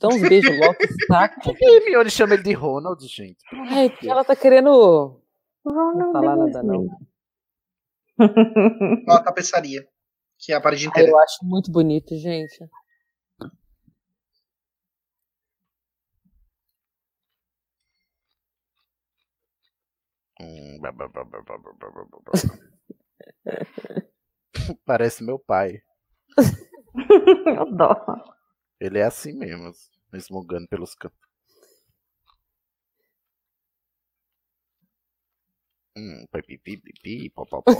[SPEAKER 5] Dá uns beijos logo, saco.
[SPEAKER 2] Por que a Hermione chama ele de Ronald, gente?
[SPEAKER 5] Ai, porque ela tá querendo. Não falar nada, não.
[SPEAKER 4] Uma tapeçaria. Que é a parede
[SPEAKER 5] Ah,
[SPEAKER 4] inteira.
[SPEAKER 5] eu acho muito bonito, gente.
[SPEAKER 2] Hum, blá, blá, blá, blá, blá, blá, blá, blá, blá. Parece meu pai.
[SPEAKER 6] Eu dó.
[SPEAKER 2] Ele é assim mesmo, esmugando pelos cantos. Hum, pi, pi, pi, pi, pi, pó, pó, pó.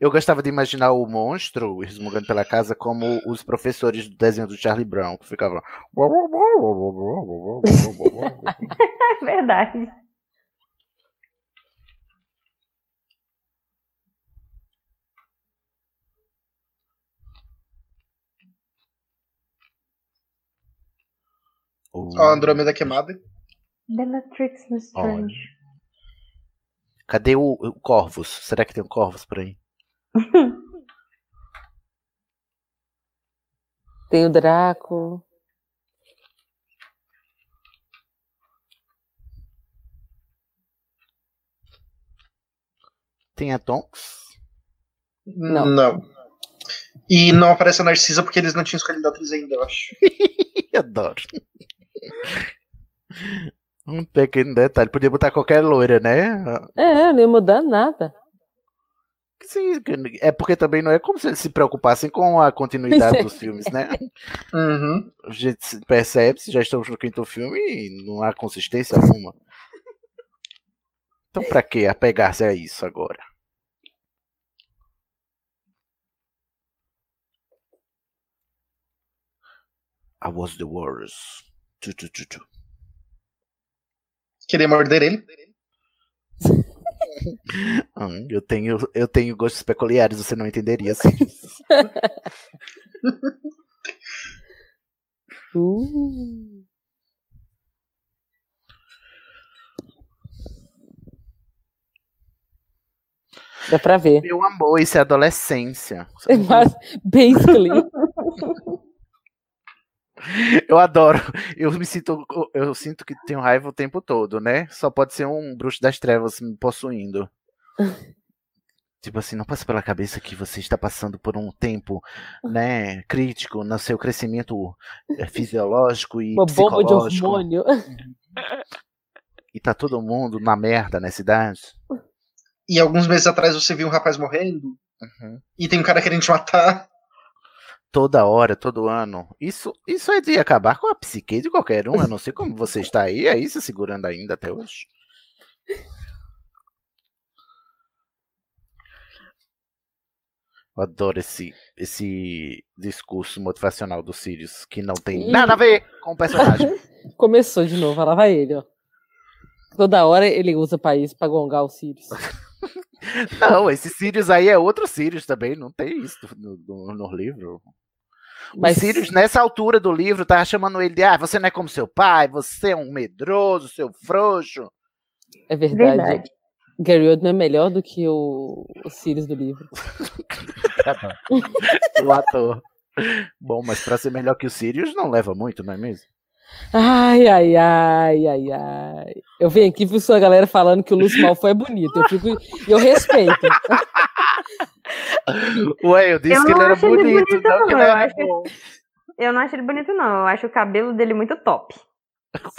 [SPEAKER 2] Eu gostava de imaginar o monstro esmugando pela casa como os professores do desenho do Charlie Brown, que ficavam.
[SPEAKER 6] É verdade.
[SPEAKER 4] Ó, a Andrômeda queimada.
[SPEAKER 6] Bellatrix
[SPEAKER 2] Olha.
[SPEAKER 6] Lestrange.
[SPEAKER 2] Cadê o, o Corvus? Será que tem um Corvus por aí?
[SPEAKER 5] Tem o Draco.
[SPEAKER 2] Tem a Tonks?
[SPEAKER 4] Não. E não aparece a Narcisa porque eles não tinham escolhido a atriz ainda, eu acho.
[SPEAKER 2] Adoro. Um pequeno detalhe. Podia botar qualquer loira, né?
[SPEAKER 5] É, eu não ia mudar nada.
[SPEAKER 2] Sim, é porque também não é como se eles se preocupassem com a continuidade dos filmes, né?
[SPEAKER 4] Uhum.
[SPEAKER 2] A gente se percebe, se já estamos no quinto filme e não há consistência alguma. Então pra que apegar-se a isso agora? I was the worst. Tu, tu, tu, tu.
[SPEAKER 4] Queria morder ele.
[SPEAKER 2] Hum, eu, tenho, eu tenho gostos peculiares, você não entenderia. Assim.
[SPEAKER 5] Uh. Dá pra ver.
[SPEAKER 2] Meu amor, isso é adolescência.
[SPEAKER 5] Mas, basically.
[SPEAKER 2] Eu adoro. Eu me sinto, eu sinto que tenho raiva o tempo todo, né? Só pode ser um bruxo das trevas me possuindo. tipo assim, não passa pela cabeça que você está passando por um tempo, né, crítico no seu crescimento eh, fisiológico e
[SPEAKER 5] Uma bomba de
[SPEAKER 2] psicológico.
[SPEAKER 5] hormônio.
[SPEAKER 2] E tá todo mundo na merda nessa idade.
[SPEAKER 4] E alguns meses atrás você viu um rapaz morrendo. E tem um cara querendo te matar.
[SPEAKER 2] Toda hora, todo ano. Isso, isso é de acabar com a psique de qualquer um. Eu não sei como você está aí, aí se segurando ainda até hoje. Eu adoro esse, esse discurso motivacional do Sirius, que não tem
[SPEAKER 5] Ih.
[SPEAKER 2] nada a ver com o personagem.
[SPEAKER 5] Começou de novo, lá vai ele, ó. Toda hora ele usa país pra gongar o Sirius.
[SPEAKER 2] não, esse Sirius aí é outro Sirius também, não tem isso no, no- no livro.
[SPEAKER 5] Mas-
[SPEAKER 2] O Sirius, nessa altura do livro, tava chamando ele de ah, você não é como seu pai, você é um medroso, seu frouxo.
[SPEAKER 5] É verdade.
[SPEAKER 2] Verdade.
[SPEAKER 5] Gary Oldman é melhor do que o, o Sirius do livro.
[SPEAKER 2] o ator. Bom, mas pra ser melhor que o Sirius não leva muito, não é mesmo?
[SPEAKER 5] Ai, ai, ai, ai, ai. Eu venho aqui e sua galera falando que o Lúcio Malfoy é bonito. Eu fico. Eu respeito.
[SPEAKER 2] Ué, eu disse que ele era bonito, não, que ele
[SPEAKER 6] eu,
[SPEAKER 2] era
[SPEAKER 6] acho... eu não acho ele bonito, não. Eu acho o cabelo dele muito top.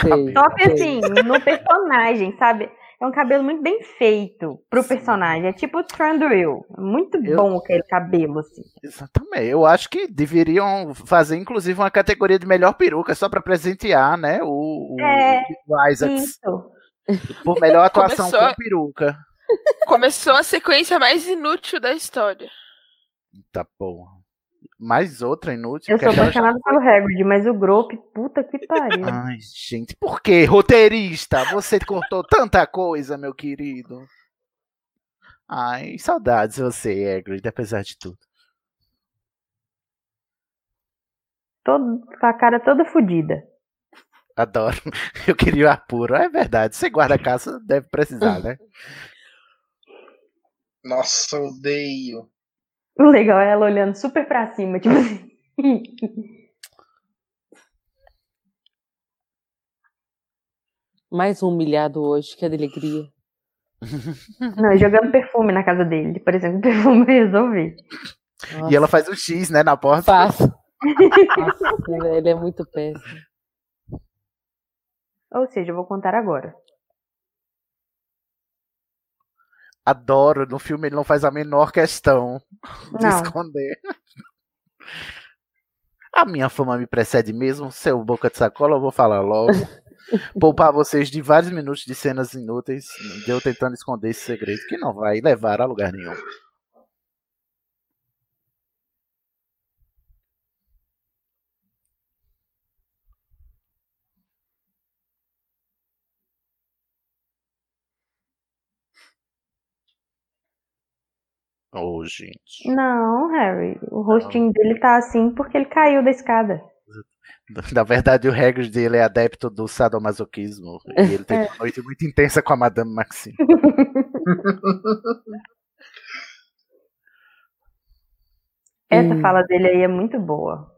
[SPEAKER 5] Sei,
[SPEAKER 6] Top,
[SPEAKER 5] sei.
[SPEAKER 6] assim, no personagem, sabe? É um cabelo muito bem feito pro personagem. É tipo o Thranduil. É Muito bom aquele cabelo, assim.
[SPEAKER 2] Exatamente. Eu acho que deveriam fazer, inclusive, uma categoria de melhor peruca, só pra presentear, né? O, o,
[SPEAKER 3] É,
[SPEAKER 2] o Isaacs.
[SPEAKER 6] Isso.
[SPEAKER 2] Por melhor atuação
[SPEAKER 3] Começou.
[SPEAKER 2] com peruca.
[SPEAKER 3] Começou a sequência mais inútil da história.
[SPEAKER 2] Tá bom. mais outra inútil.
[SPEAKER 6] Eu sou apaixonada pelo Hagrid, mas o Grope, puta que pariu.
[SPEAKER 2] Ai, gente, por quê? Roteirista, você cortou tanta coisa, meu querido. Ai, saudades de você, Hagrid, apesar de tudo.
[SPEAKER 6] Todo, com a cara toda fodida.
[SPEAKER 2] Adoro. Eu queria o apuro. É verdade. Você guarda caça deve precisar, né?
[SPEAKER 4] Nossa, odeio.
[SPEAKER 6] O legal é ela olhando super pra cima, tipo assim.
[SPEAKER 5] Mais um humilhado hoje, que alegria.
[SPEAKER 6] Não, jogando perfume na casa dele, por exemplo, perfume resolver.
[SPEAKER 2] E ela faz o um X, né, na porta.
[SPEAKER 5] Faço. Nossa, ele é muito péssimo.
[SPEAKER 6] Ou seja, eu vou contar agora.
[SPEAKER 2] Adoro, no filme ele não faz a menor questão de
[SPEAKER 6] Não.
[SPEAKER 2] esconder. A minha fama me precede mesmo, seu boca de sacola, eu vou falar logo. Poupar vocês de vários minutos de cenas inúteis, de eu tentando esconder esse segredo, que não vai levar a lugar nenhum. Oh, gente.
[SPEAKER 6] Não, Harry. O rostinho dele tá assim porque ele caiu da escada.
[SPEAKER 2] Na verdade, o Hagrid dele é adepto do sadomasoquismo. E ele tem uma noite muito intensa com a Madame Maxine.
[SPEAKER 6] Essa
[SPEAKER 4] Hum.
[SPEAKER 6] fala dele aí é muito boa.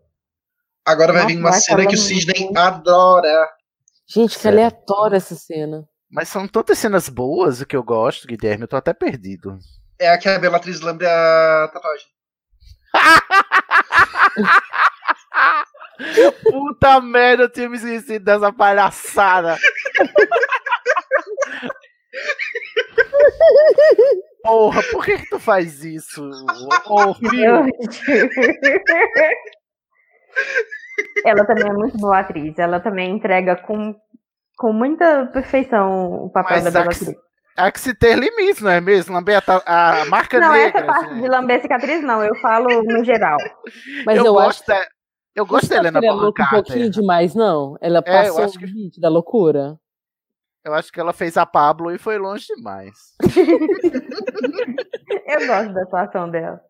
[SPEAKER 4] Agora vai
[SPEAKER 5] Nossa,
[SPEAKER 4] vir uma
[SPEAKER 5] vai
[SPEAKER 4] cena
[SPEAKER 5] falar
[SPEAKER 4] que o
[SPEAKER 5] muito.
[SPEAKER 4] Sidney adora.
[SPEAKER 5] Gente, que aleatória essa cena.
[SPEAKER 2] Mas são tantas cenas boas que eu gosto, Guilherme. Eu tô até perdido.
[SPEAKER 4] É a que a Bellatrix lambe a tatuagem.
[SPEAKER 2] Puta merda, eu tinha me esquecido dessa palhaçada. Porra, por que, que tu faz isso? Ô, filho?
[SPEAKER 6] Ela também é muito boa atriz. Ela também entrega com, com muita perfeição o papel
[SPEAKER 2] Mas
[SPEAKER 6] da
[SPEAKER 2] há
[SPEAKER 6] Bela
[SPEAKER 2] que, se- há que se ter limites, não é mesmo? Lamber a, ta- a marca
[SPEAKER 6] Não,
[SPEAKER 2] negra. assim.
[SPEAKER 6] essa parte
[SPEAKER 2] gente.
[SPEAKER 6] de lamber cicatriz, não. Eu falo no geral.
[SPEAKER 5] Mas
[SPEAKER 2] eu,
[SPEAKER 5] eu acho
[SPEAKER 2] gosto da- Eu gosto da Helena
[SPEAKER 5] Ela é louca
[SPEAKER 2] Bonham
[SPEAKER 5] um
[SPEAKER 2] Carter.
[SPEAKER 5] pouquinho demais, não? Ela
[SPEAKER 2] É, eu
[SPEAKER 5] passou
[SPEAKER 2] acho
[SPEAKER 5] o limite da loucura.
[SPEAKER 2] Eu acho que ela fez a Pablo e foi longe demais.
[SPEAKER 6] Eu gosto da atuação dela.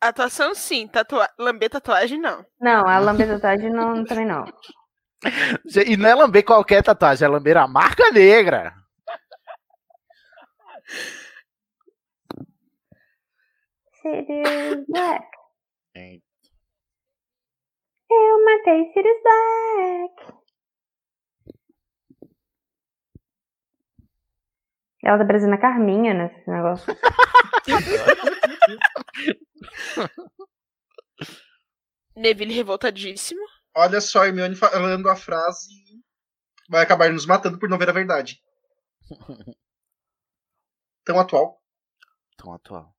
[SPEAKER 3] Atuação sim, tatua... lamber tatuagem não.
[SPEAKER 6] Não, a lamber tatuagem não, também não.
[SPEAKER 2] E não é lamber qualquer tatuagem, é lamber a marca negra.
[SPEAKER 6] Sirius Black.
[SPEAKER 2] Gente.
[SPEAKER 6] Eu matei Sirius Black. Ela tá parecendo a Carminha nesse negócio.
[SPEAKER 3] Neville revoltadíssimo.
[SPEAKER 4] Olha só a Hermione falando a frase vai acabar nos matando por não ver a verdade. Tão atual.
[SPEAKER 2] Tão atual.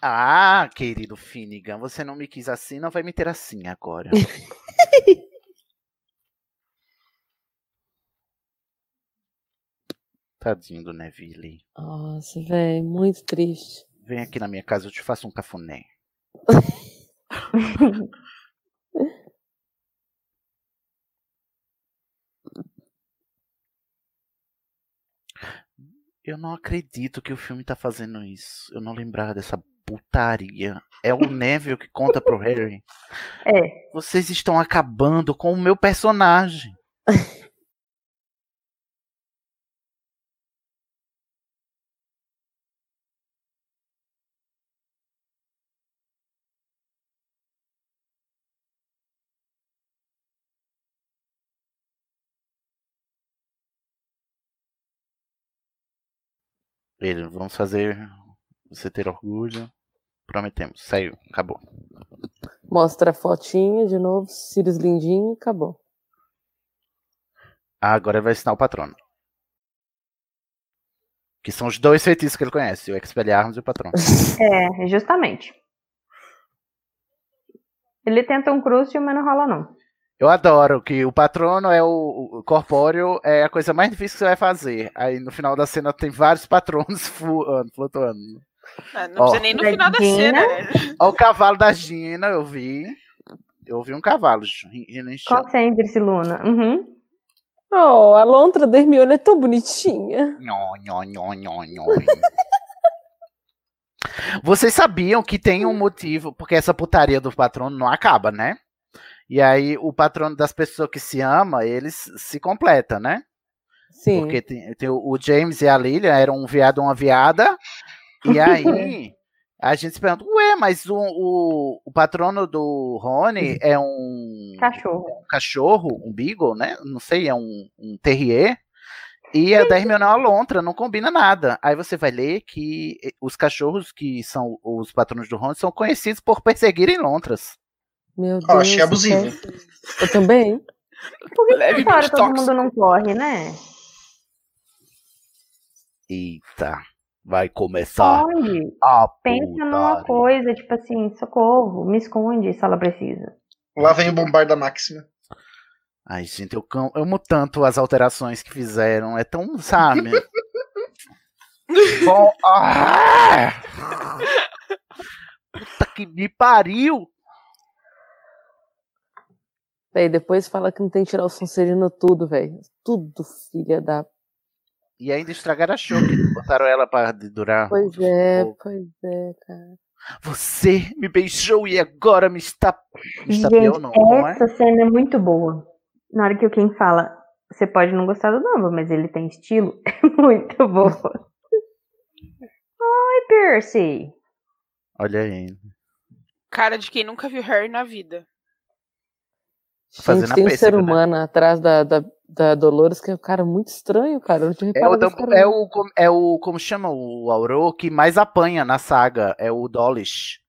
[SPEAKER 2] Ah, querido Finnegan, você não me quis assim, não vai me ter assim agora. Tadinho do Neville.
[SPEAKER 5] Nossa, velho, muito triste.
[SPEAKER 2] Vem aqui na minha casa, eu te faço um cafuné. Eu não acredito que o filme tá fazendo isso. Eu não lembrava dessa putaria. É o Neville que conta pro Harry.
[SPEAKER 6] É.
[SPEAKER 2] Vocês estão acabando com o meu personagem. Ele, vamos fazer você ter orgulho. Prometemos. Saiu, acabou.
[SPEAKER 5] Mostra a fotinha de novo, Sirius lindinho, acabou.
[SPEAKER 2] Ah, agora ele vai ensinar o patrono. Que são os dois feitiços que ele conhece, o Expelliarmus e o patrono.
[SPEAKER 6] É, justamente. Ele tenta um crucio, mas não rola, não.
[SPEAKER 2] Eu adoro que o patrono é o, o corpóreo, é a coisa mais difícil que você vai fazer. Aí no final da cena tem vários patronos flutuando. flutuando.
[SPEAKER 3] Ah, não ó, precisa nem no final da cena. né?
[SPEAKER 2] Ó, o cavalo da Gina, eu vi. Eu vi um cavalo.
[SPEAKER 6] Qual que é, Ingrid Luna? Uhum.
[SPEAKER 5] Oh, a lontra da Hermione é tão bonitinha.
[SPEAKER 2] Nho, nho, nho, nho, nho. Vocês sabiam que tem um motivo, porque essa putaria do patrono não acaba, né? E aí o patrono das pessoas que se ama, eles se completam, né?
[SPEAKER 5] Sim.
[SPEAKER 2] Porque tem, tem o James e a Lilian eram um viado e uma viada. E aí a gente se pergunta, ué, mas o, o, o patrono do Rony é um
[SPEAKER 6] cachorro,
[SPEAKER 2] um, cachorro, um beagle, né? Não sei, é um, um terrier. E a da Hermione é uma lontra, não combina nada. Aí você vai ler que eh, os cachorros que são os patronos do Rony são conhecidos por perseguirem lontras.
[SPEAKER 5] Meu Deus. Eu
[SPEAKER 4] achei abusivo.
[SPEAKER 5] Eu também.
[SPEAKER 6] Por que Leve fora todo mundo não corre, né?
[SPEAKER 2] Eita. Vai
[SPEAKER 6] Tá.
[SPEAKER 2] começar. Esconde. A
[SPEAKER 6] Pensa
[SPEAKER 2] putaria.
[SPEAKER 6] numa coisa, tipo assim, socorro, me esconde se ela precisa.
[SPEAKER 4] Lá vem o bombarda máxima.
[SPEAKER 2] Ai, gente, eu amo tanto as alterações que fizeram. É tão, sabe? Bom, ah! Puta que me pariu!
[SPEAKER 5] Véi, depois fala que não tem que tirar o Sonserino tudo, velho. Tudo, filha da
[SPEAKER 2] e ainda estragaram a show, que botaram ela pra durar. um
[SPEAKER 5] Pois é, pouco. pois é, cara.
[SPEAKER 2] Você me beijou e agora me está. Me
[SPEAKER 6] Gente, estapeou, não, não, essa é? cena é muito boa. Na hora que o Kim fala, você pode não gostar do Dumbo, mas ele tem estilo. É muito boa. Oi, Percy.
[SPEAKER 2] Olha aí.
[SPEAKER 3] Cara de quem nunca viu Harry na vida.
[SPEAKER 5] Gente, tem um pêssego, ser humano né? atrás da, da, da, Dolores que é um cara muito estranho, cara.
[SPEAKER 2] é, o, Dumbo, é, o, é o, como chama o Auro, que mais apanha na saga, é o Dolish.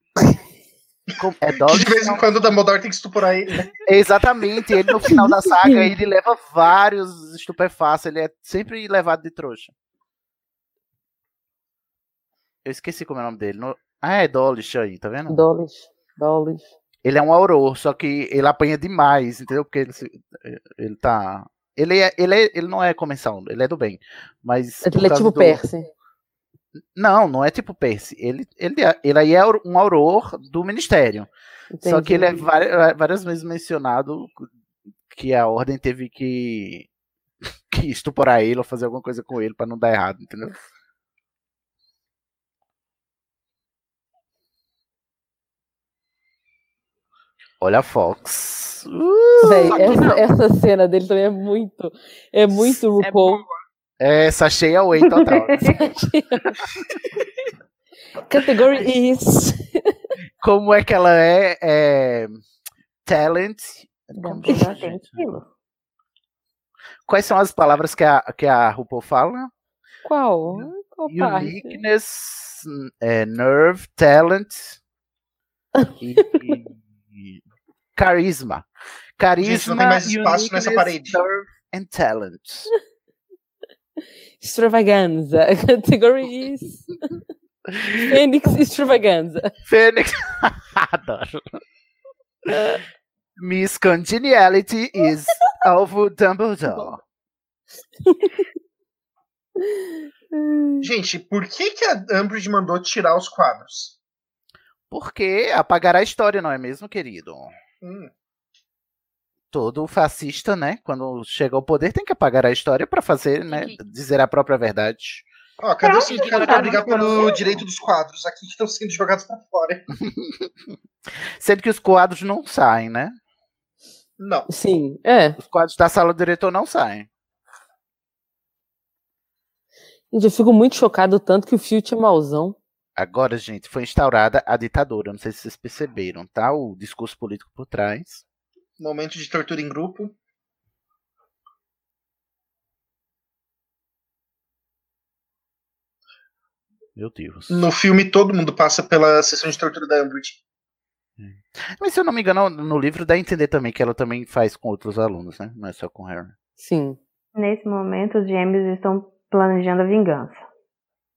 [SPEAKER 4] É Dolish, de vez em quando o Dumbledore tem que estuporar ele. Né?
[SPEAKER 2] Exatamente, ele no final da saga ele leva vários estupefatos, ele é sempre levado de trouxa. Eu esqueci como é o nome dele. No... Ah, é Dolish aí, tá vendo?
[SPEAKER 5] Dolish, Dolish
[SPEAKER 2] ele é um auror, só que ele apanha demais, entendeu? Porque ele, se, ele tá. Ele, é, ele, é, ele não é comensal, ele é do bem. Mas
[SPEAKER 5] ele é tipo do... Percy.
[SPEAKER 2] Não, não é tipo Percy. Ele, ele, ele aí é um auror do ministério. Entendi. Só que ele é várias, várias vezes mencionado que a ordem teve que, que estuporar ele ou fazer alguma coisa com ele para não dar errado, entendeu? Olha a Fox.
[SPEAKER 5] Uh, Véi, essa, essa, cena dele também é muito. É muito RuPaul.
[SPEAKER 2] É, é sachê away total. Né?
[SPEAKER 5] Category is.
[SPEAKER 2] Como é que ela é? é... Talent. Quais são as palavras que a, que a RuPaul fala?
[SPEAKER 5] Qual? Qual
[SPEAKER 2] Uniqueness, é, nerve, talent. e, e carisma. Carisma. Gente,
[SPEAKER 4] não tem mais espaço nessa parede.
[SPEAKER 2] And talent.
[SPEAKER 5] Extravaganza. Category is. Fênix extravaganza.
[SPEAKER 2] Fênix. Adoro. Uh. Miss Congeniality is Alvo Dumbledore.
[SPEAKER 4] Gente, por que, que a Umbridge mandou tirar os quadros?
[SPEAKER 2] Porque apagará a história, não é mesmo, querido?
[SPEAKER 4] Hum.
[SPEAKER 2] Todo fascista, né? Quando chega ao poder, tem que apagar a história para fazer, né? Dizer a própria verdade.
[SPEAKER 4] Ó, cadê esses caras pra brigar pelo direito dos quadros aqui que estão sendo jogados pra fora?
[SPEAKER 2] Sendo que os quadros não saem, né?
[SPEAKER 4] Não.
[SPEAKER 5] Sim, é.
[SPEAKER 2] Os quadros da sala do diretor não saem.
[SPEAKER 5] Eu fico muito chocado tanto que o Filt é mauzão.
[SPEAKER 2] Agora, gente, foi instaurada a ditadura. Não sei se vocês perceberam, tá? O discurso político por trás.
[SPEAKER 4] Momento de tortura em grupo.
[SPEAKER 2] Meu Deus.
[SPEAKER 4] No filme, todo mundo passa pela sessão de tortura da Umbridge.
[SPEAKER 2] Mas se eu não me engano, no livro dá a entender também que ela também faz com outros alunos, né? Não é só com Harry.
[SPEAKER 5] Sim.
[SPEAKER 6] Nesse momento, os gêmeos estão planejando a vingança.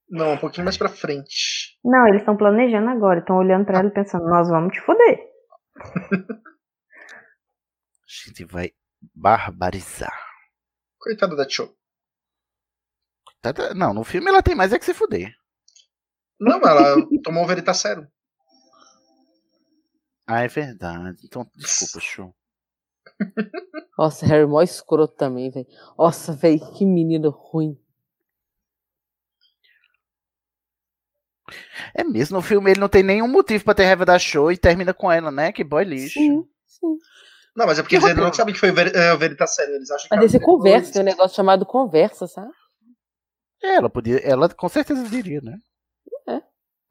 [SPEAKER 4] Não, um pouquinho mais pra frente.
[SPEAKER 6] Não, eles estão planejando agora, estão olhando para ela e pensando, nós vamos te foder.
[SPEAKER 2] A gente vai barbarizar.
[SPEAKER 4] Coitada da Cho.
[SPEAKER 2] Coitada... Tá, Não, no filme ela tem mais é que se fuder.
[SPEAKER 4] Não, ela tomou um veritacero.
[SPEAKER 2] Ah, é verdade. Então, desculpa, Cho.
[SPEAKER 5] Nossa, Harry mó escroto também, velho. Nossa, velho, que menino ruim.
[SPEAKER 2] É mesmo, no filme ele não tem nenhum motivo pra ter raiva da show e termina com ela, né? Que boy lixo.
[SPEAKER 5] Sim, sim.
[SPEAKER 4] Não, mas é porque
[SPEAKER 5] Que
[SPEAKER 4] eles ainda não
[SPEAKER 5] roteiro?
[SPEAKER 4] sabem que foi o ver, é, o Veritacero. Eles acham que
[SPEAKER 5] Mas
[SPEAKER 4] ela-
[SPEAKER 5] esse conversa, tem um negócio chamado conversa, sabe?
[SPEAKER 2] É, ela podia, ela com certeza diria, né?
[SPEAKER 5] É.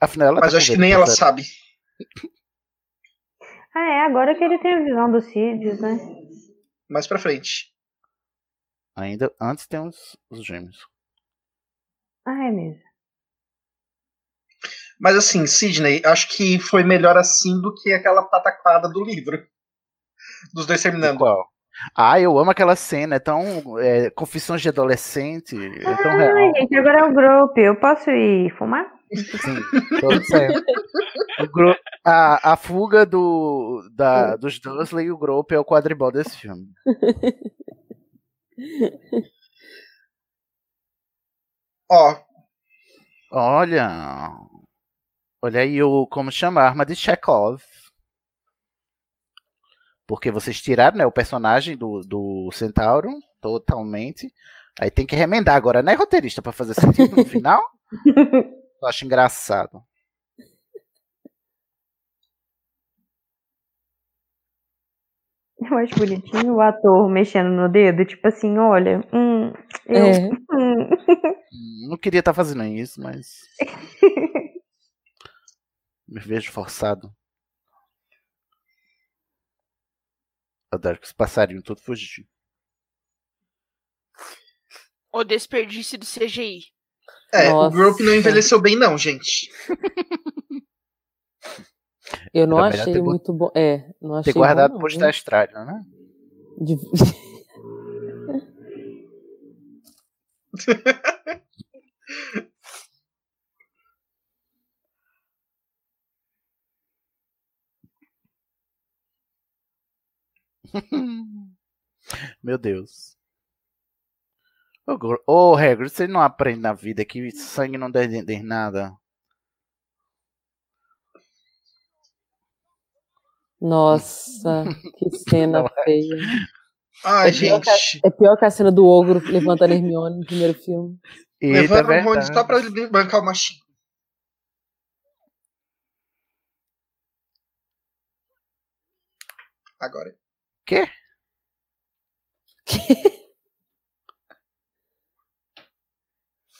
[SPEAKER 2] Afinal, ela
[SPEAKER 4] Mas
[SPEAKER 2] tá
[SPEAKER 4] acho que
[SPEAKER 2] com
[SPEAKER 4] nem ela
[SPEAKER 2] veritacero.
[SPEAKER 4] sabe.
[SPEAKER 6] Ah, é agora que ele tem a visão dos Cídios, né?
[SPEAKER 4] Mais pra frente.
[SPEAKER 2] Ainda antes tem os, os gêmeos.
[SPEAKER 6] Ah, é mesmo.
[SPEAKER 4] Mas assim, Sidney, acho que foi melhor assim do que aquela pataquada do livro. Dos dois terminando.
[SPEAKER 2] Qual? Ah, eu amo aquela cena, é tão. é, confissões de adolescente, é tão
[SPEAKER 6] Ai,
[SPEAKER 2] real.
[SPEAKER 6] gente, agora é o grupo. Eu posso ir fumar?
[SPEAKER 2] Sim, todo certo. O gro- a, a fuga do, da, dos Dursley e o Grope é o quadribol desse filme.
[SPEAKER 4] Ó,
[SPEAKER 2] Olha. Olha aí o como chama a arma de Chekhov. Porque vocês tiraram né, o personagem do, do Centauro totalmente. Aí tem que remendar agora, né, roteirista, pra fazer sentido no final? Eu acho engraçado.
[SPEAKER 6] Eu acho bonitinho o ator mexendo no dedo, tipo assim, olha, hum, eu,
[SPEAKER 5] É.
[SPEAKER 6] hum.
[SPEAKER 2] Hum, Não queria estar fazendo isso, mas. Me vejo forçado. Adoro que os passarinhos todos fugiram.
[SPEAKER 3] O desperdício do CGI.
[SPEAKER 4] é, o
[SPEAKER 5] Nossa.
[SPEAKER 4] Group não envelheceu bem, não, gente.
[SPEAKER 5] Eu não
[SPEAKER 2] Era melhor
[SPEAKER 5] achei
[SPEAKER 2] ter gu-
[SPEAKER 5] muito bom. É, não achei
[SPEAKER 2] Ter guardado
[SPEAKER 5] bom,
[SPEAKER 2] o
[SPEAKER 5] não,
[SPEAKER 2] posto da estrada, né?
[SPEAKER 5] viu? De-
[SPEAKER 2] Meu Deus. Ô, Gro- ô Hagrid, você não aprende na vida que sangue não deve entender nada.
[SPEAKER 5] Nossa, que cena
[SPEAKER 2] é.
[SPEAKER 5] feia.
[SPEAKER 4] Ai,
[SPEAKER 5] É pior que
[SPEAKER 4] gente.
[SPEAKER 5] É pior que a cena do ogro levantando a Hermione no primeiro filme.
[SPEAKER 2] E tá
[SPEAKER 4] Levaram o Rony
[SPEAKER 2] verdade.
[SPEAKER 4] um só pra ele bancar o machinho. Agora.
[SPEAKER 2] Quê?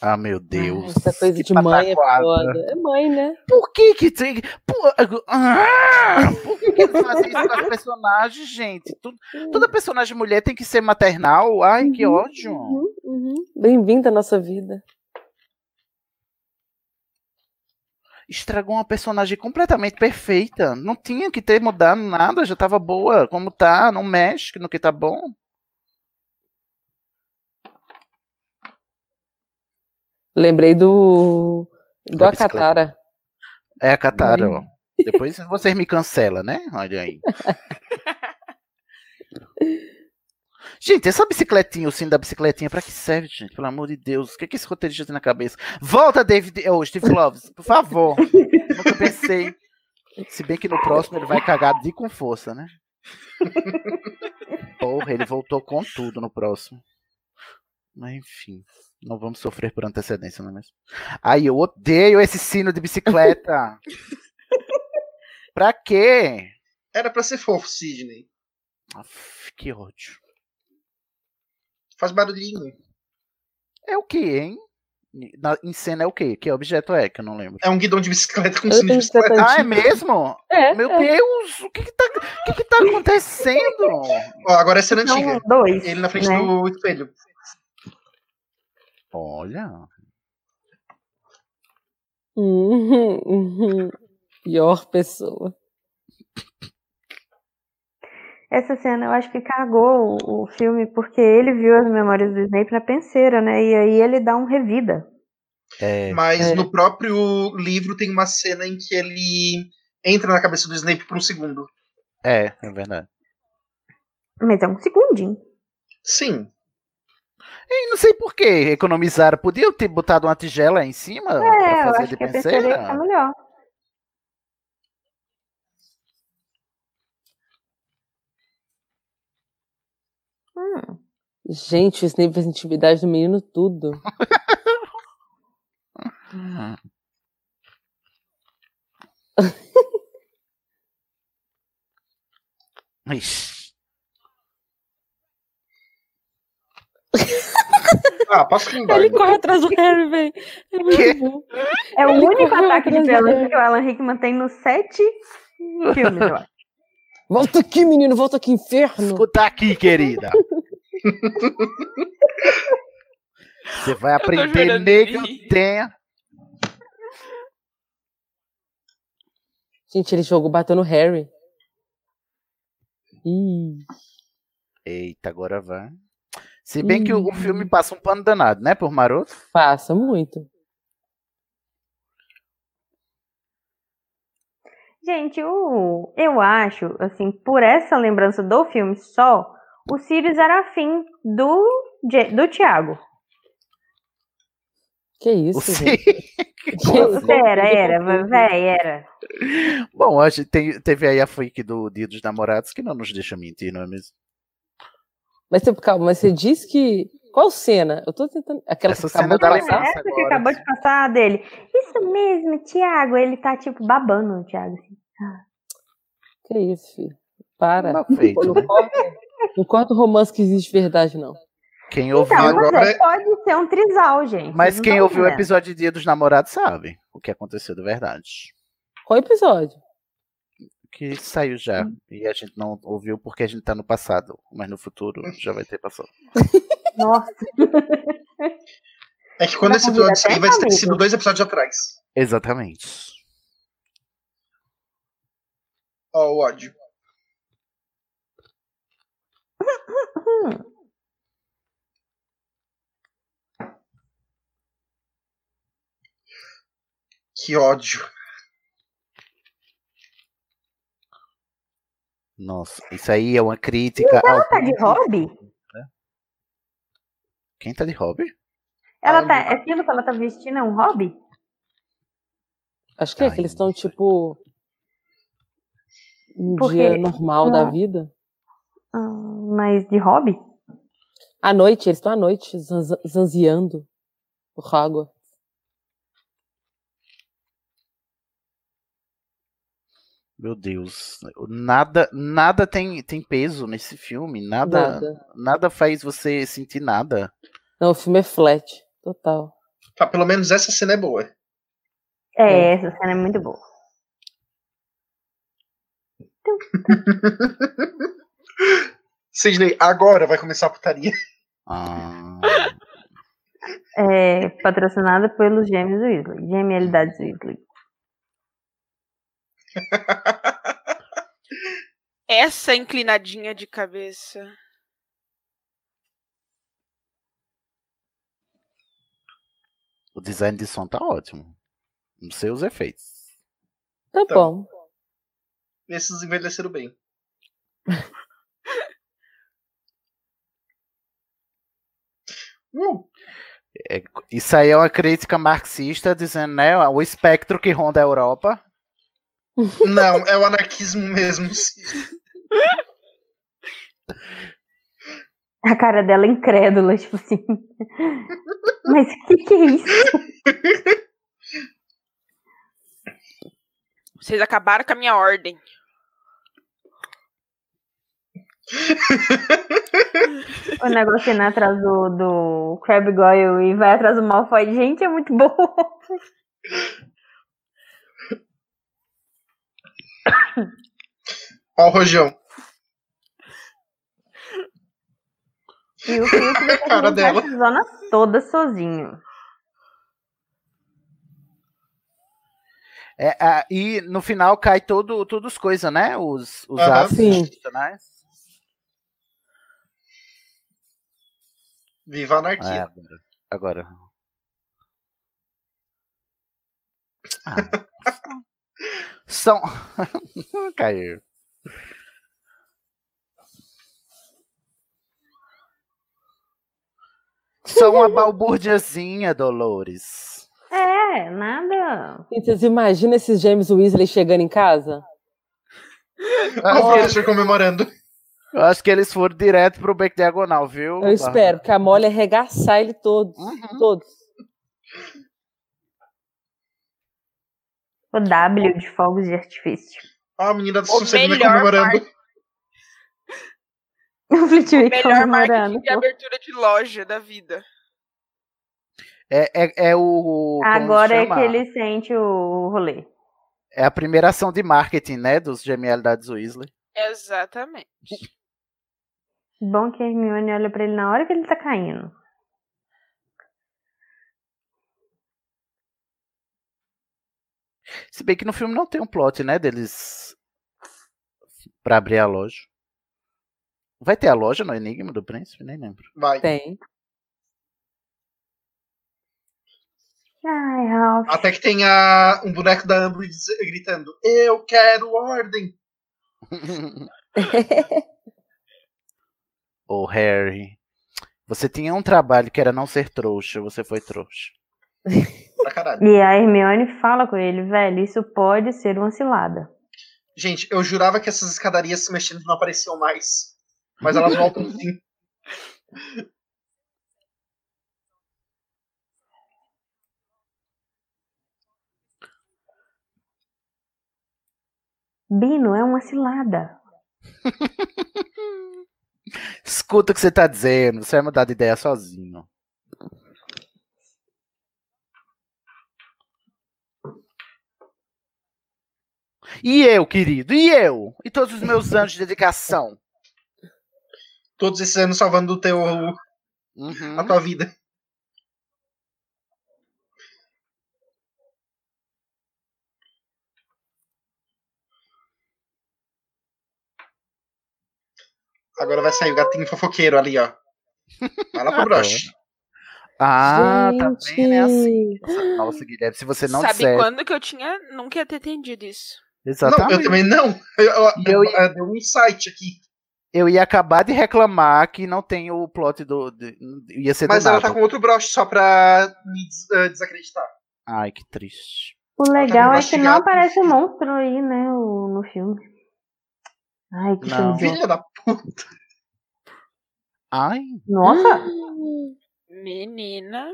[SPEAKER 2] Ah, meu Deus.
[SPEAKER 5] Essa coisa
[SPEAKER 2] que
[SPEAKER 5] de mãe é
[SPEAKER 2] pataquada.
[SPEAKER 5] foda. É mãe, né?
[SPEAKER 2] Por que que tem. Por, ah, por que que eles fazem isso com as personagens, gente? Tu- Toda personagem mulher tem que ser maternal? Ai, que ódio.
[SPEAKER 5] Uhum, uhum. Bem-vinda à nossa vida.
[SPEAKER 2] estragou uma personagem completamente perfeita. Não tinha que ter mudado nada, já tava boa como tá, não mexe no que tá bom.
[SPEAKER 5] Lembrei do. Do
[SPEAKER 2] Da bicicleta.
[SPEAKER 5] Akatara.
[SPEAKER 2] É a Katara, ó. Depois vocês me cancelam, né? Olha aí. Gente, essa bicicletinha, o sino da bicicletinha, pra que serve, gente? Pelo amor de Deus, o que, que esse roteirista tem na cabeça? Volta, David, ô, Steve Loves, por favor. Nunca pensei. Se bem que no próximo ele vai cagar de com força, né? Porra, ele voltou com tudo no próximo. Mas enfim, não vamos sofrer por antecedência, não é mesmo? Ai, eu odeio esse sino de bicicleta. pra quê?
[SPEAKER 4] Era pra ser fofo, Sidney.
[SPEAKER 2] Aff, que ódio.
[SPEAKER 4] Faz barulhinho.
[SPEAKER 2] É o que, hein? Na- em cena é o quê? Que objeto é? Que eu não lembro.
[SPEAKER 4] É um guidão de bicicleta com
[SPEAKER 5] Eu
[SPEAKER 4] sino de
[SPEAKER 5] tenho
[SPEAKER 4] bicicleta.
[SPEAKER 5] bicicleta.
[SPEAKER 2] Ah, é mesmo?
[SPEAKER 5] É.
[SPEAKER 2] Meu
[SPEAKER 5] é.
[SPEAKER 2] Deus, o que que tá, o que que tá acontecendo?
[SPEAKER 4] Ó, agora é cena
[SPEAKER 5] Então,
[SPEAKER 6] São
[SPEAKER 4] antiga.
[SPEAKER 6] dois.
[SPEAKER 4] Ele na frente
[SPEAKER 6] né?
[SPEAKER 4] do espelho.
[SPEAKER 2] Olha,
[SPEAKER 5] Uhum, uhum. Pior pessoa.
[SPEAKER 6] Essa cena eu acho que cagou o o filme, porque ele viu as memórias do Snape na penseira, né? E aí ele dá um revida.
[SPEAKER 2] é,
[SPEAKER 4] Mas
[SPEAKER 5] É.
[SPEAKER 4] no próprio livro tem uma cena em que ele entra na cabeça do Snape por um segundo.
[SPEAKER 2] é, é verdade.
[SPEAKER 6] Mas é um segundinho.
[SPEAKER 4] Sim.
[SPEAKER 2] E não sei por que economizaram. Podiam ter botado uma tigela em cima
[SPEAKER 6] É, eu acho que a terceira tá melhor.
[SPEAKER 5] Hum. Gente, o Snape fez intimidade do menino tudo.
[SPEAKER 2] Ixi.
[SPEAKER 4] Ah, posso lembrar.
[SPEAKER 5] Ele corre atrás do Harry, velho. É muito
[SPEAKER 2] Quê?
[SPEAKER 5] bom.
[SPEAKER 6] É o
[SPEAKER 5] Ele
[SPEAKER 6] único
[SPEAKER 5] correu
[SPEAKER 6] ataque de
[SPEAKER 5] atrás do
[SPEAKER 6] violência
[SPEAKER 5] Harry.
[SPEAKER 6] que o Alan Rickman tem nos sete filmes, eu acho.
[SPEAKER 5] Volta aqui, menino, volta aqui, inferno.
[SPEAKER 2] Escuta aqui, querida. Você vai
[SPEAKER 3] tô
[SPEAKER 2] aprender
[SPEAKER 3] chorando de
[SPEAKER 2] nega
[SPEAKER 3] rir.
[SPEAKER 2] tem.
[SPEAKER 5] Gente, ele jogou, bateu no Harry. Ih,
[SPEAKER 2] Eita, agora vai. Se bem que o, o filme passa um pano danado, né, por maroto?
[SPEAKER 5] passa muito.
[SPEAKER 6] Gente, o... eu acho, assim, por essa lembrança do filme só, o Sirius era afim do, Je- do Tiago.
[SPEAKER 5] Que isso, é
[SPEAKER 2] O Sirius.
[SPEAKER 5] gente.
[SPEAKER 6] Você era, era, véi, era.
[SPEAKER 2] Bom, hoje tem, teve aí a freak do Dia dos Namorados que não nos deixa mentir, não é mesmo?
[SPEAKER 5] Mas você, calma, mas você disse que. Qual cena? Eu tô tentando. Aquela
[SPEAKER 2] Essa
[SPEAKER 5] que acabou
[SPEAKER 2] cena
[SPEAKER 5] de
[SPEAKER 2] da
[SPEAKER 5] passar?
[SPEAKER 2] lembrança.
[SPEAKER 6] Essa que
[SPEAKER 2] agora,
[SPEAKER 6] acabou de passar dele. Isso mesmo, Tiago. Ele tá, tipo, babando o Tiago. assim.
[SPEAKER 5] Que isso, filho. Para.
[SPEAKER 2] Mal feito,
[SPEAKER 5] Não
[SPEAKER 2] né?
[SPEAKER 5] corta- não corta o romance que existe de verdade, não.
[SPEAKER 2] Quem ouviu.
[SPEAKER 6] Então, mas
[SPEAKER 4] agora
[SPEAKER 6] é,
[SPEAKER 4] é-
[SPEAKER 6] pode ser um trisal, gente.
[SPEAKER 2] Mas
[SPEAKER 6] Não
[SPEAKER 2] quem
[SPEAKER 6] tô
[SPEAKER 2] ouviu o
[SPEAKER 6] entendendo.
[SPEAKER 2] episódio de Dia dos Namorados sabe o que aconteceu de verdade.
[SPEAKER 5] Qual episódio?
[SPEAKER 2] Que saiu já. E a gente não ouviu porque a gente tá no passado. Mas no futuro já vai ter passado.
[SPEAKER 6] Nossa,
[SPEAKER 4] É que quando
[SPEAKER 6] Mas
[SPEAKER 4] esse episódio
[SPEAKER 6] convida até
[SPEAKER 4] sair, vai ter
[SPEAKER 6] amigo.
[SPEAKER 4] sido dois episódios atrás.
[SPEAKER 2] Exatamente.
[SPEAKER 4] Ó, o ódio. Que ódio.
[SPEAKER 2] Nossa, isso aí é uma crítica. ao...
[SPEAKER 6] tá de hobby?
[SPEAKER 2] Quem tá de hobby?
[SPEAKER 6] Ela
[SPEAKER 4] Ah,
[SPEAKER 6] tá, aquilo que ela tá vestindo é um hobby?
[SPEAKER 5] Acho que é,
[SPEAKER 2] Ai,
[SPEAKER 5] que eles
[SPEAKER 2] não
[SPEAKER 5] estão, tipo. Um
[SPEAKER 6] Porque-
[SPEAKER 5] dia normal da
[SPEAKER 6] Ah.
[SPEAKER 5] vida.
[SPEAKER 6] Hum, Mas de hobby?
[SPEAKER 5] À noite, eles estão à noite, zanz- zanziando por água.
[SPEAKER 2] Meu Deus. Nada nada tem, tem peso nesse filme. Nada, nada
[SPEAKER 5] Nada.
[SPEAKER 2] faz você sentir nada.
[SPEAKER 5] Não, o filme é flat. Total.
[SPEAKER 4] Tá, pelo menos essa cena é boa.
[SPEAKER 6] É, essa cena é muito boa.
[SPEAKER 4] Sidney, agora vai começar a putaria.
[SPEAKER 2] Ah,
[SPEAKER 6] É, patrocinada pelos gêmeos Weasley. Genialidades Weasley.
[SPEAKER 3] Essa inclinadinha de cabeça.
[SPEAKER 2] o design de som tá ótimo. Não sei os efeitos.
[SPEAKER 5] Tá
[SPEAKER 4] Tá.
[SPEAKER 2] Então.
[SPEAKER 5] bom.
[SPEAKER 4] Esses envelheceram bem. Uh,
[SPEAKER 2] Isso aí é uma crítica marxista dizendo, né, o espectro que ronda a Europa.
[SPEAKER 4] não, é o anarquismo mesmo. Sidney.
[SPEAKER 6] A cara dela é incrédula, tipo assim. Mas o que, que é isso?
[SPEAKER 3] Vocês acabaram com a minha ordem.
[SPEAKER 6] O negócio indo atrás do, do Crab Goyle e vai atrás do Malfoy. Gente, é muito bom.
[SPEAKER 4] Ó, o Rojão.
[SPEAKER 6] E o Felipe vai
[SPEAKER 4] cara
[SPEAKER 6] ter
[SPEAKER 4] dela.
[SPEAKER 6] essa zona toda sozinho.
[SPEAKER 2] É, ah, e no final cai todo, todas as coisas, né? Os, os
[SPEAKER 4] Aham.
[SPEAKER 2] atos
[SPEAKER 5] Sim.
[SPEAKER 2] institucionais.
[SPEAKER 4] Viva a
[SPEAKER 2] Ah, é
[SPEAKER 4] anarquia.
[SPEAKER 2] agora. agora. Ah. São. Caiu. Só uma balbúrdiazinha, Dolores.
[SPEAKER 6] É, nada.
[SPEAKER 5] Gente, Vocês imaginam esses James Weasley chegando em casa?
[SPEAKER 3] Ah,
[SPEAKER 4] Como que eles ficam comemorando?
[SPEAKER 2] Eu acho que eles foram direto pro beco diagonal, viu?
[SPEAKER 5] Eu espero que a Molly arregaçar ele todos. Todos.
[SPEAKER 6] O W de fogos de artifício.
[SPEAKER 4] Ah, a menina do
[SPEAKER 3] O
[SPEAKER 4] Sossego
[SPEAKER 3] melhor
[SPEAKER 4] comemorando.
[SPEAKER 6] O Flitwick
[SPEAKER 3] Melhor marketing
[SPEAKER 6] comemorando.
[SPEAKER 3] de abertura de loja da vida.
[SPEAKER 2] É, é, é o. como
[SPEAKER 6] Agora é
[SPEAKER 2] chama?
[SPEAKER 6] que ele sente o rolê.
[SPEAKER 2] É a primeira ação de marketing, né? Dos genialidades Weasley.
[SPEAKER 3] Exatamente.
[SPEAKER 6] Bom que a Hermione olha pra ele na hora que ele tá caindo.
[SPEAKER 2] Se bem que no filme não tem um plot, né? Deles. Pra abrir a loja. Vai ter a loja no Enigma do Príncipe? Nem lembro.
[SPEAKER 4] Vai.
[SPEAKER 5] Tem.
[SPEAKER 6] Ai, Ralph.
[SPEAKER 4] Até que tem a, um boneco da Amber diz- gritando: Eu quero ordem!
[SPEAKER 2] Ô, Harry. Você tinha um trabalho que era não ser trouxa, você foi trouxa.
[SPEAKER 4] Pra caralho.
[SPEAKER 6] E a Hermione fala com ele, velho, isso pode ser uma cilada.
[SPEAKER 4] Gente, eu jurava que essas escadarias se mexendo não apareciam mais. Mas elas voltam sim.
[SPEAKER 6] Bino, é uma cilada.
[SPEAKER 2] Escuta o que você tá dizendo, você vai mudar de ideia sozinho. E eu, querido, e eu? E todos os meus anos de dedicação?
[SPEAKER 4] Todos esses anos salvando o teu,
[SPEAKER 2] Uhum.
[SPEAKER 4] a tua vida. Agora vai sair o gatinho fofoqueiro ali, ó. Vai lá pro broche.
[SPEAKER 2] Ah, tá
[SPEAKER 5] Gente.
[SPEAKER 2] vendo? É assim. Nossa, Nossa, Guilherme, se você não
[SPEAKER 3] Sabe
[SPEAKER 2] disser...
[SPEAKER 3] quando que eu tinha. Nunca ia ter entendido isso.
[SPEAKER 4] Não, eu
[SPEAKER 2] Exatamente.
[SPEAKER 4] também não. Eu, eu-
[SPEAKER 2] Tá, E eu-
[SPEAKER 4] eu- deu um insight aqui.
[SPEAKER 2] Eu ia acabar de reclamar que não tem o plot do... de- Ia ser
[SPEAKER 4] Mas
[SPEAKER 2] do
[SPEAKER 4] ela
[SPEAKER 2] nada.
[SPEAKER 4] tá com outro broche só pra me des- eh, desacreditar.
[SPEAKER 2] Ai, que triste.
[SPEAKER 6] O legal é que não
[SPEAKER 4] mastigado.
[SPEAKER 6] aparece o monstro aí, né, o- no filme. Ai, que
[SPEAKER 2] Não.
[SPEAKER 6] filme idiota.
[SPEAKER 4] Filha da puta.
[SPEAKER 2] Ai,
[SPEAKER 6] um- Nossa,
[SPEAKER 3] Menina.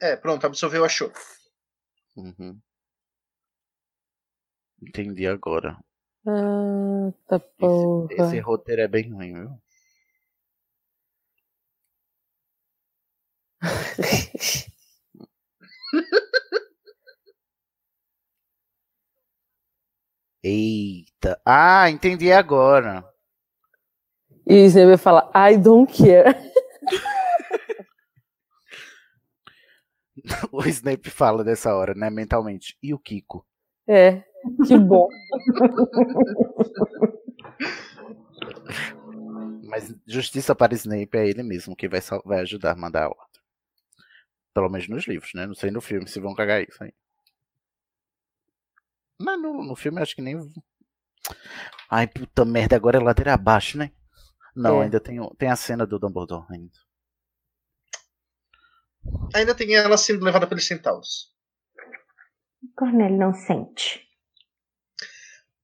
[SPEAKER 4] É, pronto, absorveu, achou.
[SPEAKER 2] Uhum. Entendi agora.
[SPEAKER 5] Ah, tá porra.
[SPEAKER 2] Esse, esse roteiro é bem ruim, viu? Eita. Ah, entendi agora.
[SPEAKER 5] E o Snape fala, I don't care.
[SPEAKER 2] O Snape fala dessa hora, né? Mentalmente. E o Kiko?
[SPEAKER 5] É, que bom.
[SPEAKER 2] Mas justiça para Snape é ele mesmo que vai, sal- vai ajudar a mandar a ordem. Pelo menos nos livros, né? Não sei no filme se vão cagar isso aí. Mas no, no filme eu acho que nem. Ai, puta merda, agora é ladeira abaixo, né? Não,
[SPEAKER 5] É.
[SPEAKER 2] ainda tem, o- tem a cena do Dumbledore ainda.
[SPEAKER 4] Ainda tem ela sendo levada pelos centauros.
[SPEAKER 6] Cornélio não sente.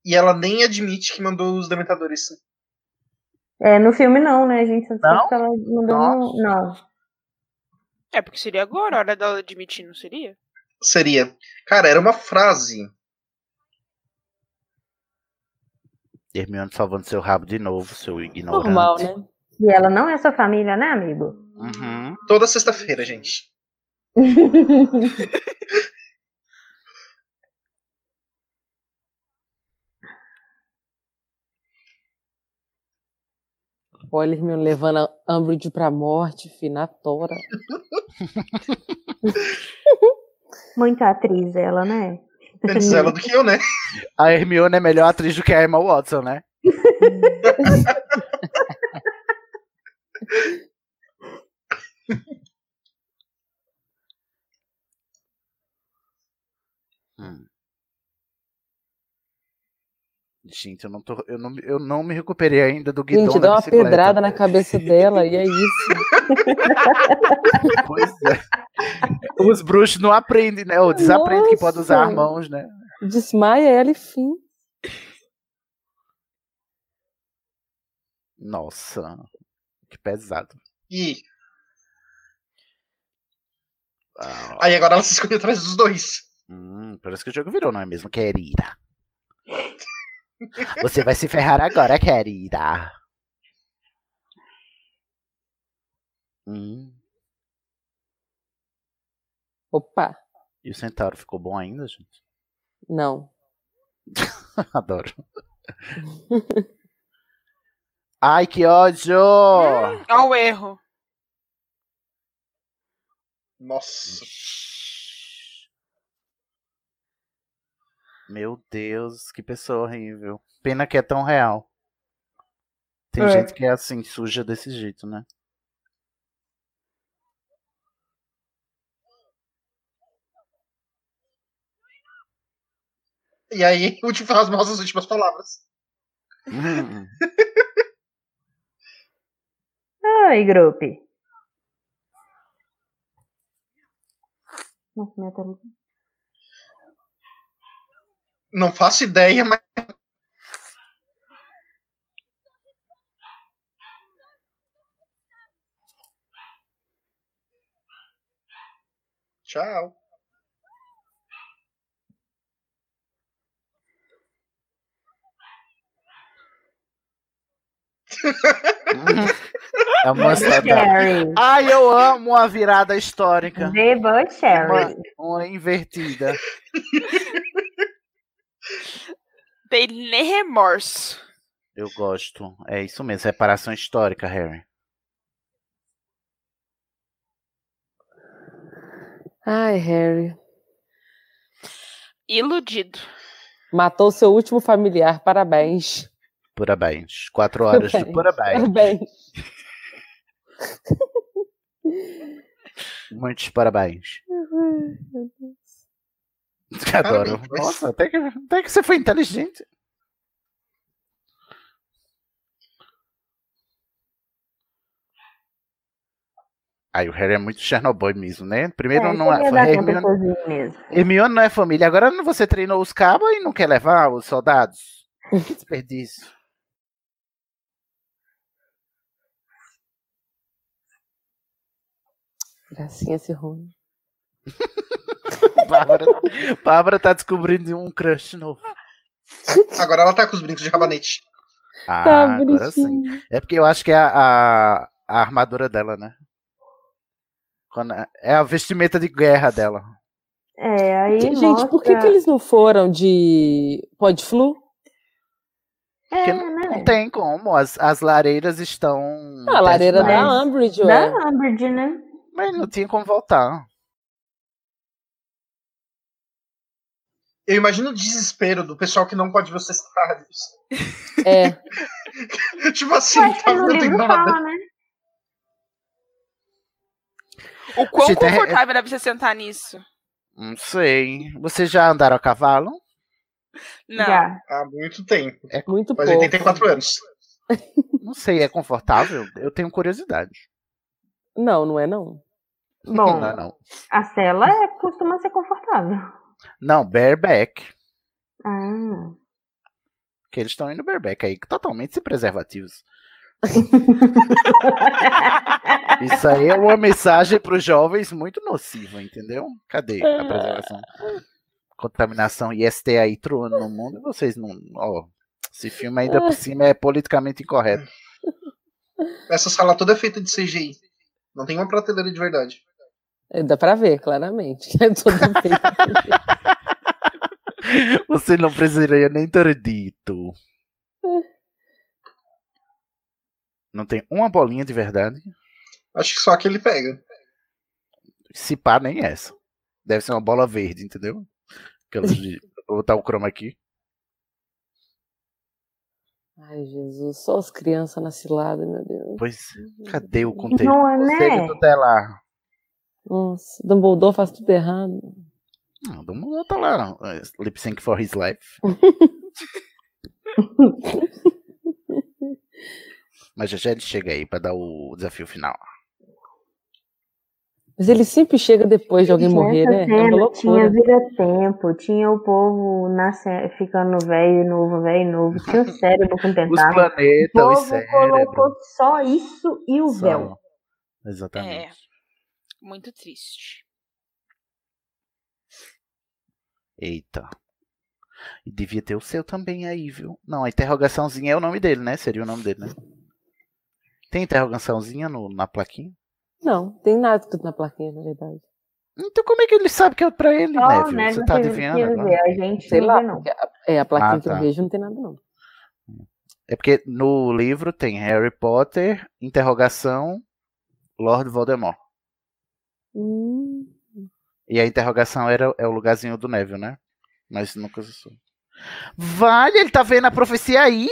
[SPEAKER 4] E ela nem admite que mandou os dementadores.
[SPEAKER 6] É, no filme não, né, gente? Só
[SPEAKER 2] Não?
[SPEAKER 6] sabe que ela mandou no... Não.
[SPEAKER 3] É porque seria agora a hora dela admitir, não seria?
[SPEAKER 4] Seria. Cara, era uma frase.
[SPEAKER 2] Hermione salvando seu rabo de novo, seu ignorante.
[SPEAKER 5] Normal, né?
[SPEAKER 6] E ela não é sua família, né, amigo?
[SPEAKER 2] Uhum.
[SPEAKER 4] Toda sexta-feira, gente.
[SPEAKER 5] Olha, Hermione levando a Umbridge pra morte, fi, na tora.
[SPEAKER 6] Muito atriz ela, né?
[SPEAKER 4] Antes ela do que eu, né?
[SPEAKER 2] A Hermione é melhor atriz do que a Emma Watson, né? Hum. Gente, eu não, tô, eu, não, eu não me recuperei ainda do guidão
[SPEAKER 5] Gente,
[SPEAKER 2] da
[SPEAKER 5] dá uma
[SPEAKER 2] bicicleta. né?
[SPEAKER 5] pedrada na cabeça dela e é isso.
[SPEAKER 2] Pois é. Os bruxos não aprendem, né? Ou desaprendem que pode usar as mãos, né?
[SPEAKER 5] Desmaia ela e fim.
[SPEAKER 2] Nossa, que pesado.
[SPEAKER 4] E.
[SPEAKER 2] Ah.
[SPEAKER 4] Aí agora ela se esconde atrás dos dois.
[SPEAKER 2] Hum, parece que o jogo virou, não é mesmo, querida? Você vai se ferrar agora, querida. Hum.
[SPEAKER 5] Opa,
[SPEAKER 2] E o centauro ficou bom ainda, gente?
[SPEAKER 5] não.
[SPEAKER 2] Adoro. Ai, que ódio!
[SPEAKER 3] Olha o erro.
[SPEAKER 4] Nossa.
[SPEAKER 2] Meu Deus, que pessoa horrível. Pena que é tão real. Tem
[SPEAKER 4] É.
[SPEAKER 2] gente que é assim, suja desse jeito, né?
[SPEAKER 4] E aí, último fantasma, as últimas palavras.
[SPEAKER 2] Hum.
[SPEAKER 6] Oi, grupo. Nossa, minha tela. tá
[SPEAKER 4] Não faço ideia, mas. Tchau.
[SPEAKER 2] É uma
[SPEAKER 6] Sherry.
[SPEAKER 2] Ai, eu amo uma virada histórica.
[SPEAKER 6] Debauchery.
[SPEAKER 2] Uma, uma invertida.
[SPEAKER 3] Tem nem remorso.
[SPEAKER 2] Eu gosto. É isso mesmo, reparação histórica, Harry.
[SPEAKER 5] Ai, Harry.
[SPEAKER 3] Iludido.
[SPEAKER 5] Matou seu último familiar, parabéns.
[SPEAKER 2] Parabéns. Quatro horas de parabéns.
[SPEAKER 5] Parabéns.
[SPEAKER 2] Muitos parabéns.
[SPEAKER 5] Meu Deus.
[SPEAKER 2] Adoro.
[SPEAKER 4] Parabéns.
[SPEAKER 2] Nossa, até que, até que você foi inteligente. Aí o Harry é muito Chernobyl mesmo, né? Primeiro
[SPEAKER 6] É,
[SPEAKER 2] não
[SPEAKER 6] eu
[SPEAKER 2] é.
[SPEAKER 6] ia dar conta
[SPEAKER 2] Hermione,
[SPEAKER 6] sozinho mesmo.
[SPEAKER 2] Hermione não é família. Agora você treinou os cabos e não quer levar os soldados? Que desperdício.
[SPEAKER 5] Gracinha esse Rony.
[SPEAKER 2] Bárbara, Bárbara tá descobrindo um crush novo.
[SPEAKER 5] Tá
[SPEAKER 4] Agora ela tá com os brincos de rabanete.
[SPEAKER 2] Ah,
[SPEAKER 5] tá
[SPEAKER 2] agora sim.
[SPEAKER 5] bonitinho.
[SPEAKER 2] É porque eu acho que é a, a, a armadura dela, né? Quando- é a vestimenta de guerra dela.
[SPEAKER 6] É, aí
[SPEAKER 5] Gente,
[SPEAKER 6] mostra...
[SPEAKER 5] por que, que eles não foram de pod flu?
[SPEAKER 6] É,
[SPEAKER 5] É,
[SPEAKER 2] Porque
[SPEAKER 6] né?
[SPEAKER 2] Não tem como, as, as lareiras estão.
[SPEAKER 5] Ah, a lareira
[SPEAKER 2] intestinais.
[SPEAKER 5] da Umbridge,
[SPEAKER 2] é.
[SPEAKER 5] ué.
[SPEAKER 6] Da Umbridge, né?
[SPEAKER 2] Mas não tinha como voltar.
[SPEAKER 4] Eu imagino o desespero do pessoal que não pode ver os testários.
[SPEAKER 5] É.
[SPEAKER 4] tipo assim,
[SPEAKER 6] Eu acho que
[SPEAKER 4] tá,
[SPEAKER 6] no
[SPEAKER 4] não tem
[SPEAKER 6] livro
[SPEAKER 4] nada.
[SPEAKER 6] fala, né?
[SPEAKER 3] O quão
[SPEAKER 2] Gente, é-
[SPEAKER 3] confortável era você sentar nisso?
[SPEAKER 2] Não sei. Vocês já andaram a cavalo?
[SPEAKER 3] Não.
[SPEAKER 6] Já.
[SPEAKER 4] Há muito tempo.
[SPEAKER 5] Muito
[SPEAKER 4] Faz
[SPEAKER 5] pouco.
[SPEAKER 4] 84 anos.
[SPEAKER 2] Não sei, é confortável? Eu tenho curiosidade.
[SPEAKER 5] Não, não é não.
[SPEAKER 6] Bom,
[SPEAKER 2] Não, não.
[SPEAKER 6] a cela é, costuma ser confortável.
[SPEAKER 2] Não, bareback.
[SPEAKER 6] Ah,
[SPEAKER 2] Que eles estão indo bareback aí, totalmente sem preservativos. Isso aí é uma mensagem para os jovens muito nociva, entendeu? Cadê a preservação? Contaminação e ST aí troando no mundo, vocês não. Ó, esse filme ainda por cima é politicamente incorreto.
[SPEAKER 4] Essa sala toda é feita de CGI. Não tem uma prateleira de verdade.
[SPEAKER 5] É, Dá pra ver, claramente. É todo feito.
[SPEAKER 2] Você não precisaria nem ter dito. Não tem uma bolinha de verdade.
[SPEAKER 4] Acho que só que ele pega.
[SPEAKER 2] Se pá, nem essa. Deve ser uma bola verde, entendeu? Aquelas de- Vou botar o chroma aqui.
[SPEAKER 5] Ai, Jesus, só as crianças na cilada, meu Deus.
[SPEAKER 2] Pois, cadê o conteúdo?
[SPEAKER 6] Não é, né?
[SPEAKER 2] Conselho tutelar.
[SPEAKER 5] Nossa, Dumbledore faz tudo errado.
[SPEAKER 2] eh, Não, todo mundo tá lá. é, Lip Sync for His Life. Mas já já ele chega aí pra dar o desafio final.
[SPEAKER 5] Mas ele sempre chega depois de alguém
[SPEAKER 6] Tinha
[SPEAKER 5] morrer,
[SPEAKER 6] essa
[SPEAKER 5] né? É
[SPEAKER 6] cena,
[SPEAKER 5] uma loucura.
[SPEAKER 6] Tinha vira-tempo, tinha o povo nascendo, ficando velho, novo, velho, novo, tinha o cérebro com
[SPEAKER 2] Os
[SPEAKER 6] tentáculo.
[SPEAKER 2] planetas,
[SPEAKER 6] o
[SPEAKER 2] os
[SPEAKER 6] povo colocou
[SPEAKER 2] cérebros.
[SPEAKER 6] só isso e o
[SPEAKER 2] Só.
[SPEAKER 6] véu.
[SPEAKER 2] Exatamente.
[SPEAKER 3] É. Muito triste.
[SPEAKER 2] Eita. E devia ter o seu também aí, viu? Não, a interrogaçãozinha é o nome dele, né? Seria o nome dele, né? Tem interrogaçãozinha no, na plaquinha?
[SPEAKER 5] Não, tem nada tudo na plaquinha, na verdade.
[SPEAKER 2] Então como é que ele sabe que é pra ele,
[SPEAKER 5] Só
[SPEAKER 2] Neville?
[SPEAKER 5] o
[SPEAKER 6] Oh, né,
[SPEAKER 5] Neville
[SPEAKER 2] Você tá
[SPEAKER 5] que-
[SPEAKER 2] adivinhando
[SPEAKER 5] que
[SPEAKER 2] agora?
[SPEAKER 6] A gente
[SPEAKER 5] Sei
[SPEAKER 6] não
[SPEAKER 5] lá,
[SPEAKER 6] vê, não.
[SPEAKER 5] porque a- É, a plaquinha
[SPEAKER 2] Ah,
[SPEAKER 5] que eu
[SPEAKER 2] tá.
[SPEAKER 5] vejo não tem nada, não.
[SPEAKER 2] É porque no livro tem Harry Potter, interrogação, Lord Voldemort.
[SPEAKER 6] Hum.
[SPEAKER 2] E a interrogação era, é o lugarzinho do Neville, né? Mas nunca se soube. Vale, ele tá vendo a profecia aí?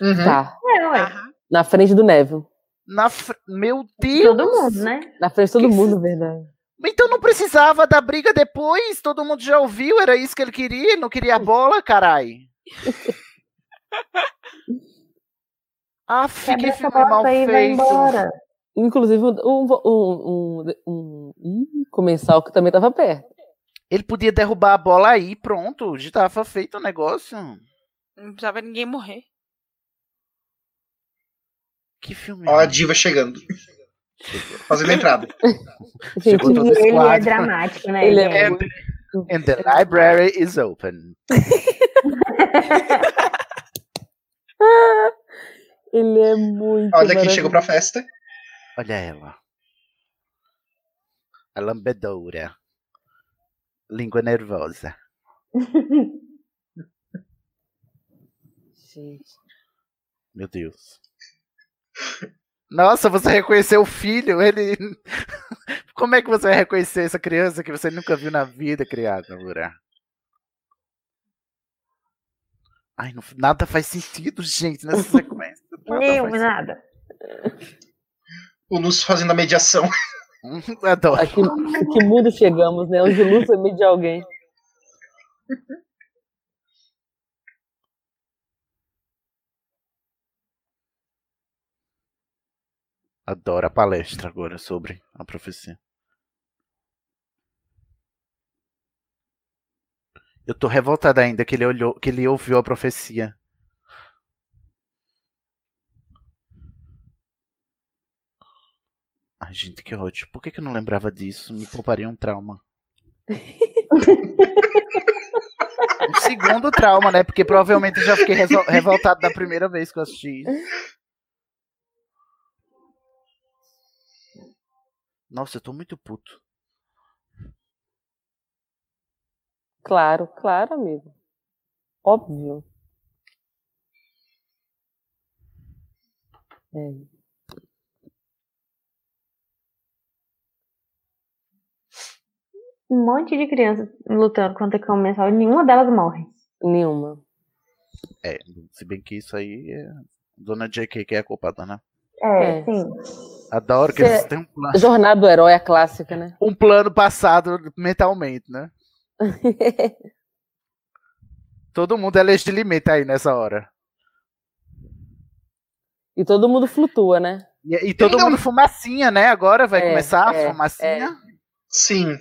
[SPEAKER 4] Uhum.
[SPEAKER 5] Tá.
[SPEAKER 6] É, ué.
[SPEAKER 5] Na frente do Neville.
[SPEAKER 2] Na fr- Meu Deus!
[SPEAKER 6] Todo mundo, né?
[SPEAKER 5] Na frente de todo mundo, na verdade.
[SPEAKER 2] Então não precisava da briga depois? Todo mundo já ouviu? Era isso que ele queria? Não queria a bola, carai? ah, fiquei
[SPEAKER 6] Essa
[SPEAKER 2] filme mal
[SPEAKER 6] bota aí vai
[SPEAKER 2] feito.
[SPEAKER 6] embora.
[SPEAKER 5] Inclusive, um, um, um, um- um comensal que também tava perto.
[SPEAKER 2] Ele podia derrubar a bola aí, pronto. Já tava feito o negócio.
[SPEAKER 3] Não precisava ninguém morrer.
[SPEAKER 2] Que filme.
[SPEAKER 4] Ó, a diva chegando. Fazendo a entrada.
[SPEAKER 2] Chegou todo esse
[SPEAKER 6] Ele é
[SPEAKER 2] quadro.
[SPEAKER 6] dramático, né?
[SPEAKER 5] Ele é
[SPEAKER 6] gente?
[SPEAKER 2] And the library is open.
[SPEAKER 5] Ele é muito.
[SPEAKER 4] Olha quem
[SPEAKER 5] maravilhoso.
[SPEAKER 4] chegou pra festa.
[SPEAKER 2] Olha ela. A lambedoura. Língua nervosa.
[SPEAKER 5] Gente.
[SPEAKER 2] Meu Deus. Nossa, você reconheceu o filho? Ele. Como é que você vai reconhecer essa criança que você nunca viu na vida, criada, Mura? Ai, não- nada faz sentido, gente, nessa sequência. Nada
[SPEAKER 6] Nenhum,
[SPEAKER 2] faz
[SPEAKER 6] nada.
[SPEAKER 4] O Lúcio fazendo a mediação.
[SPEAKER 2] sentido. Adoro.
[SPEAKER 5] A É que, a que mundo chegamos, né? Os ilusos meio de alguém.
[SPEAKER 2] Adoro a palestra agora sobre a profecia. Eu tô revoltada ainda que ele olhou, que ele ouviu a profecia. Ai, gente, que ódio. Por que, que eu não lembrava disso? Me pouparia um trauma. um segundo trauma, né? Porque provavelmente eu já fiquei resol- revoltado da primeira vez que eu assisti. Nossa, eu tô muito puto.
[SPEAKER 5] Claro, claro, amigo. Óbvio. É.
[SPEAKER 6] Um monte de crianças lutando contra o comensal e nenhuma delas morre.
[SPEAKER 5] Nenhuma.
[SPEAKER 2] É, se bem que isso aí é. Dona J.K. que é a culpada, né?
[SPEAKER 6] É,
[SPEAKER 5] É.
[SPEAKER 6] sim.
[SPEAKER 2] Adoro que
[SPEAKER 5] Cê-
[SPEAKER 2] eles têm um plano,
[SPEAKER 5] A jornada do herói é a clássica, né?
[SPEAKER 2] um plano passado mentalmente, né? Todo mundo é legitimate aí nessa hora.
[SPEAKER 5] E todo mundo flutua, né?
[SPEAKER 2] E, e todo
[SPEAKER 4] Não.
[SPEAKER 2] mundo fumacinha, né? Agora vai
[SPEAKER 5] É,
[SPEAKER 2] começar
[SPEAKER 5] é,
[SPEAKER 2] a fumacinha.
[SPEAKER 4] Sim.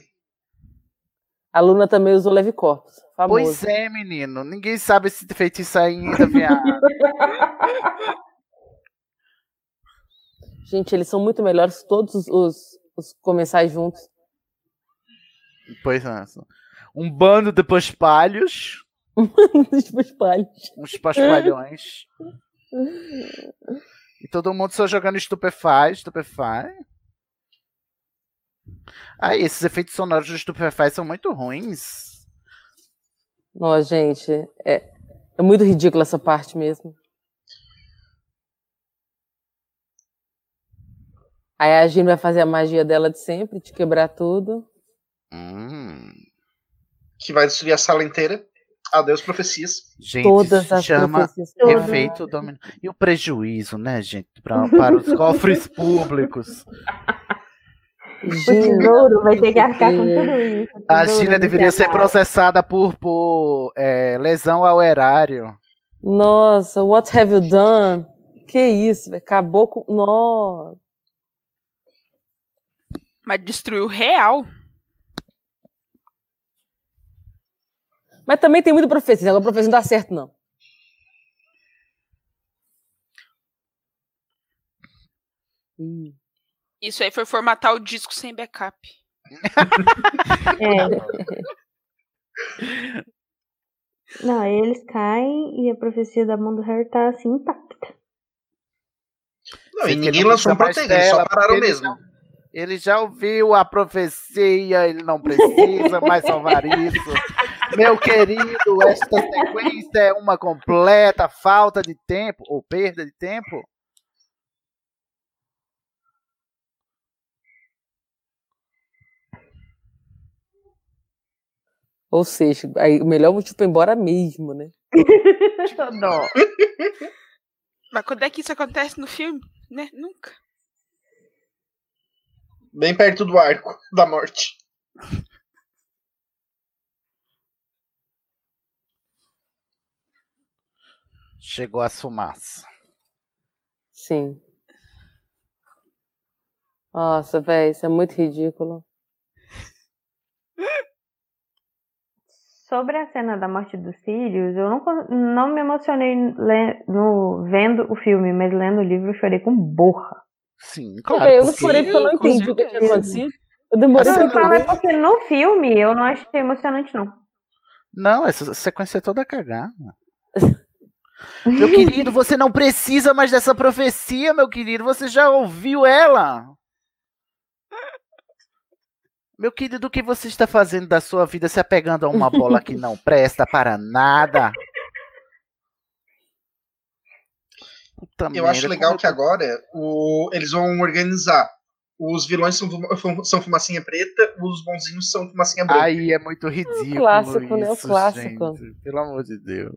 [SPEAKER 5] A Luna também usou leve corpus. Famoso.
[SPEAKER 2] Pois é, menino. Ninguém sabe esse feitiço ainda, viado.
[SPEAKER 5] Gente, eles são muito melhores todos os, os, os comensais juntos.
[SPEAKER 2] pois é. Um bando de paspalhos.
[SPEAKER 5] tipo espalhos.
[SPEAKER 2] Uns paspalhões. E todo mundo só jogando Stupefy, Stupefy. Ah, e esses efeitos sonoros do Stupefy são muito ruins.
[SPEAKER 5] Nossa, gente, é, é muito ridícula essa parte mesmo. Aí a Gina vai fazer a magia dela de sempre, de quebrar tudo.
[SPEAKER 2] Hum.
[SPEAKER 4] Que vai destruir a sala inteira. Adeus, profecias.
[SPEAKER 2] Gente,
[SPEAKER 5] Todas
[SPEAKER 2] isso
[SPEAKER 5] as
[SPEAKER 2] chama
[SPEAKER 5] profecias.
[SPEAKER 2] efeito dominó. E o prejuízo, né, gente, pra, para os cofres públicos.
[SPEAKER 6] O tesouro vai ter que arcar com tudo isso. o
[SPEAKER 2] A
[SPEAKER 6] tesouro
[SPEAKER 2] China
[SPEAKER 6] do
[SPEAKER 2] deveria ser
[SPEAKER 6] teatro.
[SPEAKER 2] processada por, por é, lesão ao erário.
[SPEAKER 5] Nossa, what have you done? Que isso, velho. Acabou com. Nossa.
[SPEAKER 3] Mas destruiu real.
[SPEAKER 5] Mas também tem muita profecia. Agora a profecia não dá certo, não.
[SPEAKER 3] Hum. Isso aí foi formatar o disco sem backup.
[SPEAKER 6] É. Não, aí eles caem e a profecia da mão do Harry tá assim intacta.
[SPEAKER 4] Não, e ninguém lançou um proteína, eles só pararam ele mesmo.
[SPEAKER 2] Já, ele já ouviu a profecia, ele não precisa mais salvar isso. Meu querido, esta sequência é uma completa falta de tempo, ou perda de tempo.
[SPEAKER 5] Ou seja, aí, o melhor motivo pra ir embora mesmo, né?
[SPEAKER 6] Não.
[SPEAKER 3] Mas quando é que isso acontece no filme? Né? Nunca.
[SPEAKER 4] Bem perto do arco da morte.
[SPEAKER 2] Chegou a fumaça.
[SPEAKER 5] Sim. Nossa, velho, isso é muito ridículo.
[SPEAKER 6] sobre a cena da morte dos filhos, eu não, não me emocionei le, no, vendo o filme, mas lendo o livro eu chorei com borra.
[SPEAKER 2] Sim, claro.
[SPEAKER 5] Eu não chorei porque eu não entendi o que tinha acontecido. Eu demorei
[SPEAKER 6] pra falar porque no filme eu não achei emocionante, não.
[SPEAKER 2] Não, essa sequência é toda cagada. meu querido, você não precisa mais dessa profecia, meu querido. Você já ouviu ela? Meu querido, o que você está fazendo da sua vida se apegando a uma bola que não presta para nada?
[SPEAKER 4] Puta eu merda, acho legal que agora o, eles vão organizar. Os vilões são, são fumacinha preta, os bonzinhos são fumacinha branca.
[SPEAKER 2] Aí é muito ridículo. É o
[SPEAKER 5] clássico,
[SPEAKER 2] isso,
[SPEAKER 5] né? O clássico.
[SPEAKER 2] Gente, pelo amor de Deus.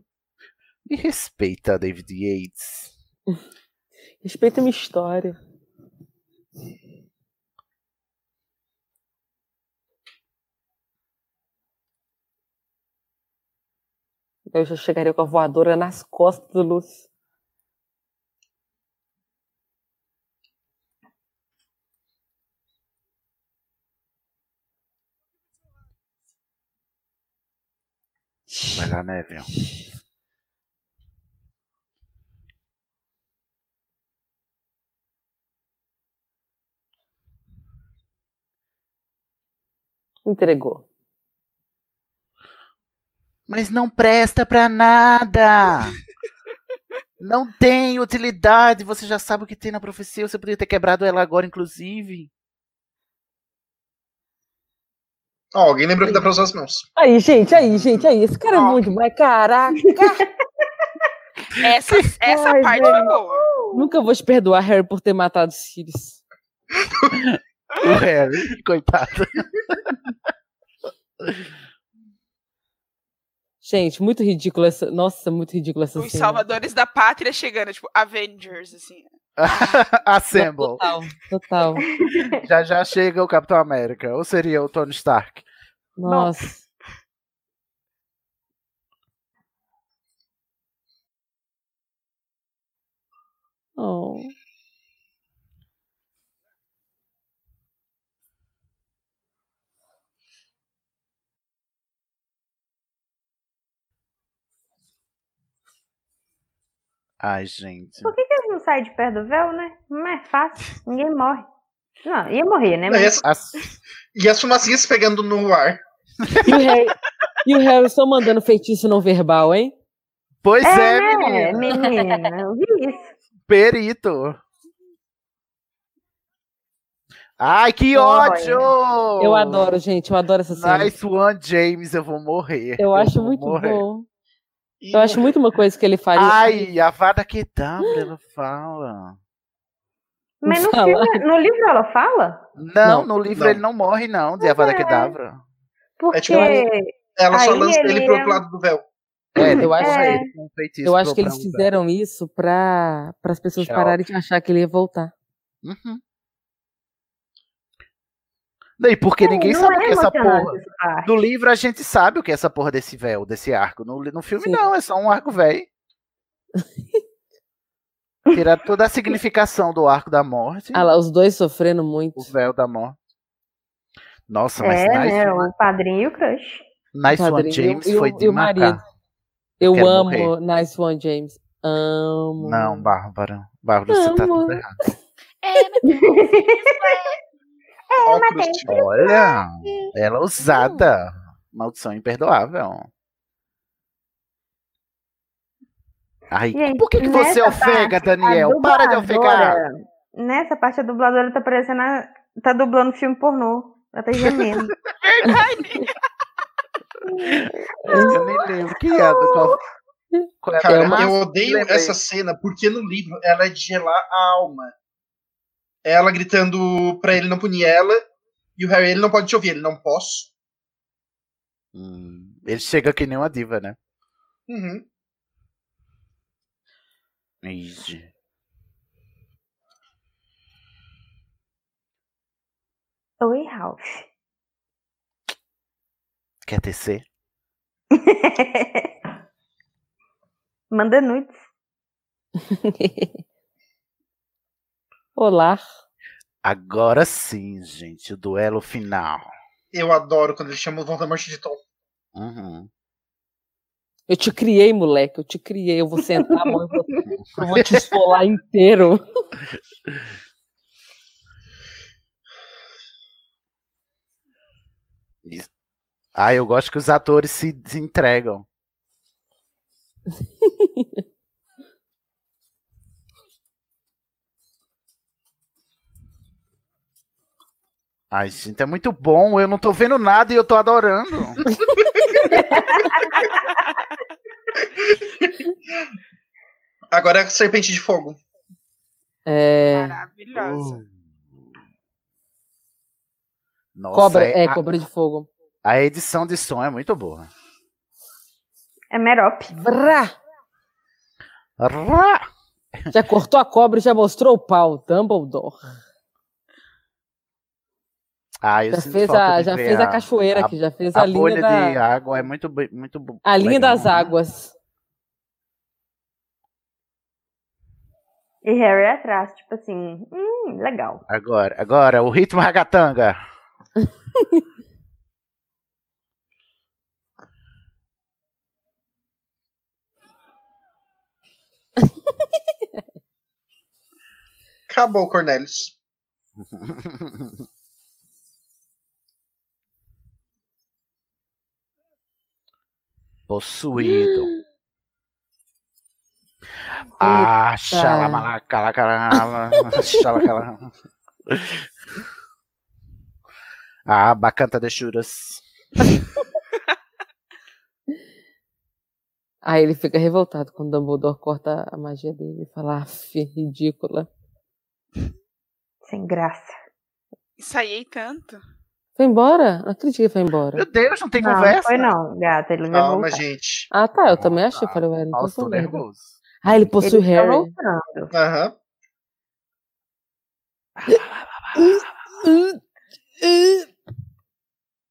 [SPEAKER 2] Me respeita, David Yates.
[SPEAKER 5] respeita minha história. Eu já chegaria com a voadora nas costas do Lúcio.
[SPEAKER 2] Vai lá, Neville.
[SPEAKER 5] Entregou.
[SPEAKER 2] Mas não presta pra nada. não tem utilidade. Você já sabe o que tem na profecia. Você poderia ter quebrado ela agora, inclusive.
[SPEAKER 4] Ó, oh, alguém lembrou que dá pra usar as mãos.
[SPEAKER 5] Aí, gente, aí, gente, aí. Esse cara é bom demais. Caraca.
[SPEAKER 3] essa essa Ai, parte foi boa.
[SPEAKER 5] Nunca vou te perdoar, Harry, por ter matado Sirius.
[SPEAKER 2] o Harry, coitado.
[SPEAKER 5] Gente, muito ridículo essa. Nossa, muito ridículo essa
[SPEAKER 3] Os
[SPEAKER 5] cena.
[SPEAKER 3] salvadores da pátria chegando, tipo, Avengers, assim.
[SPEAKER 2] Assemble.
[SPEAKER 5] Total, total.
[SPEAKER 2] já já chega o Capitão América. Ou seria o Tony Stark?
[SPEAKER 5] Nossa. Não. Oh.
[SPEAKER 2] Ai, gente.
[SPEAKER 6] Por que, que eles não saem de perto do véu, né? Não é fácil. Ninguém morre. Não, ia morrer, né?
[SPEAKER 4] Não, e, as, as... e as fumacinhas pegando no ar.
[SPEAKER 5] E o, Harry, e o Harry só mandando feitiço não verbal, hein?
[SPEAKER 2] Pois é,
[SPEAKER 5] né?
[SPEAKER 2] é
[SPEAKER 6] menina. né, menina. Eu vi isso.
[SPEAKER 2] Perito. Ai, que ódio!
[SPEAKER 5] Eu adoro, gente. Eu adoro essa cena.
[SPEAKER 2] Oh. Nice one, James. Eu vou morrer.
[SPEAKER 5] Eu, acho
[SPEAKER 2] eu
[SPEAKER 5] muito morrer. bom. Eu acho muito uma coisa que ele faria.
[SPEAKER 2] Ai, a Vada que dá, ela fala.
[SPEAKER 6] Mas no, filme, no, livro ela fala?
[SPEAKER 2] Não, não no livro não. ele não morre, não, de Avada Kedavra.
[SPEAKER 6] Porque... É tipo, ela
[SPEAKER 4] só lança ele, ele pro outro lado do véu.
[SPEAKER 2] É, eu acho,
[SPEAKER 5] é. Que, eu acho que eles fizeram isso pra, pra as pessoas Tchau. pararem de achar que ele ia voltar.
[SPEAKER 2] Uhum. Daí, porque Sim, ninguém sabe é o que é essa porra. Do livro a gente sabe o que é essa porra desse véu, desse arco. No, no filme Sim. não, é só um arco velho. Tirar toda a significação do arco da morte.
[SPEAKER 5] Ah lá, os dois sofrendo muito.
[SPEAKER 2] O véu da morte. Nossa, mas
[SPEAKER 6] é,
[SPEAKER 2] Nice,
[SPEAKER 6] né? O padrinho e o crush.
[SPEAKER 2] Nice
[SPEAKER 5] O
[SPEAKER 2] One
[SPEAKER 5] padrinho
[SPEAKER 2] James
[SPEAKER 5] e o-
[SPEAKER 2] foi
[SPEAKER 5] e o
[SPEAKER 2] de
[SPEAKER 5] marido.
[SPEAKER 2] marcar.
[SPEAKER 5] Eu
[SPEAKER 2] Quero
[SPEAKER 5] amo
[SPEAKER 2] morrer.
[SPEAKER 5] Nice One James. Amo.
[SPEAKER 2] Não, Bárbara. Bárbara, você tá
[SPEAKER 5] Amo.
[SPEAKER 2] tudo errado.
[SPEAKER 4] Ó,
[SPEAKER 6] matei.
[SPEAKER 4] Cruz,
[SPEAKER 2] Olha, ela é ousada. Maldição imperdoável. Ai,
[SPEAKER 6] Gente,
[SPEAKER 2] por que, que você
[SPEAKER 6] nessa
[SPEAKER 2] ofega,
[SPEAKER 6] parte, a
[SPEAKER 2] Daniel? Para de ofegar.
[SPEAKER 6] dubladora- Nessa parte, a dubladora tá parecendo. a- tá dublando filme pornô. Ela tá gemendo.
[SPEAKER 2] Eu nem lembro quem é. do Qual, qual é a
[SPEAKER 4] Cara,
[SPEAKER 2] dubladora?
[SPEAKER 4] eu odeio
[SPEAKER 2] Lembrei.
[SPEAKER 4] essa cena porque no livro ela é de gelar a alma. Ela gritando pra ele não punir ela e o Harry, ele não pode te ouvir, ele não posso.
[SPEAKER 2] Hum, ele chega que nem uma diva, né?
[SPEAKER 4] Uhum.
[SPEAKER 2] Ixi.
[SPEAKER 6] Oi, Ralph.
[SPEAKER 2] Quer tecer?
[SPEAKER 6] Manda nudes.
[SPEAKER 5] Olá.
[SPEAKER 2] Agora sim, gente. O duelo final.
[SPEAKER 4] Eu adoro quando ele chama o Voldemort de Tom.
[SPEAKER 2] Uhum.
[SPEAKER 5] Eu te criei, moleque. Eu te criei. Eu vou sentar a mão. Eu vou, eu vou te esfolar inteiro.
[SPEAKER 2] Ah, eu gosto que os atores se, se entregam. Ai, gente, é muito bom. Eu não tô vendo nada e eu tô adorando.
[SPEAKER 4] Agora é a Serpente de Fogo.
[SPEAKER 5] É, Oh.
[SPEAKER 3] Maravilhosa.
[SPEAKER 2] Nossa,
[SPEAKER 5] cobra, é,
[SPEAKER 2] a,
[SPEAKER 5] cobra de fogo.
[SPEAKER 2] a edição de som é muito boa.
[SPEAKER 6] É Merop.
[SPEAKER 5] Vrá!
[SPEAKER 2] Rá!
[SPEAKER 5] Já cortou a cobra e já mostrou o pau. Dumbledore.
[SPEAKER 2] Ah, eu
[SPEAKER 5] Já
[SPEAKER 2] sinto
[SPEAKER 5] fez
[SPEAKER 2] falta
[SPEAKER 5] a,
[SPEAKER 2] de
[SPEAKER 5] já
[SPEAKER 2] ver
[SPEAKER 5] fez a cachoeira
[SPEAKER 2] a-
[SPEAKER 5] aqui. Já fez a,
[SPEAKER 2] A
[SPEAKER 5] linha
[SPEAKER 2] bolha
[SPEAKER 5] da...
[SPEAKER 2] de água é muito bo- muito bo-
[SPEAKER 5] A linha
[SPEAKER 2] legal,
[SPEAKER 5] das
[SPEAKER 2] né?
[SPEAKER 5] águas.
[SPEAKER 6] E Harry atrás, tipo assim, hum, legal.
[SPEAKER 2] Agora, agora o ritmo ragatanga.
[SPEAKER 4] Acabou, Cornelius.
[SPEAKER 2] Possuído. Ah, xalamalacalacarala, xalacala. Ah, bacanta de churas.
[SPEAKER 5] Aí ele fica revoltado quando Dumbledore corta a magia dele e fala, af, ridícula.
[SPEAKER 6] Sem graça.
[SPEAKER 3] Ensaiei tanto.
[SPEAKER 5] Foi embora? Não acredito que ele foi embora.
[SPEAKER 2] Meu Deus, não tem
[SPEAKER 6] não,
[SPEAKER 2] conversa.
[SPEAKER 6] foi não, gata. Ele vai
[SPEAKER 4] Calma,
[SPEAKER 6] voltar.
[SPEAKER 4] gente.
[SPEAKER 5] Ah, tá, eu também achei. Falei, ué, não tô
[SPEAKER 2] Nossa, tô
[SPEAKER 5] sabendo.
[SPEAKER 2] nervoso.
[SPEAKER 5] Ah, ele possui
[SPEAKER 6] Ele tá
[SPEAKER 5] Harry.
[SPEAKER 6] voltando.
[SPEAKER 4] Aham.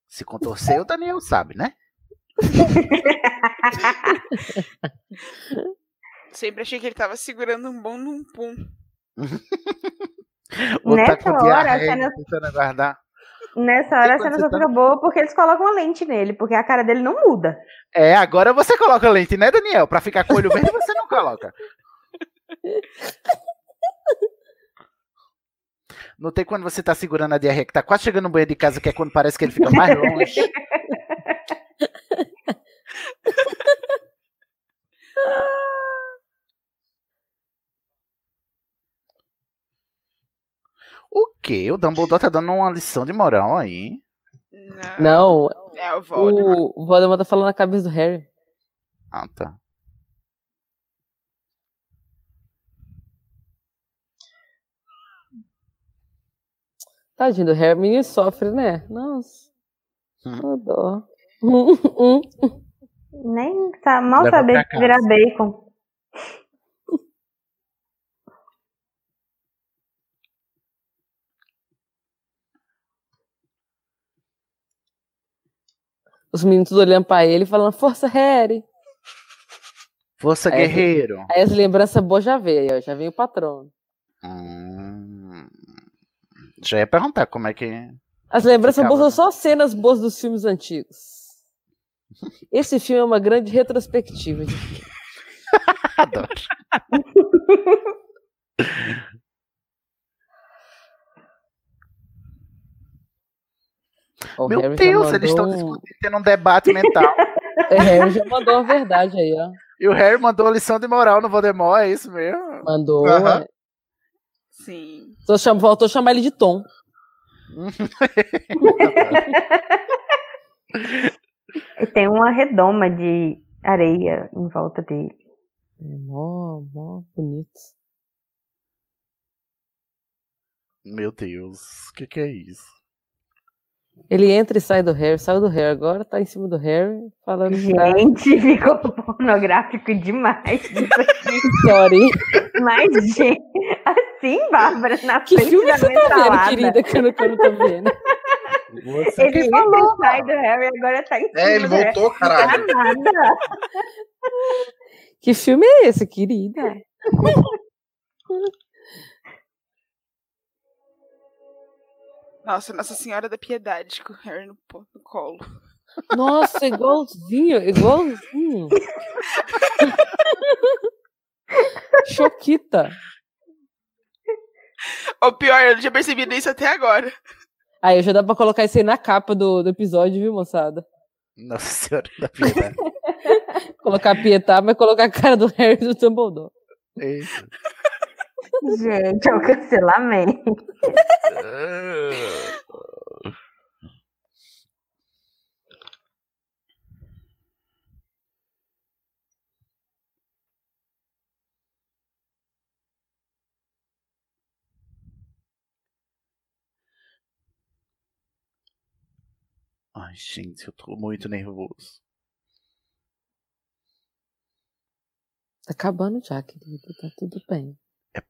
[SPEAKER 2] Se contorcer, o Daniel sabe, né?
[SPEAKER 3] Sempre achei que ele tava segurando um bom num pum.
[SPEAKER 2] O
[SPEAKER 6] Nessa
[SPEAKER 2] tá com
[SPEAKER 6] hora,
[SPEAKER 2] diarreia,
[SPEAKER 6] até
[SPEAKER 2] tentando aguardar.
[SPEAKER 6] Nessa hora a
[SPEAKER 2] quando
[SPEAKER 6] cena
[SPEAKER 2] você
[SPEAKER 6] só
[SPEAKER 2] tá-
[SPEAKER 6] fica boa porque eles colocam uma lente nele, porque a cara dele não muda.
[SPEAKER 2] É, agora você coloca lente, né, Daniel? Pra ficar com o olho verde, você não coloca. Notei quando você tá segurando a diarreia que tá quase chegando no banheiro de casa, que é quando parece que ele fica mais longe. O quê? O Dumbledore tá dando uma lição de moral aí.
[SPEAKER 3] Não.
[SPEAKER 5] Não,
[SPEAKER 3] É o Voldemort.
[SPEAKER 5] o Voldemort tá falando na cabeça do Harry.
[SPEAKER 2] Ah, tá.
[SPEAKER 5] Tadinho do Harry, menino sofre, né? Nossa,
[SPEAKER 2] Hum.
[SPEAKER 5] ô dó. Hum, hum.
[SPEAKER 6] Nem tá mal
[SPEAKER 2] Leva
[SPEAKER 6] saber
[SPEAKER 2] pra
[SPEAKER 6] que virar bacon.
[SPEAKER 5] Os meninos tudo olhando pra ele e falando, força, Harry.
[SPEAKER 2] Força,
[SPEAKER 5] Aí-
[SPEAKER 2] guerreiro.
[SPEAKER 5] Aí as lembranças boas já veio, ó, já veio o patrão.
[SPEAKER 2] Hum, já ia perguntar como é que.
[SPEAKER 5] As lembranças
[SPEAKER 2] Ficava.
[SPEAKER 5] boas são só cenas boas dos filmes antigos. Esse filme é uma grande retrospectiva. de filme. O
[SPEAKER 2] Meu
[SPEAKER 5] Harry já
[SPEAKER 2] Deus, eles estão
[SPEAKER 5] mandou um-
[SPEAKER 2] discutindo, tendo um debate mental.
[SPEAKER 5] É, Harry já mandou a verdade aí, ó.
[SPEAKER 2] E o Harry mandou a lição de moral no Voldemort, é isso mesmo?
[SPEAKER 5] Mandou.
[SPEAKER 2] Aham.
[SPEAKER 5] é.
[SPEAKER 3] Sim.
[SPEAKER 5] Só cham- Faltou chamar ele de Tom.
[SPEAKER 6] E tem uma redoma de areia em volta dele.
[SPEAKER 5] É mó, mó bonito.
[SPEAKER 2] Meu Deus, o que, que é isso?
[SPEAKER 5] Ele entra e sai do Harry, saiu do Harry, agora tá em cima do Harry, falando que tá-
[SPEAKER 6] Gente, ficou pornográfico demais isso aqui.
[SPEAKER 5] Sorry.
[SPEAKER 6] Mas, gente, assim, Bárbara, na
[SPEAKER 5] Que
[SPEAKER 6] frente
[SPEAKER 5] filme
[SPEAKER 6] da
[SPEAKER 5] você
[SPEAKER 6] minha
[SPEAKER 5] tá
[SPEAKER 6] salada.
[SPEAKER 5] vendo, querida, que eu não, que eu não tô vendo?
[SPEAKER 6] Ele falou, sai do Harry, agora tá em cima
[SPEAKER 4] É, ele
[SPEAKER 6] do Harry.
[SPEAKER 4] voltou, caralho.
[SPEAKER 6] Não dá nada.
[SPEAKER 5] Que filme é esse, querida?
[SPEAKER 3] Nossa, Nossa Senhora da Piedade com o Harry no, po- no colo.
[SPEAKER 5] Nossa, igualzinho, igualzinho. Choquita.
[SPEAKER 3] Ou pior, eu não tinha percebido isso até agora.
[SPEAKER 5] Aí já dá pra colocar isso aí na capa do, do episódio, viu, moçada?
[SPEAKER 2] Nossa Senhora da Piedade.
[SPEAKER 5] Colocar a Pietá, mas colocar a cara do Harry e do Dumbledore.
[SPEAKER 2] Eita.
[SPEAKER 6] Gente, é um cancelamento.
[SPEAKER 2] Ai, gente, eu tô muito nervoso.
[SPEAKER 5] Tá acabando já, querida, tá tudo bem.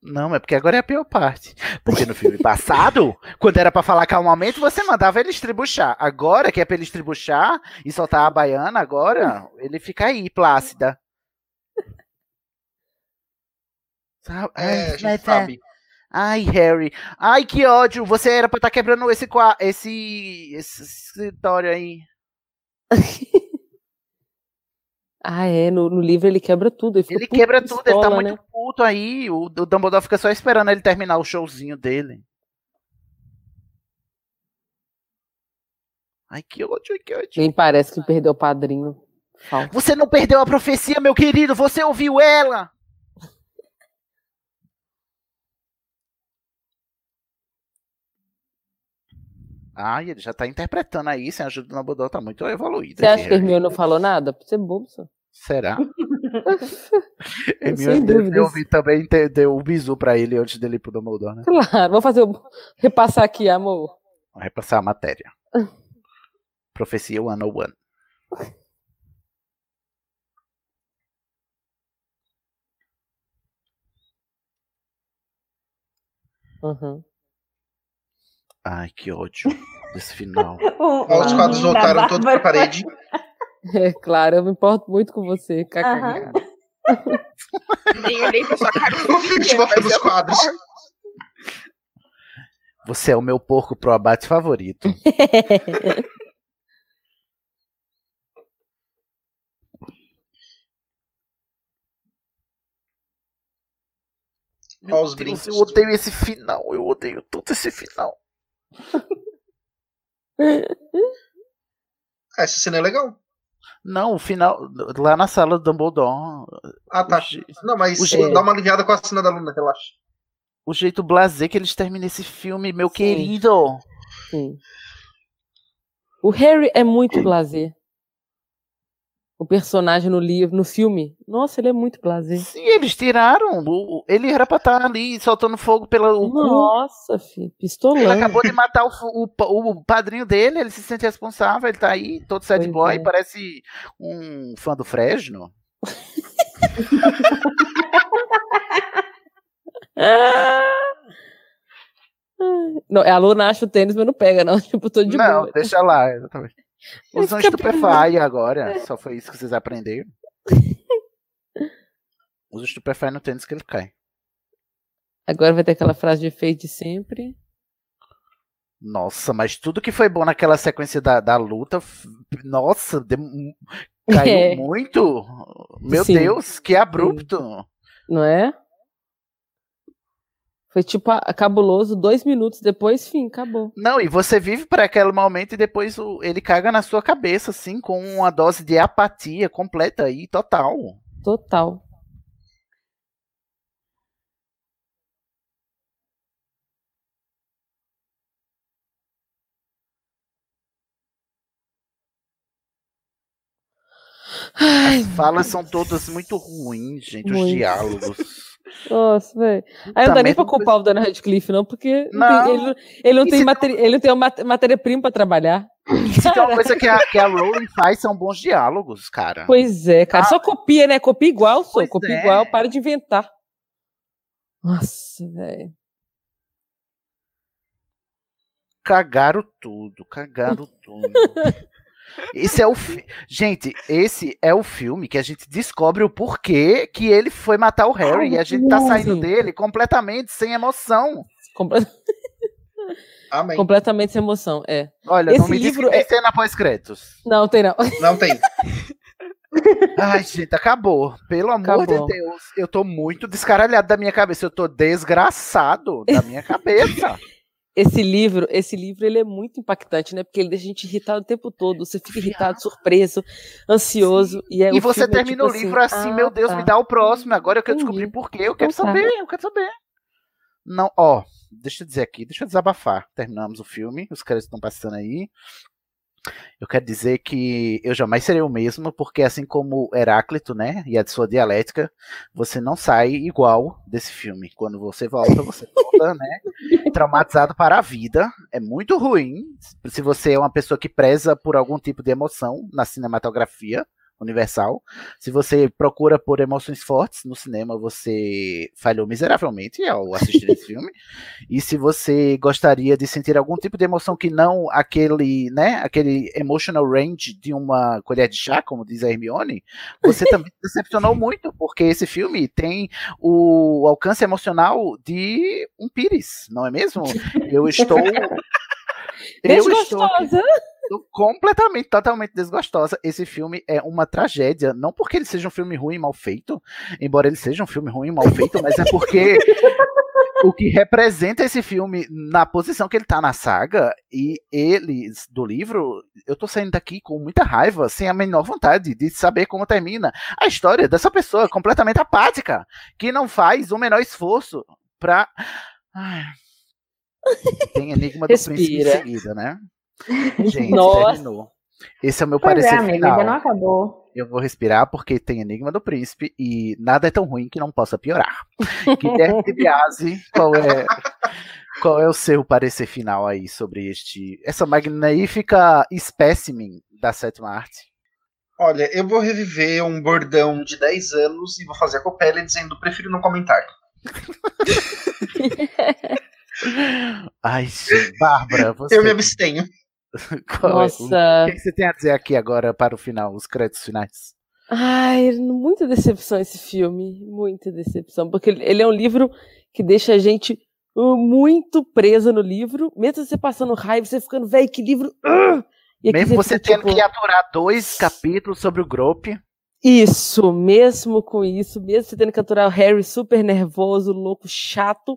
[SPEAKER 2] Não, é porque agora é a pior parte. Porque no filme passado, quando era pra falar calmamente, você mandava ele estribuchar. Agora que é pra ele estribuchar e soltar a baiana, agora ele fica aí, plácida. Sabe?
[SPEAKER 4] É, a
[SPEAKER 2] Ai,
[SPEAKER 4] gente sabe.
[SPEAKER 6] tá.
[SPEAKER 2] Ai, Harry. Ai, que ódio. Você era pra estar quebrando esse, qua- esse, esse escritório aí.
[SPEAKER 5] Ah, é, no, no livro ele quebra tudo. Ele, fica
[SPEAKER 2] Ele
[SPEAKER 5] puto,
[SPEAKER 2] quebra tudo, ele tá
[SPEAKER 5] pistola,
[SPEAKER 2] muito
[SPEAKER 5] né?
[SPEAKER 2] puto aí. O, o Dumbledore fica só esperando ele terminar o showzinho dele. Ai, que ódio, que ódio.
[SPEAKER 5] Nem parece que perdeu o padrinho. Falta.
[SPEAKER 2] Você não perdeu a profecia, meu querido. Você ouviu ela. Ai, ele já tá interpretando aí, sem a ajuda do Dumbledore, tá muito evoluído. esse
[SPEAKER 5] Você acha que
[SPEAKER 2] Harry.
[SPEAKER 5] Hermione não falou nada? Você é bobo, só.
[SPEAKER 2] Será?
[SPEAKER 5] Sem
[SPEAKER 2] Hermione deve ter
[SPEAKER 5] dúvidas.
[SPEAKER 2] ouvido também, ter- deu um bisu pra ele antes dele ir pro Dumbledore, né?
[SPEAKER 5] Claro, vou fazer o... repassar aqui, amor.
[SPEAKER 2] Vai repassar a matéria. Profecia 101.
[SPEAKER 5] Uhum.
[SPEAKER 2] Ai, que ódio desse final.
[SPEAKER 6] O-
[SPEAKER 4] Ó, os
[SPEAKER 6] o
[SPEAKER 4] quadros
[SPEAKER 6] menino da
[SPEAKER 4] voltaram todos pra
[SPEAKER 6] Bárbara.
[SPEAKER 4] parede.
[SPEAKER 5] É claro, eu me importo muito com você. kkk.
[SPEAKER 3] Nem olhei pra sua cara.
[SPEAKER 4] O Fitch voltando os quadros.
[SPEAKER 2] Você é o meu porco pro abate favorito.
[SPEAKER 4] Ó, os
[SPEAKER 2] Meu Deus,
[SPEAKER 4] brincos.
[SPEAKER 2] eu odeio esse final. Eu odeio todo esse final.
[SPEAKER 4] Ah, essa cena é legal.
[SPEAKER 2] Não, o final. Lá na sala do Dumbledore.
[SPEAKER 4] Ah, tá.
[SPEAKER 2] O je-
[SPEAKER 4] Não, mas
[SPEAKER 2] O jeito-
[SPEAKER 4] dá uma aliviada com a cena da Luna, relaxa.
[SPEAKER 2] O jeito blazer que eles terminam esse filme, meu
[SPEAKER 5] Sim.
[SPEAKER 2] querido.
[SPEAKER 5] Sim. O Harry é muito blazer. O personagem no livro, no filme. Nossa, ele é muito blazer.
[SPEAKER 2] Sim, eles tiraram. o- o- Ele era pra estar ali soltando fogo pelo cu.
[SPEAKER 5] Nossa, filho,
[SPEAKER 2] Ele
[SPEAKER 5] pistolando.
[SPEAKER 2] acabou de matar o, fu- o, pa- o padrinho dele, ele se sente responsável, ele tá aí, todo sad
[SPEAKER 5] Pois
[SPEAKER 2] boy,
[SPEAKER 5] é.
[SPEAKER 2] parece um fã do Fresno.
[SPEAKER 5] Não, a Luna acha o tênis, mas não pega, não. Tipo, tô de
[SPEAKER 2] Não,
[SPEAKER 5] boa.
[SPEAKER 2] deixa lá, exatamente.
[SPEAKER 5] Ele
[SPEAKER 2] Usam
[SPEAKER 5] fica
[SPEAKER 2] estupefy agora, só foi isso que vocês aprenderam. Usa estupefato no tênis que ele cai.
[SPEAKER 5] Agora vai ter aquela frase de efeito de sempre.
[SPEAKER 2] Nossa, mas tudo que foi bom naquela sequência da, da luta, f- nossa, dem- caiu
[SPEAKER 5] É.
[SPEAKER 2] muito. Meu
[SPEAKER 5] Sim.
[SPEAKER 2] Deus, que abrupto.
[SPEAKER 5] Não é? Foi tipo a- cabuloso, dois minutos depois, fim, acabou.
[SPEAKER 2] Não, e você vive para aquele momento e depois o- ele caga na sua cabeça, assim, com uma dose de apatia completa e total.
[SPEAKER 5] Total.
[SPEAKER 2] As falas são todas muito ruins, gente, os
[SPEAKER 5] Muito.
[SPEAKER 2] diálogos.
[SPEAKER 5] Nossa, velho. Aí não
[SPEAKER 2] Puta
[SPEAKER 5] dá nem
[SPEAKER 2] merda,
[SPEAKER 5] pra culpar o Daniel Radcliffe, não, porque não
[SPEAKER 2] Não.
[SPEAKER 5] tem- ele, não- ele não
[SPEAKER 2] E
[SPEAKER 5] tem
[SPEAKER 2] se- um
[SPEAKER 5] matéria, ele não tem uma matéria-prima pra trabalhar.
[SPEAKER 2] Se tem uma coisa que a, que a Rowling faz são bons diálogos, cara.
[SPEAKER 5] Pois é, cara. Só copia, né? Copia igual, só. Copia
[SPEAKER 2] Ah. é.
[SPEAKER 5] igual, para de inventar. Nossa, velho.
[SPEAKER 2] Cagaram tudo, cagaram tudo. Esse é o fi- gente, esse é o filme que a gente descobre o porquê que ele foi matar o Harry e a gente tá saindo
[SPEAKER 5] Sim.
[SPEAKER 2] dele completamente sem emoção.
[SPEAKER 5] Comple-
[SPEAKER 4] Amém.
[SPEAKER 5] Completamente sem emoção, é.
[SPEAKER 2] Olha, não
[SPEAKER 5] Esse
[SPEAKER 2] me diz que
[SPEAKER 5] livro
[SPEAKER 2] tem
[SPEAKER 5] é-
[SPEAKER 2] cena pós-créditos.
[SPEAKER 5] Não, tem não.
[SPEAKER 4] Não tem.
[SPEAKER 2] Ai, gente, acabou. Pelo amor
[SPEAKER 5] Acabou.
[SPEAKER 2] de Deus, eu tô muito descaralhado da minha cabeça. Eu tô desgraçado da minha cabeça.
[SPEAKER 5] Esse livro, esse livro, ele é muito impactante, né? Porque ele deixa a gente irritado o tempo todo. Você fica irritado, surpreso, ansioso. E, aí
[SPEAKER 2] e
[SPEAKER 5] o
[SPEAKER 2] você
[SPEAKER 5] filme é
[SPEAKER 2] termina
[SPEAKER 5] tipo
[SPEAKER 2] o livro assim, meu
[SPEAKER 5] ah,
[SPEAKER 2] Deus,
[SPEAKER 5] tá.
[SPEAKER 2] me dá o próximo. Agora eu quero
[SPEAKER 5] Entendi.
[SPEAKER 2] descobrir por quê. Eu quero
[SPEAKER 5] Então tá.
[SPEAKER 2] saber, eu quero saber. Não, ó, deixa eu dizer aqui, deixa eu desabafar. Terminamos o filme, os caras estão passando aí. Eu quero dizer que eu jamais serei o mesmo, porque assim como Heráclito, né, e a de sua dialética, você não sai igual desse filme. Quando você volta, você volta, né, traumatizado para a vida. É muito ruim se você é uma pessoa que preza por algum tipo de emoção na cinematografia universal. Se você procura por emoções fortes no cinema, você falhou miseravelmente ao assistir esse filme. E se você gostaria de sentir algum tipo de emoção que não aquele, né, aquele emotional range de uma colher de chá, como diz a Hermione, você também se decepcionou muito, porque esse filme tem o alcance emocional de um pires, não é mesmo? Eu estou
[SPEAKER 5] é
[SPEAKER 2] eu estou aqui
[SPEAKER 5] Desgostosa.
[SPEAKER 2] Tô completamente, totalmente desgostosa. Esse filme é uma tragédia. Não porque ele seja um filme ruim e mal feito, embora ele seja um filme ruim e mal feito, mas é porque o que representa esse filme na posição que ele tá na saga e ele do livro, eu tô saindo daqui com muita raiva, sem a menor vontade de saber como termina a história dessa pessoa completamente apática, que não faz o menor esforço pra. Ai. Tem Enigma do Príncipe em
[SPEAKER 5] Respira.
[SPEAKER 2] seguida, né? Gente,
[SPEAKER 5] Nossa.
[SPEAKER 2] terminou. Esse é o meu
[SPEAKER 6] Pois
[SPEAKER 2] parecer
[SPEAKER 6] é, amiga,
[SPEAKER 2] final.
[SPEAKER 6] ainda não acabou.
[SPEAKER 2] Eu vou respirar porque tem Enigma do Príncipe e nada é tão ruim que não possa piorar. Guilherme de Biasi, qual é, qual é o seu parecer final aí sobre este, essa magnífica espécimen da sétima arte?
[SPEAKER 4] Olha, eu vou reviver um bordão de 10 anos e vou fazer a Copélia dizendo prefiro não comentar.
[SPEAKER 2] Ai, gente, Bárbara, você,
[SPEAKER 4] Eu me abstenho.
[SPEAKER 2] qual é- o
[SPEAKER 5] Nossa.
[SPEAKER 2] que que você tem a dizer aqui agora para o final, os créditos finais?
[SPEAKER 5] Ai, muita decepção esse filme, muita decepção, porque ele- ele é um livro que deixa a gente uh, muito presa no livro, mesmo você passando raiva, você ficando, velho, que livro. ah!" E aqui
[SPEAKER 2] Mesmo você
[SPEAKER 5] fica,
[SPEAKER 2] tendo
[SPEAKER 5] tipo,
[SPEAKER 2] que aturar dois capítulos sobre o Grope,
[SPEAKER 5] Isso, mesmo com isso, mesmo você tendo que aturar o Harry super nervoso, louco, chato,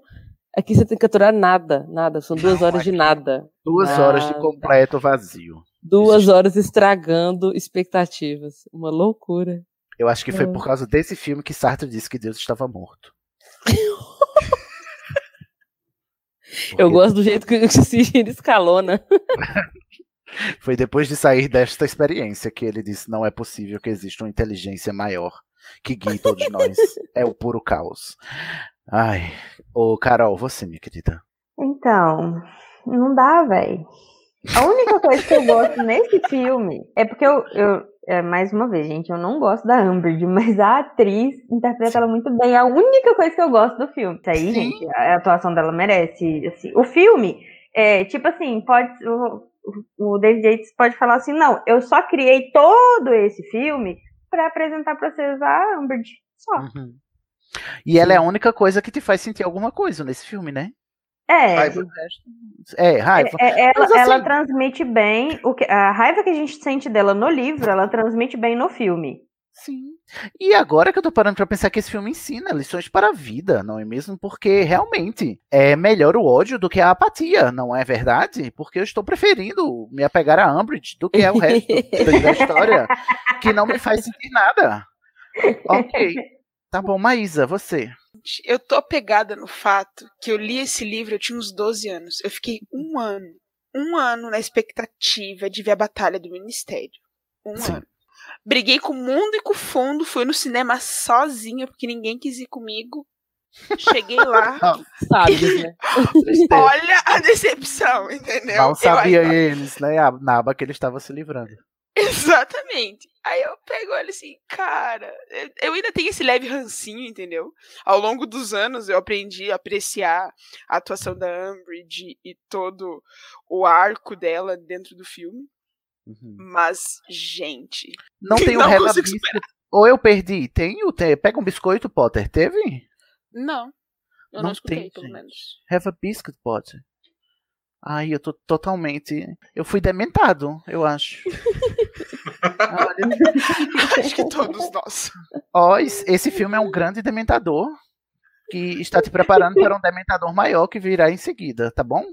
[SPEAKER 5] aqui você tem que aturar nada, nada, são duas
[SPEAKER 2] Não,
[SPEAKER 5] horas de
[SPEAKER 2] aqui-
[SPEAKER 5] nada.
[SPEAKER 2] duas
[SPEAKER 5] Nada.
[SPEAKER 2] horas de completo vazio.
[SPEAKER 5] Duas horas estragando expectativas. Uma loucura.
[SPEAKER 2] Eu acho que foi
[SPEAKER 5] É.
[SPEAKER 2] por causa desse filme que Sartre disse que Deus estava morto.
[SPEAKER 5] Eu
[SPEAKER 2] Porque
[SPEAKER 5] gosto do jeito que o Sigir escalona.
[SPEAKER 2] Foi depois de sair desta experiência que ele disse: não é possível que exista uma inteligência maior que guie todos nós. é o puro caos. Ai, ô Carol, você, minha querida.
[SPEAKER 6] Então, não dá, velho. A única coisa que eu gosto nesse filme é porque eu, eu- é, mais uma vez, gente, eu não gosto da Umbridge, mas a atriz interpreta ela muito bem. É a única coisa que eu gosto do filme. Isso aí,
[SPEAKER 2] Sim.
[SPEAKER 6] gente, a atuação dela merece. assim. o filme, é, tipo assim, pode. O, o David Yates pode falar assim: não, eu só criei todo esse filme pra apresentar pra vocês a Umbridge. Só.
[SPEAKER 2] E ela é a única coisa que te faz sentir alguma coisa nesse filme, né?
[SPEAKER 6] É.
[SPEAKER 2] Raiva. É, raiva.
[SPEAKER 6] É, é, ela,
[SPEAKER 2] Mas, assim,
[SPEAKER 6] ela transmite bem o que, a raiva que a gente sente dela no livro, ela transmite bem no filme.
[SPEAKER 2] Sim. E agora que eu tô parando pra pensar que esse filme ensina lições para a vida, não é mesmo? Porque realmente é melhor o ódio do que a apatia, não é verdade? Porque eu estou preferindo me apegar a Umbridge do que ao É resto da história, que não me faz sentir nada. Ok. Tá bom, Maísa, você.
[SPEAKER 3] Gente, Eu tô pegada no fato que eu li esse livro, eu tinha uns 12 anos. Eu fiquei um ano, um ano na expectativa de ver a Batalha do Ministério. Um
[SPEAKER 2] Sim.
[SPEAKER 3] ano. Briguei com o mundo e com o fundo, fui no cinema sozinha, porque ninguém quis ir comigo. Cheguei lá,
[SPEAKER 5] Sabe, né?
[SPEAKER 3] olha a decepção, entendeu?
[SPEAKER 2] Não
[SPEAKER 3] Eu
[SPEAKER 2] sabia eles, né? A naba que ele estava se livrando.
[SPEAKER 3] Exatamente. Aí eu pego olha assim, cara, eu- eu ainda tenho esse leve rancinho, entendeu? Ao longo dos anos eu aprendi a apreciar a atuação da Umbridge e todo o arco dela dentro do filme.
[SPEAKER 2] Uhum.
[SPEAKER 3] Mas, gente,
[SPEAKER 2] Não tem o
[SPEAKER 3] Não
[SPEAKER 2] Hella
[SPEAKER 3] consigo
[SPEAKER 2] Biscuit. Ou eu perdi. Tem o. Tem, pega um biscoito, Potter. Teve?
[SPEAKER 3] não. Eu não,
[SPEAKER 2] Não
[SPEAKER 3] escutei,
[SPEAKER 2] tem,
[SPEAKER 3] pelo
[SPEAKER 2] gente.
[SPEAKER 3] menos.
[SPEAKER 2] Have a biscuit, Potter. Ai, eu tô totalmente. Eu fui dementado, eu acho. Olha,
[SPEAKER 3] Acho que todos nós.
[SPEAKER 2] ó, es- esse filme é um grande dementador que está te preparando para um dementador maior que virá em seguida, tá bom?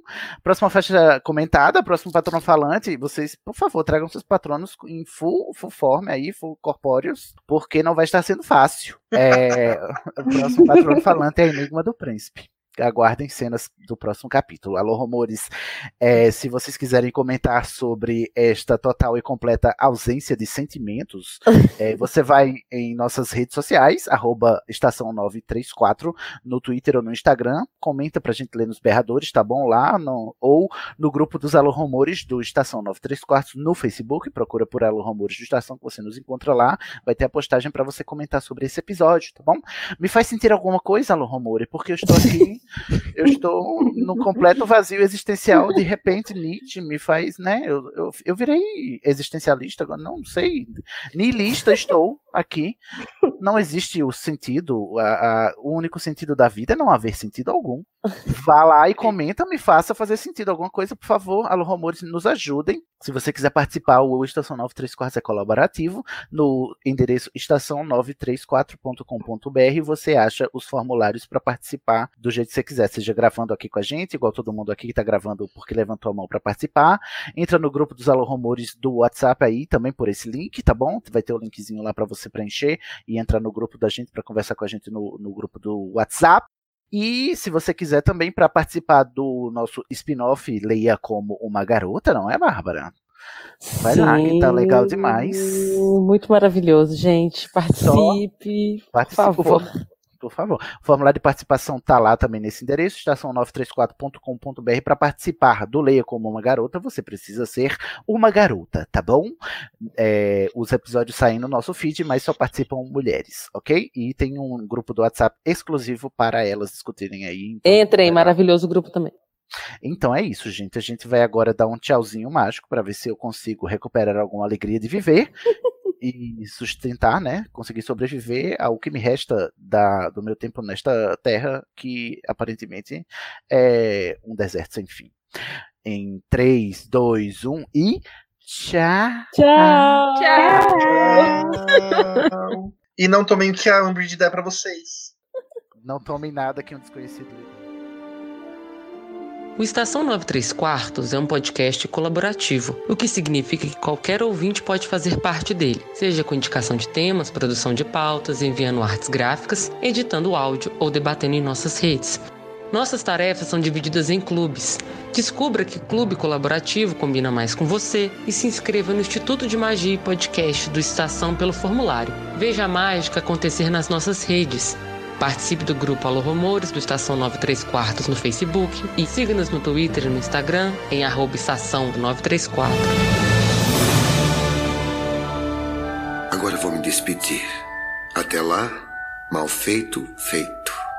[SPEAKER 2] Próxima faixa comentada, próximo patrono falante, vocês, por favor, tragam seus patronos em full, full form aí, full corpóreos, porque não vai estar sendo fácil. É, o próximo patrono falante é Enigma do Príncipe. Aguardem cenas do próximo capítulo. Alô, rumores. É, se vocês quiserem comentar sobre esta total e completa ausência de sentimentos, é, você vai em nossas redes sociais, arroba estação 934, no Twitter ou no Instagram. Comenta pra gente ler nos berradores, tá bom? Lá, no- ou no grupo dos Alô Rumores do Estação 934 no Facebook. Procura por Alô Rumores do Estação que você nos encontra lá. Vai ter a postagem pra você comentar sobre esse episódio, tá bom? Me faz sentir alguma coisa, Alô Rumore, porque eu estou aqui, eu estou no completo vazio existencial. De repente, Nietzsche me faz, né? Eu, eu, eu virei existencialista agora, não sei. Niilista estou aqui. Não existe o sentido, a- a- o único sentido da vida é não haver sentido algum. Vá lá e comenta, me faça fazer sentido alguma coisa, por favor. Alô, rumores, nos ajudem. Se você quiser participar, o Estação 934 é colaborativo. No endereço estação934.com.br você acha os formulários para participar do jeito que você quiser, seja gravando aqui com a gente, igual todo mundo aqui que está gravando porque levantou a mão para participar, entra no grupo dos Alô Rumores do WhatsApp aí também por esse link, tá bom? Vai ter o linkzinho lá para você preencher e entrar no grupo da gente para conversar com a gente no, no grupo do WhatsApp. E se você quiser também para participar do nosso spin-off Leia como uma garota, não é, Bárbara? Vai lá, que tá legal demais.
[SPEAKER 5] Muito maravilhoso, gente. Participe.
[SPEAKER 2] Participa,
[SPEAKER 5] Por favor.
[SPEAKER 2] form- Por favor. O formulário de participação tá lá também nesse endereço, estação934.com.br. Para participar do Leia como uma garota, você precisa ser uma garota, tá bom? É, os episódios saem no nosso feed, mas só participam mulheres, ok? E tem um grupo do WhatsApp exclusivo para elas discutirem aí. Então,
[SPEAKER 5] Entrem,
[SPEAKER 2] vai lá.
[SPEAKER 5] maravilhoso grupo também.
[SPEAKER 2] Então é isso, gente. A gente vai agora dar um tchauzinho mágico para ver se eu consigo recuperar alguma alegria de viver e sustentar, né? Conseguir sobreviver ao que me resta da- do meu tempo nesta terra, que aparentemente é um deserto sem fim. Em 3, 2, 1 e. Tchau!
[SPEAKER 5] Tchau.
[SPEAKER 3] Tchau.
[SPEAKER 4] Tchau. e não tomem o que a Umbridge der pra vocês.
[SPEAKER 2] Não tomem nada que um desconhecido.
[SPEAKER 10] O Estação 93 Quartos é um podcast colaborativo, o que significa que qualquer ouvinte pode fazer parte dele, seja com indicação de temas, produção de pautas, enviando artes gráficas, editando áudio ou debatendo em nossas redes. Nossas tarefas são divididas em clubes. Descubra que clube colaborativo combina mais com você e se inscreva no Instituto de Magia e Podcast do Estação pelo formulário. Veja a mágica acontecer nas nossas redes. Participe do grupo Alô Rumores do Estação 93 Quartos no Facebook e siga-nos no Twitter e no Instagram em arroba estação 934.
[SPEAKER 11] Agora vou me despedir. Até lá, mal feito, feito.